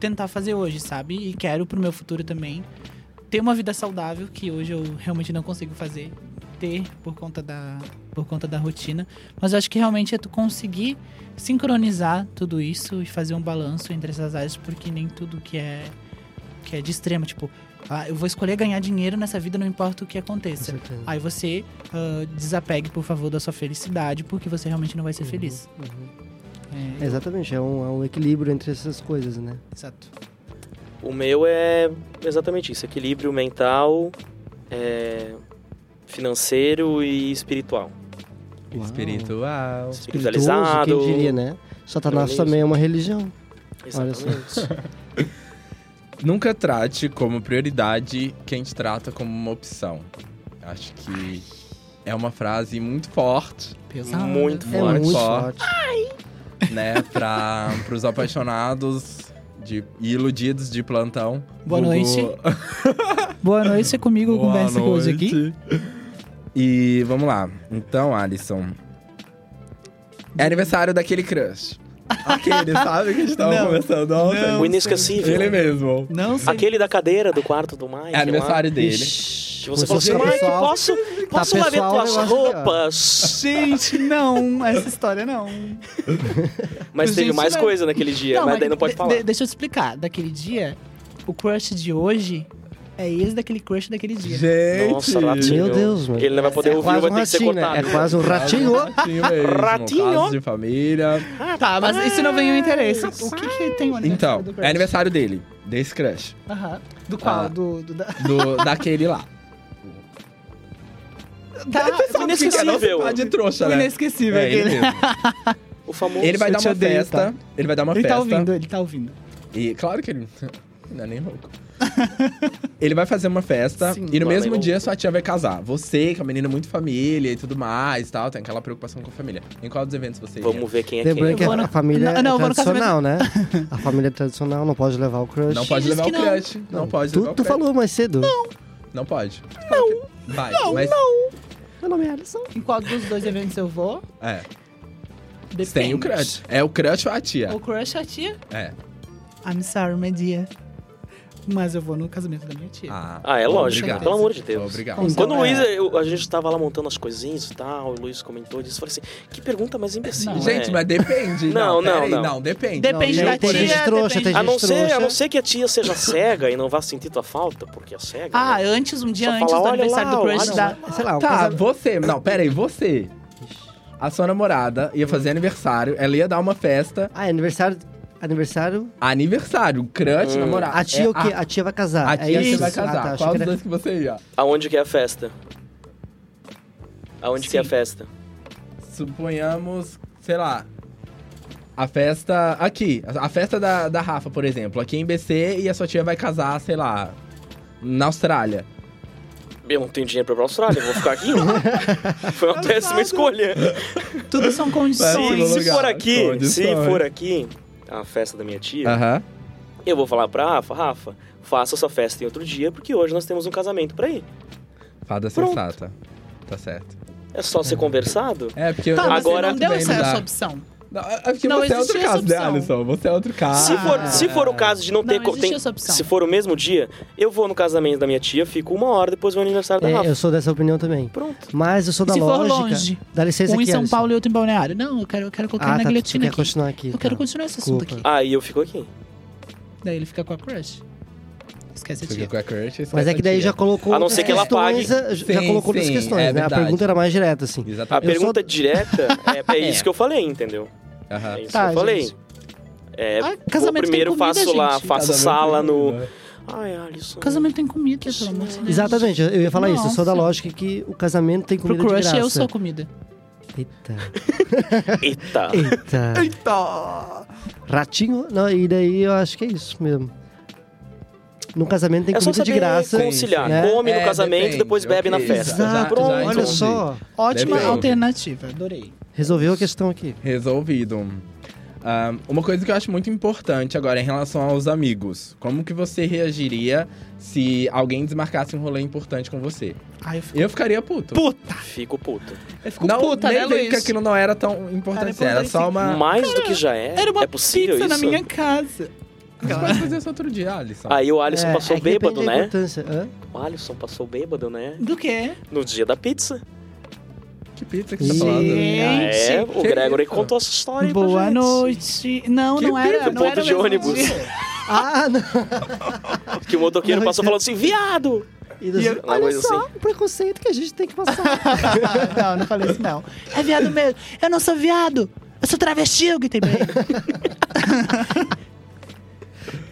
[SPEAKER 5] tentar fazer hoje, sabe? E quero pro meu futuro também ter uma vida saudável, que hoje eu realmente não consigo fazer, ter por conta da, por conta da rotina. Mas eu acho que realmente é tu conseguir sincronizar tudo isso e fazer um balanço entre essas áreas, porque nem tudo que é, que é de extremo, tipo, ah, eu vou escolher ganhar dinheiro nessa vida, não importa o que
[SPEAKER 4] Com
[SPEAKER 5] aconteça.
[SPEAKER 4] certeza.
[SPEAKER 5] Aí você ah, desapegue, por favor, da sua felicidade, porque você realmente não vai ser
[SPEAKER 4] Uhum,
[SPEAKER 5] feliz.
[SPEAKER 4] uhum.
[SPEAKER 5] É,
[SPEAKER 4] Exatamente, é um, é um equilíbrio entre essas coisas, né?
[SPEAKER 5] Exato.
[SPEAKER 3] <laughs> O meu é exatamente isso: equilíbrio mental, é, financeiro e espiritual.
[SPEAKER 4] Uau.
[SPEAKER 2] Espiritual.
[SPEAKER 4] Espirituoso,
[SPEAKER 3] Espiritualizado.
[SPEAKER 4] quem diria, né? Satanás
[SPEAKER 3] Não é
[SPEAKER 4] também é uma religião.
[SPEAKER 3] Exatamente.
[SPEAKER 2] Nunca trate como prioridade quem te trata como uma opção. Acho que é uma frase muito forte,
[SPEAKER 5] Pesado.
[SPEAKER 3] Muito
[SPEAKER 4] É
[SPEAKER 2] Forte,
[SPEAKER 4] muito
[SPEAKER 2] forte.
[SPEAKER 4] forte.
[SPEAKER 2] né? Pra, pros apaixonados de, e iludidos de plantão.
[SPEAKER 5] Boa
[SPEAKER 2] Vulgo- <laughs>
[SPEAKER 5] noite. Boa noite, é comigo
[SPEAKER 2] Boa
[SPEAKER 5] conversa hoje aqui.
[SPEAKER 2] noite. E vamos lá. Então, Alisson. É aniversário daquele crush. Aquele, sabe? Que a gente tava
[SPEAKER 5] Não.
[SPEAKER 2] conversando ontem.
[SPEAKER 5] Não.
[SPEAKER 3] o inesquecível.
[SPEAKER 2] Ele mesmo.
[SPEAKER 5] Não sei.
[SPEAKER 3] Aquele da cadeira do quarto do Mike.
[SPEAKER 2] É aniversário dele.
[SPEAKER 3] Ixi, você
[SPEAKER 4] Você
[SPEAKER 3] falou assim,
[SPEAKER 4] tá
[SPEAKER 3] Mike,
[SPEAKER 4] pessoal-
[SPEAKER 3] posso, posso
[SPEAKER 4] pessoal,
[SPEAKER 3] lavar
[SPEAKER 4] o
[SPEAKER 3] tuas
[SPEAKER 4] negócio é pior."
[SPEAKER 3] roupas?
[SPEAKER 5] Gente, não, essa história não.
[SPEAKER 3] <laughs> Mas teve
[SPEAKER 5] Gente, né?
[SPEAKER 3] mais
[SPEAKER 5] não.
[SPEAKER 3] coisa naquele dia, mas daí não pode
[SPEAKER 5] de-
[SPEAKER 3] falar.
[SPEAKER 5] de- deixa eu te explicar. Daquele dia, o crush de hoje é esse daquele crush daquele
[SPEAKER 4] <laughs>
[SPEAKER 5] dia.
[SPEAKER 2] Gente.
[SPEAKER 3] Nossa, ratinho.
[SPEAKER 4] Meu Deus, mano.
[SPEAKER 3] Ele não vai poder
[SPEAKER 4] é
[SPEAKER 3] ouvir,
[SPEAKER 4] quase
[SPEAKER 3] vai
[SPEAKER 4] um
[SPEAKER 3] ter que ser
[SPEAKER 4] ratinho, né?
[SPEAKER 3] cortado. <laughs>
[SPEAKER 4] É quase um ratinho.
[SPEAKER 2] Ratinho mesmo.
[SPEAKER 3] Ratinho.
[SPEAKER 2] Caso de família.
[SPEAKER 5] Tá, mas isso não vem o interesse. O que que tem o aniversário
[SPEAKER 2] Então,
[SPEAKER 5] do crush?
[SPEAKER 2] é aniversário dele. Desse crush.
[SPEAKER 5] Aham. Do qual?
[SPEAKER 2] Ah.
[SPEAKER 5] Do, do da...
[SPEAKER 2] Do, daquele lá.
[SPEAKER 5] <laughs> <laughs> Tá,
[SPEAKER 3] inesquecível.
[SPEAKER 2] Tá de trouxa,
[SPEAKER 5] o
[SPEAKER 2] né?
[SPEAKER 5] inesquecível
[SPEAKER 2] É, ele,
[SPEAKER 5] aquele.
[SPEAKER 2] mesmo.
[SPEAKER 3] O famoso.
[SPEAKER 2] ele vai
[SPEAKER 5] Eu
[SPEAKER 2] dar
[SPEAKER 5] te
[SPEAKER 2] uma
[SPEAKER 5] odeio,
[SPEAKER 2] festa. Ele vai dar uma
[SPEAKER 5] Ele
[SPEAKER 2] festa.
[SPEAKER 5] tá ouvindo, ele tá ouvindo.
[SPEAKER 2] E claro que ele <laughs> não é nem
[SPEAKER 5] <laughs>
[SPEAKER 2] louco. ele vai fazer uma festa
[SPEAKER 5] Sim.
[SPEAKER 2] e no
[SPEAKER 3] Lá
[SPEAKER 2] mesmo
[SPEAKER 3] vem
[SPEAKER 2] dia sua tia vai casar. Você, que é uma menina muito família e tudo mais e tal, tem aquela preocupação com a família. Em qual dos eventos você iria?
[SPEAKER 3] Vamos ver quem é
[SPEAKER 4] Lembrando que
[SPEAKER 3] quem.
[SPEAKER 5] Eu vou
[SPEAKER 4] a
[SPEAKER 5] no-
[SPEAKER 4] família
[SPEAKER 5] Não, não, eu
[SPEAKER 4] é
[SPEAKER 5] vou no
[SPEAKER 4] tradicional,
[SPEAKER 5] <laughs>
[SPEAKER 4] né? A família é tradicional, não pode levar o crush.
[SPEAKER 2] Não pode
[SPEAKER 5] Ele
[SPEAKER 2] levar o
[SPEAKER 5] disse que não.
[SPEAKER 2] crush. Não, pode levar
[SPEAKER 4] Tu,
[SPEAKER 2] o
[SPEAKER 4] tu
[SPEAKER 2] crush.
[SPEAKER 4] falou mais cedo. Não.
[SPEAKER 2] Não pode. Não. Vai, mas...
[SPEAKER 4] Meu nome é Alisson.
[SPEAKER 5] Em qual dos dois eventos eu vou?
[SPEAKER 2] É,
[SPEAKER 5] Depende.
[SPEAKER 2] tem o crush. É o crush ou a tia?
[SPEAKER 5] O crush é a tia?
[SPEAKER 2] É.
[SPEAKER 5] I'm sorry, my dear. Mas eu vou no casamento da minha tia.
[SPEAKER 2] Ah,
[SPEAKER 3] Ah, é lógico,
[SPEAKER 2] obrigado.
[SPEAKER 3] pelo amor de Deus.
[SPEAKER 2] Obrigado.
[SPEAKER 5] Vamos
[SPEAKER 3] Quando o
[SPEAKER 5] Então,
[SPEAKER 3] Luiz,
[SPEAKER 5] é.
[SPEAKER 3] eu- a gente tava lá montando as coisinhas e tal, o Luiz comentou disso, eu falei assim, que pergunta mais imbecil,
[SPEAKER 5] Não,
[SPEAKER 2] Gente,
[SPEAKER 3] né?
[SPEAKER 2] mas depende.
[SPEAKER 3] Não, não,
[SPEAKER 2] peraí,
[SPEAKER 3] não.
[SPEAKER 2] depende.
[SPEAKER 5] Depende
[SPEAKER 4] Não,
[SPEAKER 5] da
[SPEAKER 4] tem
[SPEAKER 5] tia.
[SPEAKER 4] gente trouxa,
[SPEAKER 5] depende-
[SPEAKER 4] tem
[SPEAKER 3] A não,
[SPEAKER 4] gente
[SPEAKER 3] ser, a
[SPEAKER 4] trouxa.
[SPEAKER 3] não ser que a tia seja cega e não vá sentir tua falta, porque é cega.
[SPEAKER 5] Ah,
[SPEAKER 3] né?
[SPEAKER 5] antes, um dia
[SPEAKER 3] Só
[SPEAKER 5] antes
[SPEAKER 3] falar,
[SPEAKER 5] do
[SPEAKER 3] "Olha
[SPEAKER 5] aniversário
[SPEAKER 3] lá,
[SPEAKER 5] do crush
[SPEAKER 3] olha
[SPEAKER 5] da.
[SPEAKER 3] lá.
[SPEAKER 4] Ah, Sei lá, um o
[SPEAKER 2] Tá,
[SPEAKER 4] casamento.
[SPEAKER 2] você. Não, peraí, você. A sua namorada ia fazer aniversário, ela ia dar uma festa.
[SPEAKER 4] Ah, é aniversário. Aniversário.
[SPEAKER 2] Aniversário, crush,
[SPEAKER 3] Hum.
[SPEAKER 5] Tá,
[SPEAKER 2] namorada.
[SPEAKER 4] A tia
[SPEAKER 2] é
[SPEAKER 4] o quê? A tia vai casar.
[SPEAKER 2] A,
[SPEAKER 4] É
[SPEAKER 2] tia você
[SPEAKER 4] isso?
[SPEAKER 2] vai
[SPEAKER 4] Ah, tá,
[SPEAKER 2] casar.
[SPEAKER 4] achei
[SPEAKER 2] Qual
[SPEAKER 4] que
[SPEAKER 2] dos
[SPEAKER 4] era-
[SPEAKER 2] dois que você ia?
[SPEAKER 3] Aonde que é a festa? Aonde que é a
[SPEAKER 5] Sim.
[SPEAKER 3] festa?
[SPEAKER 2] Suponhamos, sei lá. A festa. Aqui. A a festa da, da Rafa, por exemplo. Aqui em BC e a sua tia vai casar, sei lá. Na Austrália.
[SPEAKER 3] Eu não tenho dinheiro pra ir pra Austrália, eu vou ficar aqui. Foi uma
[SPEAKER 5] Casado.
[SPEAKER 3] péssima escolha.
[SPEAKER 5] Tudo
[SPEAKER 2] <laughs>
[SPEAKER 5] são
[SPEAKER 2] Vai,
[SPEAKER 3] Se,
[SPEAKER 5] condições.
[SPEAKER 2] vamos-
[SPEAKER 3] se
[SPEAKER 2] lugar,
[SPEAKER 3] for aqui,
[SPEAKER 2] condições.
[SPEAKER 3] se for aqui, a festa da minha tia,
[SPEAKER 2] Aham.
[SPEAKER 3] eu vou falar pra Rafa, Rafa, faça sua festa em outro dia, porque hoje nós temos um casamento pra ir.
[SPEAKER 2] Fada
[SPEAKER 3] Pronto.
[SPEAKER 2] sensata. Tá certo.
[SPEAKER 3] É só ser conversado.
[SPEAKER 2] É, porque
[SPEAKER 5] Tá,
[SPEAKER 2] eu-
[SPEAKER 5] mas
[SPEAKER 3] Agora-
[SPEAKER 5] não deu
[SPEAKER 2] Bem,
[SPEAKER 5] essa,
[SPEAKER 2] não dá.
[SPEAKER 5] essa opção.
[SPEAKER 2] Não, é porque
[SPEAKER 5] Não
[SPEAKER 2] você é outro
[SPEAKER 5] existe essa
[SPEAKER 2] caso, né,
[SPEAKER 5] opção.
[SPEAKER 2] Alisson? Você é outro caso.
[SPEAKER 3] Se for,
[SPEAKER 5] Ah.
[SPEAKER 3] se for o caso de não ter...
[SPEAKER 5] Não,
[SPEAKER 3] co-
[SPEAKER 5] existe
[SPEAKER 3] tem-
[SPEAKER 5] essa opção.
[SPEAKER 3] Se for o mesmo dia, eu vou no casamento da minha tia, fico uma hora, depois vou no aniversário da
[SPEAKER 4] É,
[SPEAKER 3] Rafa.
[SPEAKER 4] eu sou dessa opinião também.
[SPEAKER 3] Pronto.
[SPEAKER 4] Mas eu sou
[SPEAKER 5] E
[SPEAKER 4] da
[SPEAKER 5] se for
[SPEAKER 4] lógica.
[SPEAKER 5] longe?
[SPEAKER 4] Dá licença
[SPEAKER 5] Um em
[SPEAKER 4] aqui,
[SPEAKER 5] São
[SPEAKER 4] Alisson.
[SPEAKER 5] Paulo e outro em Balneário. Não, eu quero, eu quero colocar
[SPEAKER 4] Ah,
[SPEAKER 5] na
[SPEAKER 4] tá, tu
[SPEAKER 5] guilhotina
[SPEAKER 4] quer
[SPEAKER 5] aqui.
[SPEAKER 4] continuar aqui.
[SPEAKER 5] Eu quero
[SPEAKER 4] tá.
[SPEAKER 5] continuar esse assunto
[SPEAKER 4] Desculpa.
[SPEAKER 5] aqui.
[SPEAKER 3] Aí eu fico aqui.
[SPEAKER 5] Daí ele fica com a crush. Esquece a
[SPEAKER 2] Você
[SPEAKER 5] tia.
[SPEAKER 2] fica com a crush, esquece
[SPEAKER 4] Mas é
[SPEAKER 2] a
[SPEAKER 4] que daí
[SPEAKER 2] tia.
[SPEAKER 4] já colocou
[SPEAKER 3] A não
[SPEAKER 4] outras
[SPEAKER 3] ser que ela
[SPEAKER 4] questões, Já
[SPEAKER 2] Sim,
[SPEAKER 4] colocou outras
[SPEAKER 2] sim,
[SPEAKER 4] questões,
[SPEAKER 2] é
[SPEAKER 4] né? A
[SPEAKER 2] verdade.
[SPEAKER 4] pergunta era mais direta, assim.
[SPEAKER 3] A
[SPEAKER 2] Exatamente.
[SPEAKER 3] pergunta direta é, é isso que eu falei, entendeu?
[SPEAKER 2] Aham.
[SPEAKER 3] É isso
[SPEAKER 5] Tá,
[SPEAKER 3] que eu falei.
[SPEAKER 5] gente.
[SPEAKER 3] É,
[SPEAKER 5] Ah,
[SPEAKER 3] vou
[SPEAKER 5] casamento tem
[SPEAKER 3] primeiro
[SPEAKER 5] comida,
[SPEAKER 3] faço lá,
[SPEAKER 5] gente.
[SPEAKER 3] faço
[SPEAKER 2] Casamento
[SPEAKER 3] sala
[SPEAKER 2] tem
[SPEAKER 3] no.
[SPEAKER 2] comida.
[SPEAKER 3] Ai, Alisson.
[SPEAKER 5] Casamento tem comida, pelo amor de Deus. é
[SPEAKER 4] Exatamente, eu ia falar isso. Eu sou da
[SPEAKER 5] Nossa.
[SPEAKER 4] lógica que o casamento tem
[SPEAKER 5] Pro
[SPEAKER 4] comida de
[SPEAKER 5] crush
[SPEAKER 4] graça.
[SPEAKER 5] eu sou comida.
[SPEAKER 4] Eita,
[SPEAKER 3] Eita.
[SPEAKER 4] eita.
[SPEAKER 3] <laughs>
[SPEAKER 5] Eita!
[SPEAKER 4] Ratinho. Não, e daí eu acho que é isso mesmo. No casamento tem
[SPEAKER 3] É só
[SPEAKER 4] comida
[SPEAKER 3] saber
[SPEAKER 4] de graça.
[SPEAKER 3] conciliar.
[SPEAKER 4] né?
[SPEAKER 3] Come no
[SPEAKER 2] É,
[SPEAKER 3] casamento,
[SPEAKER 2] depende,
[SPEAKER 3] depois bebe na
[SPEAKER 2] ok.
[SPEAKER 3] festa.
[SPEAKER 4] Exato,
[SPEAKER 3] Pronto.
[SPEAKER 2] já
[SPEAKER 4] olha
[SPEAKER 2] entendi.
[SPEAKER 4] só.
[SPEAKER 5] Ótima
[SPEAKER 2] Depende.
[SPEAKER 5] alternativa, adorei.
[SPEAKER 4] Resolveu a questão aqui.
[SPEAKER 2] Resolvido. Ah, uma coisa que eu acho muito importante agora em relação aos amigos. Como que você reagiria se alguém desmarcasse um rolê importante com você?
[SPEAKER 5] Ai, eu fico,
[SPEAKER 2] Eu ficaria puto.
[SPEAKER 5] puta.
[SPEAKER 3] Fico puto.
[SPEAKER 5] Eu fico
[SPEAKER 2] não,
[SPEAKER 5] puta,
[SPEAKER 2] nem
[SPEAKER 5] né,
[SPEAKER 2] veio que
[SPEAKER 5] Luiz?
[SPEAKER 2] aquilo não era tão importante.
[SPEAKER 5] Era
[SPEAKER 2] Era só uma...
[SPEAKER 3] Mais do que já é.
[SPEAKER 5] Era uma
[SPEAKER 3] é possível
[SPEAKER 5] pizza
[SPEAKER 3] isso?
[SPEAKER 5] na minha casa.
[SPEAKER 2] Você pode fazer isso outro dia, Alisson.
[SPEAKER 3] Aí o Alisson
[SPEAKER 4] É,
[SPEAKER 3] passou
[SPEAKER 4] é que depende
[SPEAKER 3] bêbado,
[SPEAKER 4] da
[SPEAKER 3] né?
[SPEAKER 4] importância. Hã?
[SPEAKER 3] O Alisson passou bêbado, né?
[SPEAKER 5] Do quê?
[SPEAKER 3] No dia da pizza.
[SPEAKER 2] Que pizza que você tá
[SPEAKER 4] Ih.
[SPEAKER 2] falando?
[SPEAKER 5] Gente,
[SPEAKER 3] é, o
[SPEAKER 2] que
[SPEAKER 3] Gregory
[SPEAKER 2] isso?
[SPEAKER 3] contou essa história aí pra
[SPEAKER 5] boa
[SPEAKER 3] gente.
[SPEAKER 5] noite. Não,
[SPEAKER 2] Que
[SPEAKER 5] não era.
[SPEAKER 2] pizza,
[SPEAKER 5] Não
[SPEAKER 3] ponto
[SPEAKER 5] era
[SPEAKER 3] de
[SPEAKER 5] mesmo
[SPEAKER 3] ônibus.
[SPEAKER 5] dia.
[SPEAKER 4] Ah, não.
[SPEAKER 3] Que o motoqueiro
[SPEAKER 4] Não,
[SPEAKER 3] passou
[SPEAKER 4] isso-
[SPEAKER 3] falando assim, viado!
[SPEAKER 4] E dos-
[SPEAKER 3] E eu-
[SPEAKER 4] olha
[SPEAKER 3] coisa assim.
[SPEAKER 4] só o preconceito que a gente tem
[SPEAKER 3] <laughs>
[SPEAKER 4] que passar.
[SPEAKER 5] <laughs> não, não falei isso, não. É viado mesmo. Eu não sou viado. Eu sou travesti, eu gritei bem.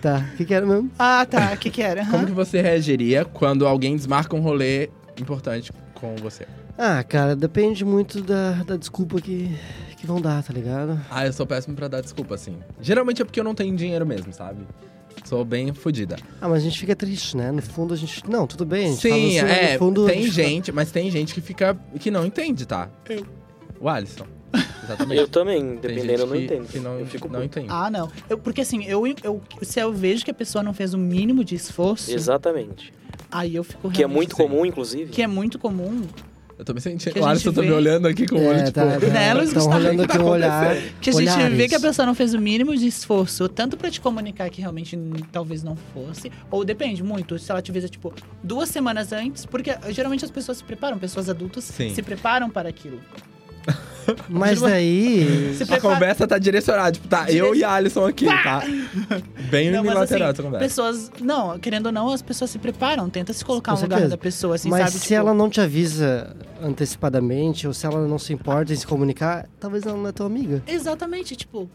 [SPEAKER 4] tá, o que, que era mesmo?
[SPEAKER 5] Ah, tá. O que que era?
[SPEAKER 2] Como
[SPEAKER 5] Aham.
[SPEAKER 2] que você reagiria quando alguém desmarca um rolê importante com você?
[SPEAKER 4] Ah, cara, depende muito da, da desculpa que, que vão dar, tá ligado?
[SPEAKER 2] Ah, eu sou péssimo pra dar desculpa, assim. Geralmente é porque eu não tenho dinheiro mesmo, sabe? Sou bem fodida.
[SPEAKER 4] Ah, mas a gente fica triste, né? No fundo a gente. Não, tudo bem. A gente fala
[SPEAKER 2] Sim,
[SPEAKER 4] assim, mas
[SPEAKER 2] é.
[SPEAKER 4] no fundo, a
[SPEAKER 2] tem
[SPEAKER 4] gente fala-
[SPEAKER 2] gente, mas tem gente que fica. que não entende, tá? Eu. O Alisson. Exatamente.
[SPEAKER 3] Eu também,
[SPEAKER 2] Tem
[SPEAKER 3] dependendo, eu não
[SPEAKER 2] gente que-
[SPEAKER 3] entendo.
[SPEAKER 2] Que não,
[SPEAKER 3] eu fico
[SPEAKER 2] não
[SPEAKER 3] puto.
[SPEAKER 2] entendo.
[SPEAKER 5] Ah, não. Eu- porque assim, eu, eu, se eu vejo que a pessoa não fez o mínimo de esforço,
[SPEAKER 3] Exatamente.
[SPEAKER 5] aí eu fico
[SPEAKER 3] Que é
[SPEAKER 5] realmente-
[SPEAKER 3] muito
[SPEAKER 2] sim.
[SPEAKER 3] comum, inclusive.
[SPEAKER 5] Que é muito comum.
[SPEAKER 2] Eu tô me sentindo.
[SPEAKER 5] Que a
[SPEAKER 2] O
[SPEAKER 5] gente
[SPEAKER 2] Alisson tá me
[SPEAKER 5] vê-
[SPEAKER 2] olhando aqui com o olho,
[SPEAKER 4] É,
[SPEAKER 2] tipo.
[SPEAKER 4] tá, tá,
[SPEAKER 5] né, Luiz
[SPEAKER 4] tão
[SPEAKER 5] Gustavo?
[SPEAKER 2] O
[SPEAKER 4] rolando
[SPEAKER 2] que tá
[SPEAKER 4] aqui um olhar.
[SPEAKER 5] Que a gente vê
[SPEAKER 4] olhares.
[SPEAKER 5] que é a pessoa não fez o mínimo de esforço, tanto pra te comunicar que realmente n- talvez não fosse, ou depende muito, se ela te avisa, tipo, duas semanas antes, porque eh, geralmente as pessoas se preparam, pessoas adultas
[SPEAKER 2] Sim.
[SPEAKER 5] se preparam para aquilo.
[SPEAKER 4] Mas daí.
[SPEAKER 5] Se
[SPEAKER 2] A
[SPEAKER 5] prepara-
[SPEAKER 2] conversa tá direcionada, tipo, tá, eu e Alisson aqui, tá? Bem
[SPEAKER 5] Não, mas
[SPEAKER 2] unilateral
[SPEAKER 5] assim,
[SPEAKER 2] essa
[SPEAKER 3] né?
[SPEAKER 2] conversa.
[SPEAKER 5] Pessoas, não, querendo ou não, as pessoas se preparam, tenta se colocar
[SPEAKER 4] Com
[SPEAKER 5] no lugar
[SPEAKER 4] certeza.
[SPEAKER 5] da pessoa, assim,
[SPEAKER 4] Mas
[SPEAKER 5] sabe?
[SPEAKER 4] se
[SPEAKER 5] Tipo,
[SPEAKER 4] ela não te avisa antecipadamente, ou se ela não se importa em se comunicar, talvez ela não é tua amiga.
[SPEAKER 5] Exatamente, tipo.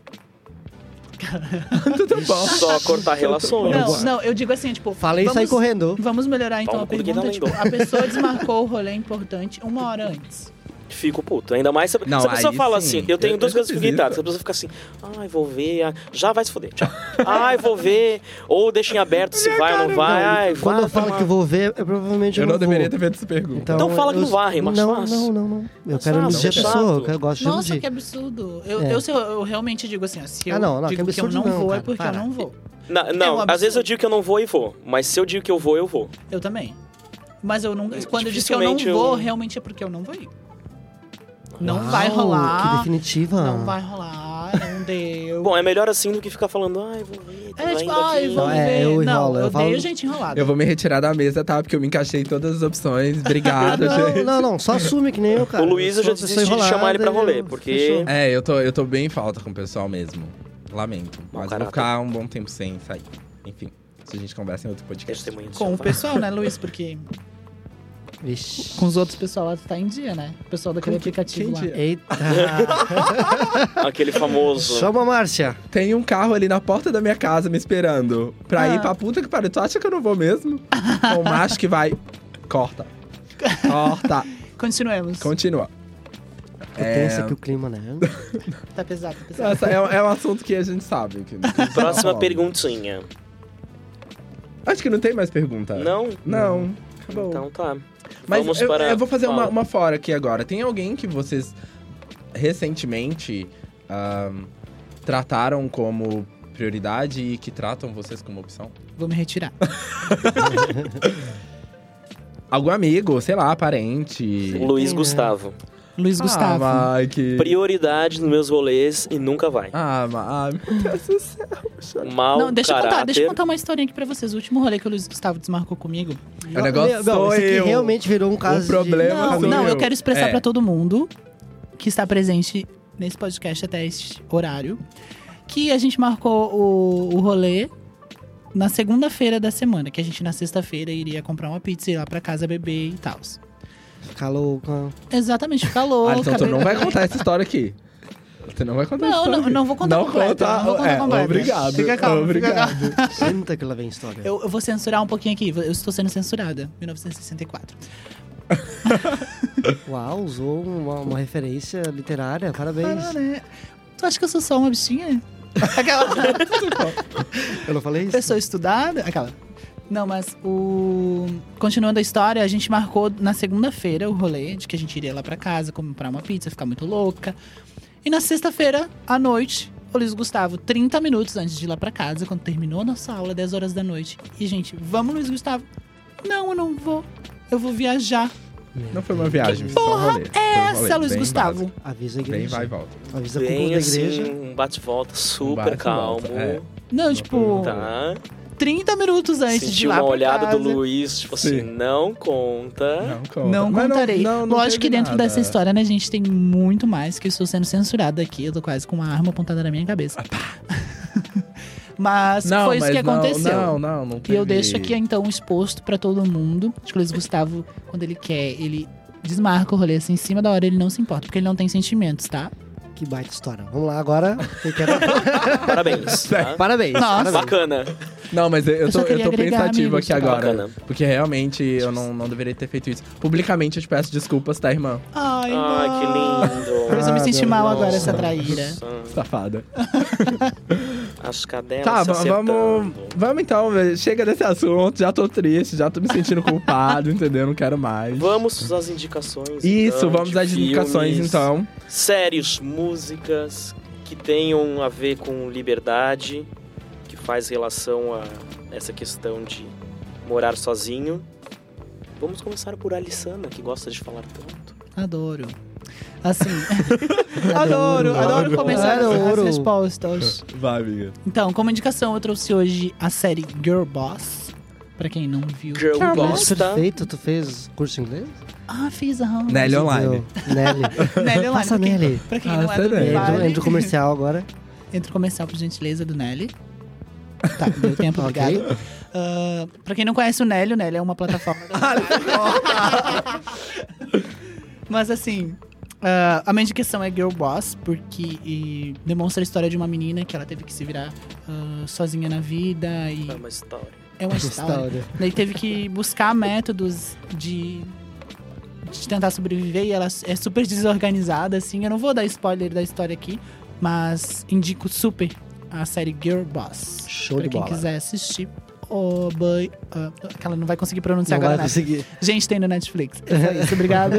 [SPEAKER 2] Tudo bom.
[SPEAKER 3] Só cortar relações.
[SPEAKER 5] Não, não, eu digo assim, tipo,
[SPEAKER 4] Fala e sai
[SPEAKER 5] vamos-
[SPEAKER 4] correndo.
[SPEAKER 5] Vamos melhorar então
[SPEAKER 3] Pau
[SPEAKER 5] a
[SPEAKER 3] no cu do que
[SPEAKER 5] pergunta.
[SPEAKER 3] não
[SPEAKER 5] Tipo,
[SPEAKER 3] lembrou.
[SPEAKER 5] a pessoa
[SPEAKER 4] <laughs>
[SPEAKER 5] desmarcou o rolê importante uma hora antes.
[SPEAKER 4] Tá
[SPEAKER 3] Fico puto. Ainda mais se,
[SPEAKER 2] Não,
[SPEAKER 3] se a pessoa
[SPEAKER 2] aí
[SPEAKER 3] fala
[SPEAKER 2] sim.
[SPEAKER 3] assim, eu tenho
[SPEAKER 2] Eu-
[SPEAKER 3] duas
[SPEAKER 2] eu já
[SPEAKER 3] coisas que
[SPEAKER 2] fiz
[SPEAKER 3] gritar.
[SPEAKER 2] isso.
[SPEAKER 3] Se a pessoa fica assim, ai, vou ver, ah, já vai se foder, tchau. ai, vou ver. Ou deixa em aberto se vai ou não vai. Ai,
[SPEAKER 4] Quando
[SPEAKER 3] vai,
[SPEAKER 4] eu falo
[SPEAKER 3] tomar.
[SPEAKER 4] que vou ver, eu provavelmente
[SPEAKER 2] Eu não
[SPEAKER 4] vou.
[SPEAKER 2] deveria ter feito essa pergunta.
[SPEAKER 4] Tipo, Então,
[SPEAKER 3] Então fala que
[SPEAKER 4] eu-
[SPEAKER 3] não varre, mas
[SPEAKER 4] não,
[SPEAKER 3] faz.
[SPEAKER 4] não, não, não. Eu
[SPEAKER 3] Mas
[SPEAKER 4] quero
[SPEAKER 3] faz,
[SPEAKER 4] iludir a
[SPEAKER 2] é chato.
[SPEAKER 4] pessoa, eu quero- eu gosto de
[SPEAKER 5] Nossa,
[SPEAKER 4] iludir.
[SPEAKER 5] que absurdo. Eu,
[SPEAKER 4] É.
[SPEAKER 5] eu, se eu, eu realmente digo assim, ó, se eu
[SPEAKER 4] Ah, não, não, que
[SPEAKER 5] digo que, eu
[SPEAKER 4] absurdo
[SPEAKER 5] não,
[SPEAKER 4] não,
[SPEAKER 5] vou,
[SPEAKER 4] cara,
[SPEAKER 5] é porque
[SPEAKER 4] para.
[SPEAKER 5] eu não vou.
[SPEAKER 3] Na-
[SPEAKER 5] É um
[SPEAKER 3] não, às
[SPEAKER 5] absurdo.
[SPEAKER 3] vezes eu digo que eu não vou e vou. Mas se eu digo que eu vou, eu vou.
[SPEAKER 5] Eu também. Mas eu não, quando eu disse que eu não
[SPEAKER 3] É, Dificilmente eu-
[SPEAKER 5] vou, realmente é porque eu não vou ir. Não
[SPEAKER 4] Uau,
[SPEAKER 5] vai
[SPEAKER 4] Que Ah.
[SPEAKER 5] rolar.
[SPEAKER 4] definitiva.
[SPEAKER 5] Não vai rolar, não deu.
[SPEAKER 3] Bom, é melhor assim do que ficar falando, ai, vou ver. tá
[SPEAKER 5] é tipo,
[SPEAKER 3] indo
[SPEAKER 5] ai,
[SPEAKER 3] aqui." <laughs>
[SPEAKER 4] Não,
[SPEAKER 5] vamos
[SPEAKER 4] é,
[SPEAKER 5] ver.
[SPEAKER 4] eu
[SPEAKER 5] não,
[SPEAKER 4] enrolo, eu
[SPEAKER 5] eu
[SPEAKER 4] falo-
[SPEAKER 5] odeio gente enrolada.
[SPEAKER 2] Eu vou me retirar da mesa, tá? Porque eu me encaixei em todas as opções. Obrigado, gente.
[SPEAKER 4] Ah, <laughs> Não, não, não, só assume que nem eu, cara.
[SPEAKER 3] O Luiz, eu já
[SPEAKER 4] sou uma pessoa
[SPEAKER 3] desisti de
[SPEAKER 4] enrolada,
[SPEAKER 3] chamar ele pra
[SPEAKER 4] eu-
[SPEAKER 3] rolê, porque-
[SPEAKER 4] fechou.
[SPEAKER 2] É, eu tô, eu tô bem em falta com o pessoal mesmo. Lamento. Mas eu vou
[SPEAKER 3] caráter.
[SPEAKER 2] ficar um bom tempo sem sair. Enfim, se a gente conversa em outro podcast.
[SPEAKER 3] Testemunha do
[SPEAKER 5] Com o
[SPEAKER 3] Jeová.
[SPEAKER 5] pessoal, né, Luiz? Porque
[SPEAKER 4] Vixe.
[SPEAKER 5] com os outros pessoal lá tu tá em dia, né? O pessoal daquele
[SPEAKER 2] Com que-
[SPEAKER 4] é
[SPEAKER 2] quem
[SPEAKER 5] aplicativo lá.
[SPEAKER 2] dia?
[SPEAKER 3] <laughs>
[SPEAKER 4] Eita.
[SPEAKER 3] Aquele famoso.
[SPEAKER 4] Chama a Márcia.
[SPEAKER 2] Tem um carro ali na porta da minha casa me esperando pra
[SPEAKER 5] Ah.
[SPEAKER 2] ir pra puta que pariu. Tu acha que eu não vou
[SPEAKER 5] <laughs>
[SPEAKER 2] mesmo? Com o macho que vai. Corta. Corta.
[SPEAKER 5] Continuemos.
[SPEAKER 2] Continua.
[SPEAKER 4] É... Tensa aqui o clima, né?
[SPEAKER 5] Tá pesado, tá pesado.
[SPEAKER 2] Essa é, é um assunto que a gente sabe. que- que
[SPEAKER 3] <laughs> Próxima
[SPEAKER 2] rola.
[SPEAKER 3] perguntinha.
[SPEAKER 2] Acho que não tem mais pergunta.
[SPEAKER 3] Não?
[SPEAKER 2] Não. Acabou.
[SPEAKER 3] Então tá.
[SPEAKER 2] Tá. Mas
[SPEAKER 3] Vamos
[SPEAKER 2] eu,
[SPEAKER 3] para-
[SPEAKER 2] eu vou fazer uma,
[SPEAKER 3] fala.
[SPEAKER 2] uma fora aqui agora. Tem alguém que vocês recentemente ahn, trataram como prioridade e que tratam vocês como opção?
[SPEAKER 5] Ah, Vou me retirar.
[SPEAKER 2] Algum amigo, sei lá, parente.
[SPEAKER 3] Luiz
[SPEAKER 4] Sim, né?
[SPEAKER 3] Gustavo.
[SPEAKER 5] Luiz
[SPEAKER 2] Ah,
[SPEAKER 5] Gustavo.
[SPEAKER 2] mas que...
[SPEAKER 3] Prioridade nos meus rolês e nunca vai.
[SPEAKER 2] Ah, mas... ah, meu Deus do céu.
[SPEAKER 3] Mal
[SPEAKER 5] Não, deixa eu
[SPEAKER 3] caráter.
[SPEAKER 5] contar, deixa eu contar uma historinha aqui pra vocês. O último rolê que o Luiz Gustavo desmarcou comigo.
[SPEAKER 2] O É um negócio
[SPEAKER 4] Não,
[SPEAKER 2] sou
[SPEAKER 4] esse aqui
[SPEAKER 2] eu.
[SPEAKER 4] realmente virou um caso
[SPEAKER 2] problema
[SPEAKER 4] de...
[SPEAKER 5] Não,
[SPEAKER 2] sou
[SPEAKER 5] não,
[SPEAKER 2] É, eu.
[SPEAKER 5] eu quero expressar
[SPEAKER 2] É.
[SPEAKER 5] pra todo mundo que está presente nesse podcast até este horário que a gente marcou o, o rolê na segunda-feira da semana, que a gente na sexta-feira iria comprar uma pizza e ir lá pra casa beber e tal.
[SPEAKER 4] Calou com...
[SPEAKER 5] Exatamente, ficar
[SPEAKER 2] <laughs>
[SPEAKER 5] louca.
[SPEAKER 2] Ah, então tu não
[SPEAKER 5] beber.
[SPEAKER 2] vai contar essa história aqui. Tu não vai contar essa
[SPEAKER 5] Não,
[SPEAKER 2] história
[SPEAKER 5] não,
[SPEAKER 2] aqui.
[SPEAKER 5] não vou contar
[SPEAKER 2] não
[SPEAKER 5] completa,
[SPEAKER 2] Conta,
[SPEAKER 5] não vou contar
[SPEAKER 2] é,
[SPEAKER 5] completa.
[SPEAKER 2] Obrigado.
[SPEAKER 5] Fica calmo, fica
[SPEAKER 2] obrigado.
[SPEAKER 4] Senta que lá vem a história.
[SPEAKER 5] Eu, eu vou censurar um pouquinho aqui, eu estou sendo censurada, 1964.
[SPEAKER 4] Uau, usou uma, uma referência literária, parabéns.
[SPEAKER 5] Ah, né? Tu acha que eu sou só uma bichinha? Aquela...
[SPEAKER 4] Eu não falei isso?
[SPEAKER 5] pessoa estudada. Aquela. Não, mas o. Continuando a história, a gente marcou na segunda-feira o rolê de que a gente iria lá pra casa comprar uma pizza, ficar muito louca. E na sexta-feira, à noite, o Luiz Gustavo, 30 minutos antes de ir lá pra casa, quando terminou a nossa aula, 10 horas da noite. E, gente, vamos, Luiz Gustavo? Não, eu não vou. Eu vou viajar.
[SPEAKER 2] Não foi uma viagem,
[SPEAKER 4] Que
[SPEAKER 2] foi só um rolê. Foi um rolê,
[SPEAKER 5] Essa, é, Luiz
[SPEAKER 2] bem
[SPEAKER 5] Gustavo.
[SPEAKER 4] Avisa a
[SPEAKER 2] básico. Vem,
[SPEAKER 4] igreja.
[SPEAKER 2] vai e volta.
[SPEAKER 4] Avisa a cúpula
[SPEAKER 3] Bem
[SPEAKER 4] da
[SPEAKER 3] assim,
[SPEAKER 4] igreja.
[SPEAKER 3] um bate-volta super
[SPEAKER 2] bate-volta,
[SPEAKER 3] calmo.
[SPEAKER 2] é.
[SPEAKER 5] Não, tipo,
[SPEAKER 3] Tá.
[SPEAKER 5] 30 minutos antes de ir
[SPEAKER 3] Sentiu
[SPEAKER 5] lá
[SPEAKER 3] uma
[SPEAKER 5] pra
[SPEAKER 3] olhada
[SPEAKER 5] casa.
[SPEAKER 3] do Luiz, tipo
[SPEAKER 2] Sim.
[SPEAKER 3] assim, não conta.
[SPEAKER 2] Não conta.
[SPEAKER 5] Não
[SPEAKER 2] Mas
[SPEAKER 5] contarei.
[SPEAKER 2] não- não
[SPEAKER 5] Lógico
[SPEAKER 2] teve
[SPEAKER 5] que dentro
[SPEAKER 2] nada. é.
[SPEAKER 5] dessa história, né, gente, tem muito mais que eu estou sendo censurado aqui. Eu tô quase com uma arma apontada na minha cabeça. <laughs> mas
[SPEAKER 2] Ah, tá. Não,
[SPEAKER 5] foi isso
[SPEAKER 2] mas
[SPEAKER 5] que
[SPEAKER 2] não,
[SPEAKER 5] aconteceu.
[SPEAKER 2] Não, não, não
[SPEAKER 5] E eu
[SPEAKER 2] teve-
[SPEAKER 5] deixo aqui, então, exposto pra todo mundo. Acho que o Luiz Gustavo, quando ele quer, ele desmarca o rolê assim em cima da hora, ele não se importa, porque ele não tem sentimentos, tá?
[SPEAKER 4] Que baita história. Vamos lá agora. eu quero-
[SPEAKER 3] <laughs>
[SPEAKER 5] <laughs>
[SPEAKER 3] Parabéns. tá?
[SPEAKER 4] Parabéns.
[SPEAKER 5] Nossa.
[SPEAKER 4] parabéns.
[SPEAKER 3] Bacana,
[SPEAKER 2] Não, mas eu,
[SPEAKER 5] Eu
[SPEAKER 2] tô,
[SPEAKER 5] só
[SPEAKER 2] eu
[SPEAKER 5] queria
[SPEAKER 2] tô
[SPEAKER 5] agregar,
[SPEAKER 2] pensativo
[SPEAKER 5] amigos,
[SPEAKER 2] aqui agora.
[SPEAKER 3] bacana.
[SPEAKER 2] Porque realmente eu não, não deveria ter feito isso. Publicamente eu te peço desculpas, tá, irmã?
[SPEAKER 5] Ai,
[SPEAKER 3] Ai, Ah, que lindo.
[SPEAKER 5] Por isso eu me
[SPEAKER 4] Ah,
[SPEAKER 5] senti
[SPEAKER 4] meu
[SPEAKER 5] mal
[SPEAKER 4] Deus.
[SPEAKER 5] agora, essa traíra.
[SPEAKER 2] Safada.
[SPEAKER 3] É, As cadelas
[SPEAKER 2] tá,
[SPEAKER 3] se
[SPEAKER 2] va- vamos.
[SPEAKER 3] acertando.
[SPEAKER 2] Vamos então, velho. chega desse assunto. Já tô triste, já tô me sentindo culpado, <laughs> entendeu? Não quero mais.
[SPEAKER 3] Vamos às indicações.
[SPEAKER 2] Isso,
[SPEAKER 3] então,
[SPEAKER 2] vamos
[SPEAKER 3] de
[SPEAKER 2] às indicações
[SPEAKER 3] filmes,
[SPEAKER 2] então.
[SPEAKER 3] Séries, músicas que tenham a ver com liberdade, que faz relação a essa questão de morar sozinho. Vamos começar por Alissana, que gosta de falar tanto.
[SPEAKER 5] Adoro.
[SPEAKER 2] <laughs>
[SPEAKER 5] Assim. <laughs> adoro, adoro começar as-
[SPEAKER 4] Adoro.
[SPEAKER 5] as respostas.
[SPEAKER 2] Vai, amiga.
[SPEAKER 5] Então, como indicação, eu trouxe hoje a série Girl Boss. Pra quem não viu.
[SPEAKER 3] Girl
[SPEAKER 5] Girl
[SPEAKER 3] Boss.
[SPEAKER 4] Mas
[SPEAKER 5] Boss.
[SPEAKER 4] Perfeito, tu fez curso em inglês?
[SPEAKER 5] Ah, fiz a Hannah.
[SPEAKER 2] Nelly online.
[SPEAKER 4] Meu, <laughs> Nelly.
[SPEAKER 5] <laughs> Nelly online.
[SPEAKER 4] Passa
[SPEAKER 5] pra quem-
[SPEAKER 4] Nelly.
[SPEAKER 5] Pra quem
[SPEAKER 2] Ah,
[SPEAKER 5] não é do
[SPEAKER 2] sério?
[SPEAKER 4] É,
[SPEAKER 5] Vale.
[SPEAKER 4] Entro, entro comercial agora.
[SPEAKER 5] Entre o comercial, por gentileza, do Nelly. <laughs> Tá, deu tempo, obrigado.
[SPEAKER 4] Ok.
[SPEAKER 5] Ah, pra quem não conhece o Nelly, o Nelly é uma plataforma. Mas assim, ah, a minha indicação é Girl Boss, porque e, demonstra a história de uma menina que ela teve que se virar ah, sozinha na vida. E
[SPEAKER 3] É uma história.
[SPEAKER 5] é uma história.
[SPEAKER 4] História.
[SPEAKER 5] Daí teve que buscar métodos de, de tentar sobreviver e ela é super desorganizada, assim. Eu não vou dar spoiler da história aqui, mas indico super a série Girl Boss.
[SPEAKER 4] Show
[SPEAKER 5] pra
[SPEAKER 4] de
[SPEAKER 5] quem
[SPEAKER 4] bola.
[SPEAKER 5] quiser assistir. Oh, boy, ah, que ela não vai conseguir pronunciar
[SPEAKER 4] Não vai
[SPEAKER 5] agora, né?
[SPEAKER 4] conseguir.
[SPEAKER 5] Gente, tem no Netflix. É só isso, obrigado.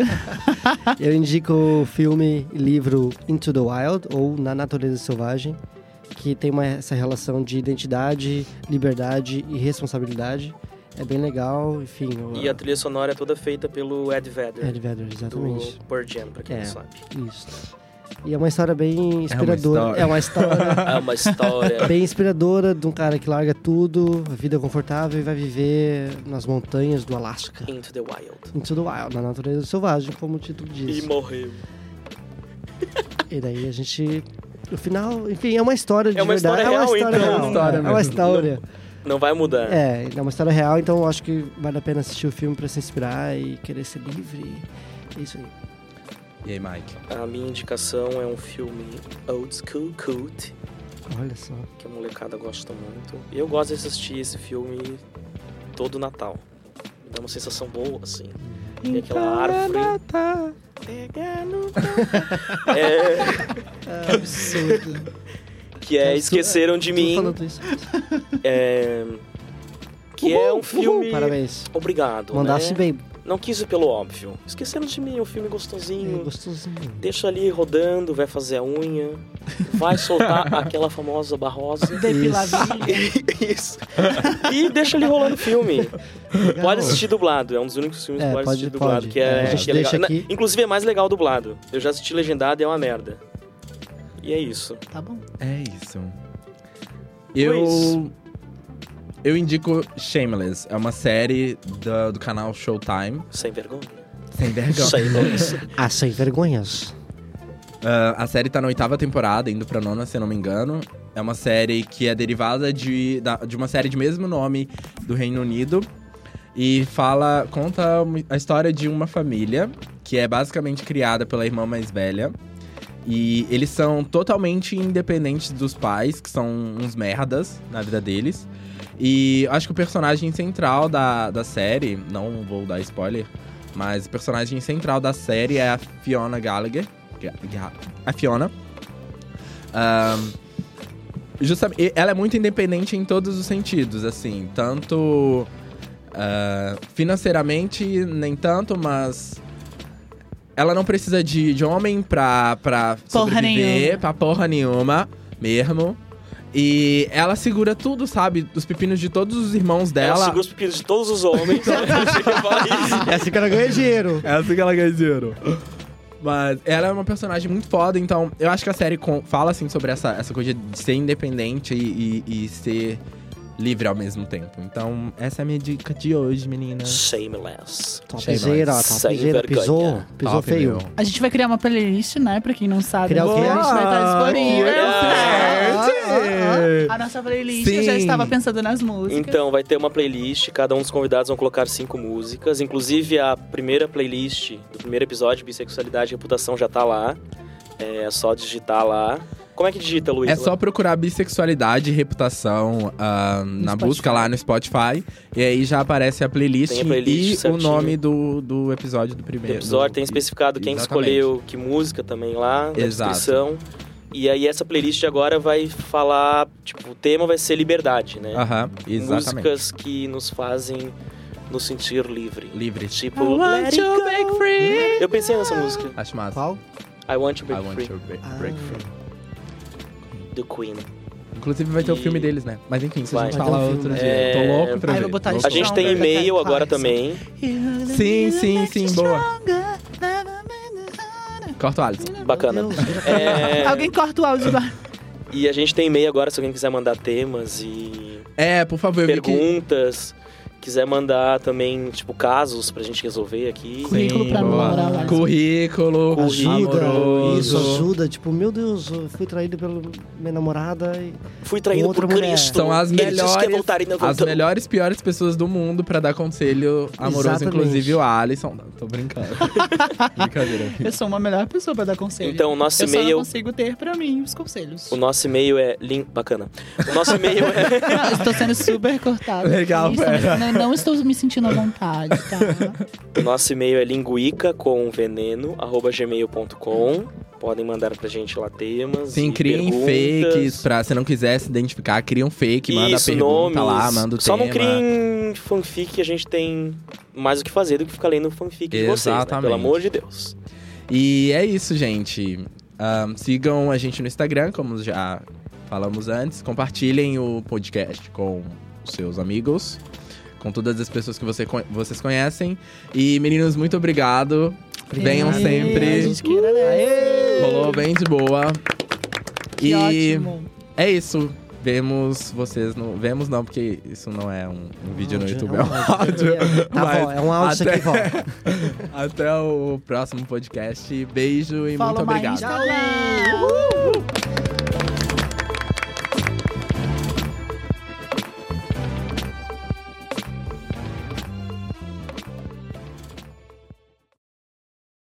[SPEAKER 4] Eu indico o filme e livro Into the Wild, ou Na Natureza Selvagem, que tem uma, essa relação de identidade, liberdade e responsabilidade. É bem legal, enfim. o-
[SPEAKER 3] E a trilha sonora é toda feita pelo Ed Vedder.
[SPEAKER 4] Ed Vedder, exatamente.
[SPEAKER 3] Do Pearl Jam, pra quem
[SPEAKER 4] É.
[SPEAKER 3] não sabe.
[SPEAKER 4] Isso. E é uma história bem inspiradora.
[SPEAKER 2] É
[SPEAKER 4] É uma <laughs> história
[SPEAKER 3] É uma história.
[SPEAKER 4] bem inspiradora de um cara que larga tudo, a vida confortável e vai viver nas montanhas do Alasca.
[SPEAKER 3] Into the Wild.
[SPEAKER 4] Into the Wild, na natureza selvagem, como o título diz.
[SPEAKER 3] E morreu.
[SPEAKER 4] E daí a gente. No final, enfim, é uma história de
[SPEAKER 3] É uma
[SPEAKER 4] verdade.
[SPEAKER 3] história
[SPEAKER 4] é uma
[SPEAKER 3] real,
[SPEAKER 4] história
[SPEAKER 3] então.
[SPEAKER 4] real.
[SPEAKER 3] É uma
[SPEAKER 2] história
[SPEAKER 4] é
[SPEAKER 2] mesmo.
[SPEAKER 4] uma história.
[SPEAKER 3] Não vai mudar.
[SPEAKER 4] É, é uma história real, então eu acho que vale a pena assistir o filme pra se inspirar e querer ser livre. É isso aí.
[SPEAKER 2] E aí, Mike?
[SPEAKER 3] A minha indicação é um filme Old School Cult,
[SPEAKER 4] Olha só.
[SPEAKER 3] que a molecada gosta muito. E eu gosto de assistir esse filme todo Natal. Me dá uma sensação boa, assim. Tem aquela árvore. É,
[SPEAKER 5] que absurdo.
[SPEAKER 3] que é Esqueceram de
[SPEAKER 4] Tá, Tô
[SPEAKER 3] Mim. <laughs>
[SPEAKER 4] falando isso.
[SPEAKER 3] é, que é um filme.
[SPEAKER 4] Parabéns.
[SPEAKER 3] Obrigado.
[SPEAKER 4] Mandasse
[SPEAKER 3] né?
[SPEAKER 4] bem.
[SPEAKER 3] Não quis ir pelo óbvio. Esqueceram de mim, é um filme gostosinho.
[SPEAKER 4] É gostosinho.
[SPEAKER 3] Deixa ali rodando, vai fazer a unha, vai
[SPEAKER 4] <laughs>
[SPEAKER 3] soltar aquela famosa barrosa.
[SPEAKER 5] Depiladinho.
[SPEAKER 3] Isso. E deixa ele rolando o filme.
[SPEAKER 4] Legal.
[SPEAKER 3] <laughs> Pode assistir dublado. É um dos únicos filmes
[SPEAKER 4] É,
[SPEAKER 3] que pode,
[SPEAKER 4] pode-
[SPEAKER 3] assistir dublado.
[SPEAKER 4] pode.
[SPEAKER 3] Que é,
[SPEAKER 4] A gente
[SPEAKER 3] que é legal.
[SPEAKER 4] deixa
[SPEAKER 3] Na-
[SPEAKER 4] aqui.
[SPEAKER 3] Inclusive é mais legal dublado. Eu já assisti legendado e é uma merda. E é isso.
[SPEAKER 5] Tá bom.
[SPEAKER 2] É isso. Eu.
[SPEAKER 3] isso.
[SPEAKER 2] Eu indico Shameless. É uma série da- do canal Showtime.
[SPEAKER 3] Sem vergonha.
[SPEAKER 2] Sem vergonha.
[SPEAKER 3] Isso aí,
[SPEAKER 4] <laughs>
[SPEAKER 3] Luiz.
[SPEAKER 4] Ah, sem vergonhas.
[SPEAKER 2] <laughs> Ah, a série tá na oitava temporada, indo pra nona, se eu não me engano. É uma série que é derivada de, da- de uma série de mesmo nome do Reino Unido. E fala. conta uma- a história de uma família que é basicamente criada pela irmã mais velha. E eles são totalmente independentes dos pais, que são uns merdas na vida deles. E acho que o personagem central da, da série, não vou dar spoiler, mas o personagem central da série é a Fiona Gallagher. Ga- Ga- A Fiona. Ahn, justamente, e- ela é muito independente em todos os sentidos, assim, tanto ah, financeiramente, nem tanto, mas ela não precisa de, de homem pra, pra
[SPEAKER 5] Porra
[SPEAKER 2] sobreviver,
[SPEAKER 5] nenhuma.
[SPEAKER 2] pra porra nenhuma, mesmo. E ela segura tudo, sabe? Os pepinos de todos os irmãos
[SPEAKER 3] Ela
[SPEAKER 2] dela.
[SPEAKER 3] segura os pepinos de todos
[SPEAKER 4] <laughs>
[SPEAKER 3] os homens. Eu achei que ia falar isso.
[SPEAKER 4] É assim que ela ganha dinheiro.
[SPEAKER 2] É assim que ela ganha dinheiro. Mas ela é uma personagem muito foda, então eu acho que a série com- fala assim sobre essa, essa coisa de ser independente e, e- e ser livre ao mesmo tempo. Então, essa é a minha dica de hoje, meninas.
[SPEAKER 3] Shameless.
[SPEAKER 4] Topzera,
[SPEAKER 2] Sem
[SPEAKER 4] topzera.
[SPEAKER 3] vergonha.
[SPEAKER 4] Pisou, pisou
[SPEAKER 2] Top,
[SPEAKER 4] feio.
[SPEAKER 2] meu.
[SPEAKER 5] A gente vai criar uma playlist, né? Pra quem não sabe.
[SPEAKER 4] Criar o quê?
[SPEAKER 5] A gente vai estar disponível.
[SPEAKER 2] Ah,
[SPEAKER 5] Ah, ah, ah. A nossa playlist, eu já
[SPEAKER 2] Sim.
[SPEAKER 5] estava pensando nas músicas.
[SPEAKER 3] Então, vai ter uma playlist, cada um dos convidados vão colocar cinco músicas. Inclusive, a primeira playlist do primeiro episódio, Bissexualidade e Reputação, já tá lá. É só digitar lá. Como é que digita, Luiz?
[SPEAKER 2] É só procurar bissexualidade e reputação ah, na
[SPEAKER 5] Spotify.
[SPEAKER 2] busca lá no Spotify. E aí já aparece a playlist,
[SPEAKER 3] Tem a playlist
[SPEAKER 2] e
[SPEAKER 3] certinho.
[SPEAKER 2] o nome do, do episódio do primeiro.
[SPEAKER 3] Tem episódio,
[SPEAKER 2] do-
[SPEAKER 3] tem especificado quem
[SPEAKER 2] Exatamente.
[SPEAKER 3] escolheu que música também lá na
[SPEAKER 2] Exato.
[SPEAKER 3] descrição. E aí essa playlist agora vai falar, tipo, o tema vai ser liberdade, né?
[SPEAKER 2] Aham, Ah, exatamente.
[SPEAKER 3] Músicas que nos fazem nos sentir livre.
[SPEAKER 2] Livre.
[SPEAKER 3] Tipo, Let It Go. Eu pensei nessa música.
[SPEAKER 2] Acho massa.
[SPEAKER 4] Qual?
[SPEAKER 3] I Want to
[SPEAKER 2] I
[SPEAKER 3] Break
[SPEAKER 2] want
[SPEAKER 3] Free,
[SPEAKER 2] to break,
[SPEAKER 4] Ah.
[SPEAKER 2] break free.
[SPEAKER 3] do Queen.
[SPEAKER 2] Inclusive vai ter o
[SPEAKER 3] E-
[SPEAKER 2] filme deles, né? Mas enfim, se a
[SPEAKER 3] Vai.
[SPEAKER 2] gente
[SPEAKER 4] Vai ter
[SPEAKER 2] fala
[SPEAKER 4] um filme,
[SPEAKER 2] outro
[SPEAKER 4] né?
[SPEAKER 2] dia.
[SPEAKER 3] É.
[SPEAKER 2] Tô louco pra
[SPEAKER 5] Ai,
[SPEAKER 2] ver.
[SPEAKER 5] vou botar
[SPEAKER 2] Louco
[SPEAKER 3] A
[SPEAKER 5] isso
[SPEAKER 2] pra
[SPEAKER 3] gente
[SPEAKER 5] Não,
[SPEAKER 2] ver.
[SPEAKER 3] tem
[SPEAKER 5] não, não,
[SPEAKER 3] e-mail
[SPEAKER 5] não,
[SPEAKER 3] agora
[SPEAKER 5] não,
[SPEAKER 3] também.
[SPEAKER 2] Sim, sim, sim, boa. Corta o Alisson.
[SPEAKER 3] Bacana.
[SPEAKER 4] Meu
[SPEAKER 3] É,
[SPEAKER 5] <laughs> Alguém corta o áudio.
[SPEAKER 3] E a gente tem e-mail agora, se alguém quiser mandar temas e
[SPEAKER 2] É, por favor, eu vi que...
[SPEAKER 3] perguntas. Quiser mandar também, tipo, casos pra gente resolver aqui.
[SPEAKER 5] Sim. Currículo pra
[SPEAKER 2] boa.
[SPEAKER 5] namorar o Alisson.
[SPEAKER 2] Currículo,
[SPEAKER 4] Ajuda,
[SPEAKER 2] amoroso.
[SPEAKER 4] isso, ajuda. Tipo, meu Deus, eu fui traído pela minha namorada e...
[SPEAKER 3] Fui traído
[SPEAKER 4] Outra
[SPEAKER 3] por
[SPEAKER 4] mulher.
[SPEAKER 3] Cristo.
[SPEAKER 2] São as
[SPEAKER 3] Ele disse que ia
[SPEAKER 2] melhores-
[SPEAKER 3] voltar e não
[SPEAKER 2] As
[SPEAKER 3] voltou.
[SPEAKER 2] melhores, piores pessoas do mundo pra dar conselho amoroso,
[SPEAKER 4] Exatamente.
[SPEAKER 2] inclusive o Alisson. Não, tô brincando. Brincadeira.
[SPEAKER 5] Eu sou uma melhor pessoa pra dar conselho.
[SPEAKER 3] Então, nosso
[SPEAKER 5] eu só não
[SPEAKER 3] e-mail.
[SPEAKER 5] consigo ter pra mim os conselhos. <laughs>
[SPEAKER 3] O nosso e-mail é. Lin... Bacana. O nosso e-mail é.
[SPEAKER 5] Não, estou sendo super cortada.
[SPEAKER 2] Legal,
[SPEAKER 5] Isso, né?
[SPEAKER 2] pera.
[SPEAKER 5] não, não estou me sentindo à vontade, tá?
[SPEAKER 3] O nosso e-mail é linguica com veneno, arroba gmail.com. Podem mandar pra gente lá temas.
[SPEAKER 2] Sim,
[SPEAKER 3] e
[SPEAKER 2] criem
[SPEAKER 3] perguntas.
[SPEAKER 2] fakes pra se não quiser se identificar, cria um fake, manda a
[SPEAKER 3] Isso,
[SPEAKER 2] pergunta
[SPEAKER 3] nomes.
[SPEAKER 2] lá, manda o
[SPEAKER 3] Só
[SPEAKER 2] tema.
[SPEAKER 3] não criem fanfic, a gente tem mais o que fazer do que ficar lendo fanfic de vocês, né?
[SPEAKER 2] Exatamente.
[SPEAKER 3] Pelo amor de Deus.
[SPEAKER 2] E é isso, gente. Ahn, sigam a gente no Instagram, como já falamos antes. Compartilhem o podcast com os seus amigos, com todas as pessoas que você, con- vocês conhecem. E, meninos, muito obrigado. Venham
[SPEAKER 5] Aê, É. A
[SPEAKER 2] sempre.
[SPEAKER 5] gente que agradece.
[SPEAKER 2] Rolou bem de boa.
[SPEAKER 5] Que
[SPEAKER 2] e
[SPEAKER 5] ótimo.
[SPEAKER 2] é isso. Vemos vocês no. Vemos não, porque isso não é um, um vídeo no
[SPEAKER 4] Áudio,
[SPEAKER 2] YouTube,
[SPEAKER 4] é
[SPEAKER 2] é
[SPEAKER 4] um
[SPEAKER 2] um áudio.
[SPEAKER 4] Tá
[SPEAKER 2] Mas
[SPEAKER 4] bom, é um áudio isso
[SPEAKER 2] até-
[SPEAKER 4] aqui, vó.
[SPEAKER 2] Até o próximo podcast. Beijo e
[SPEAKER 5] Follow
[SPEAKER 2] muito
[SPEAKER 5] my
[SPEAKER 2] obrigado.
[SPEAKER 5] Instagram.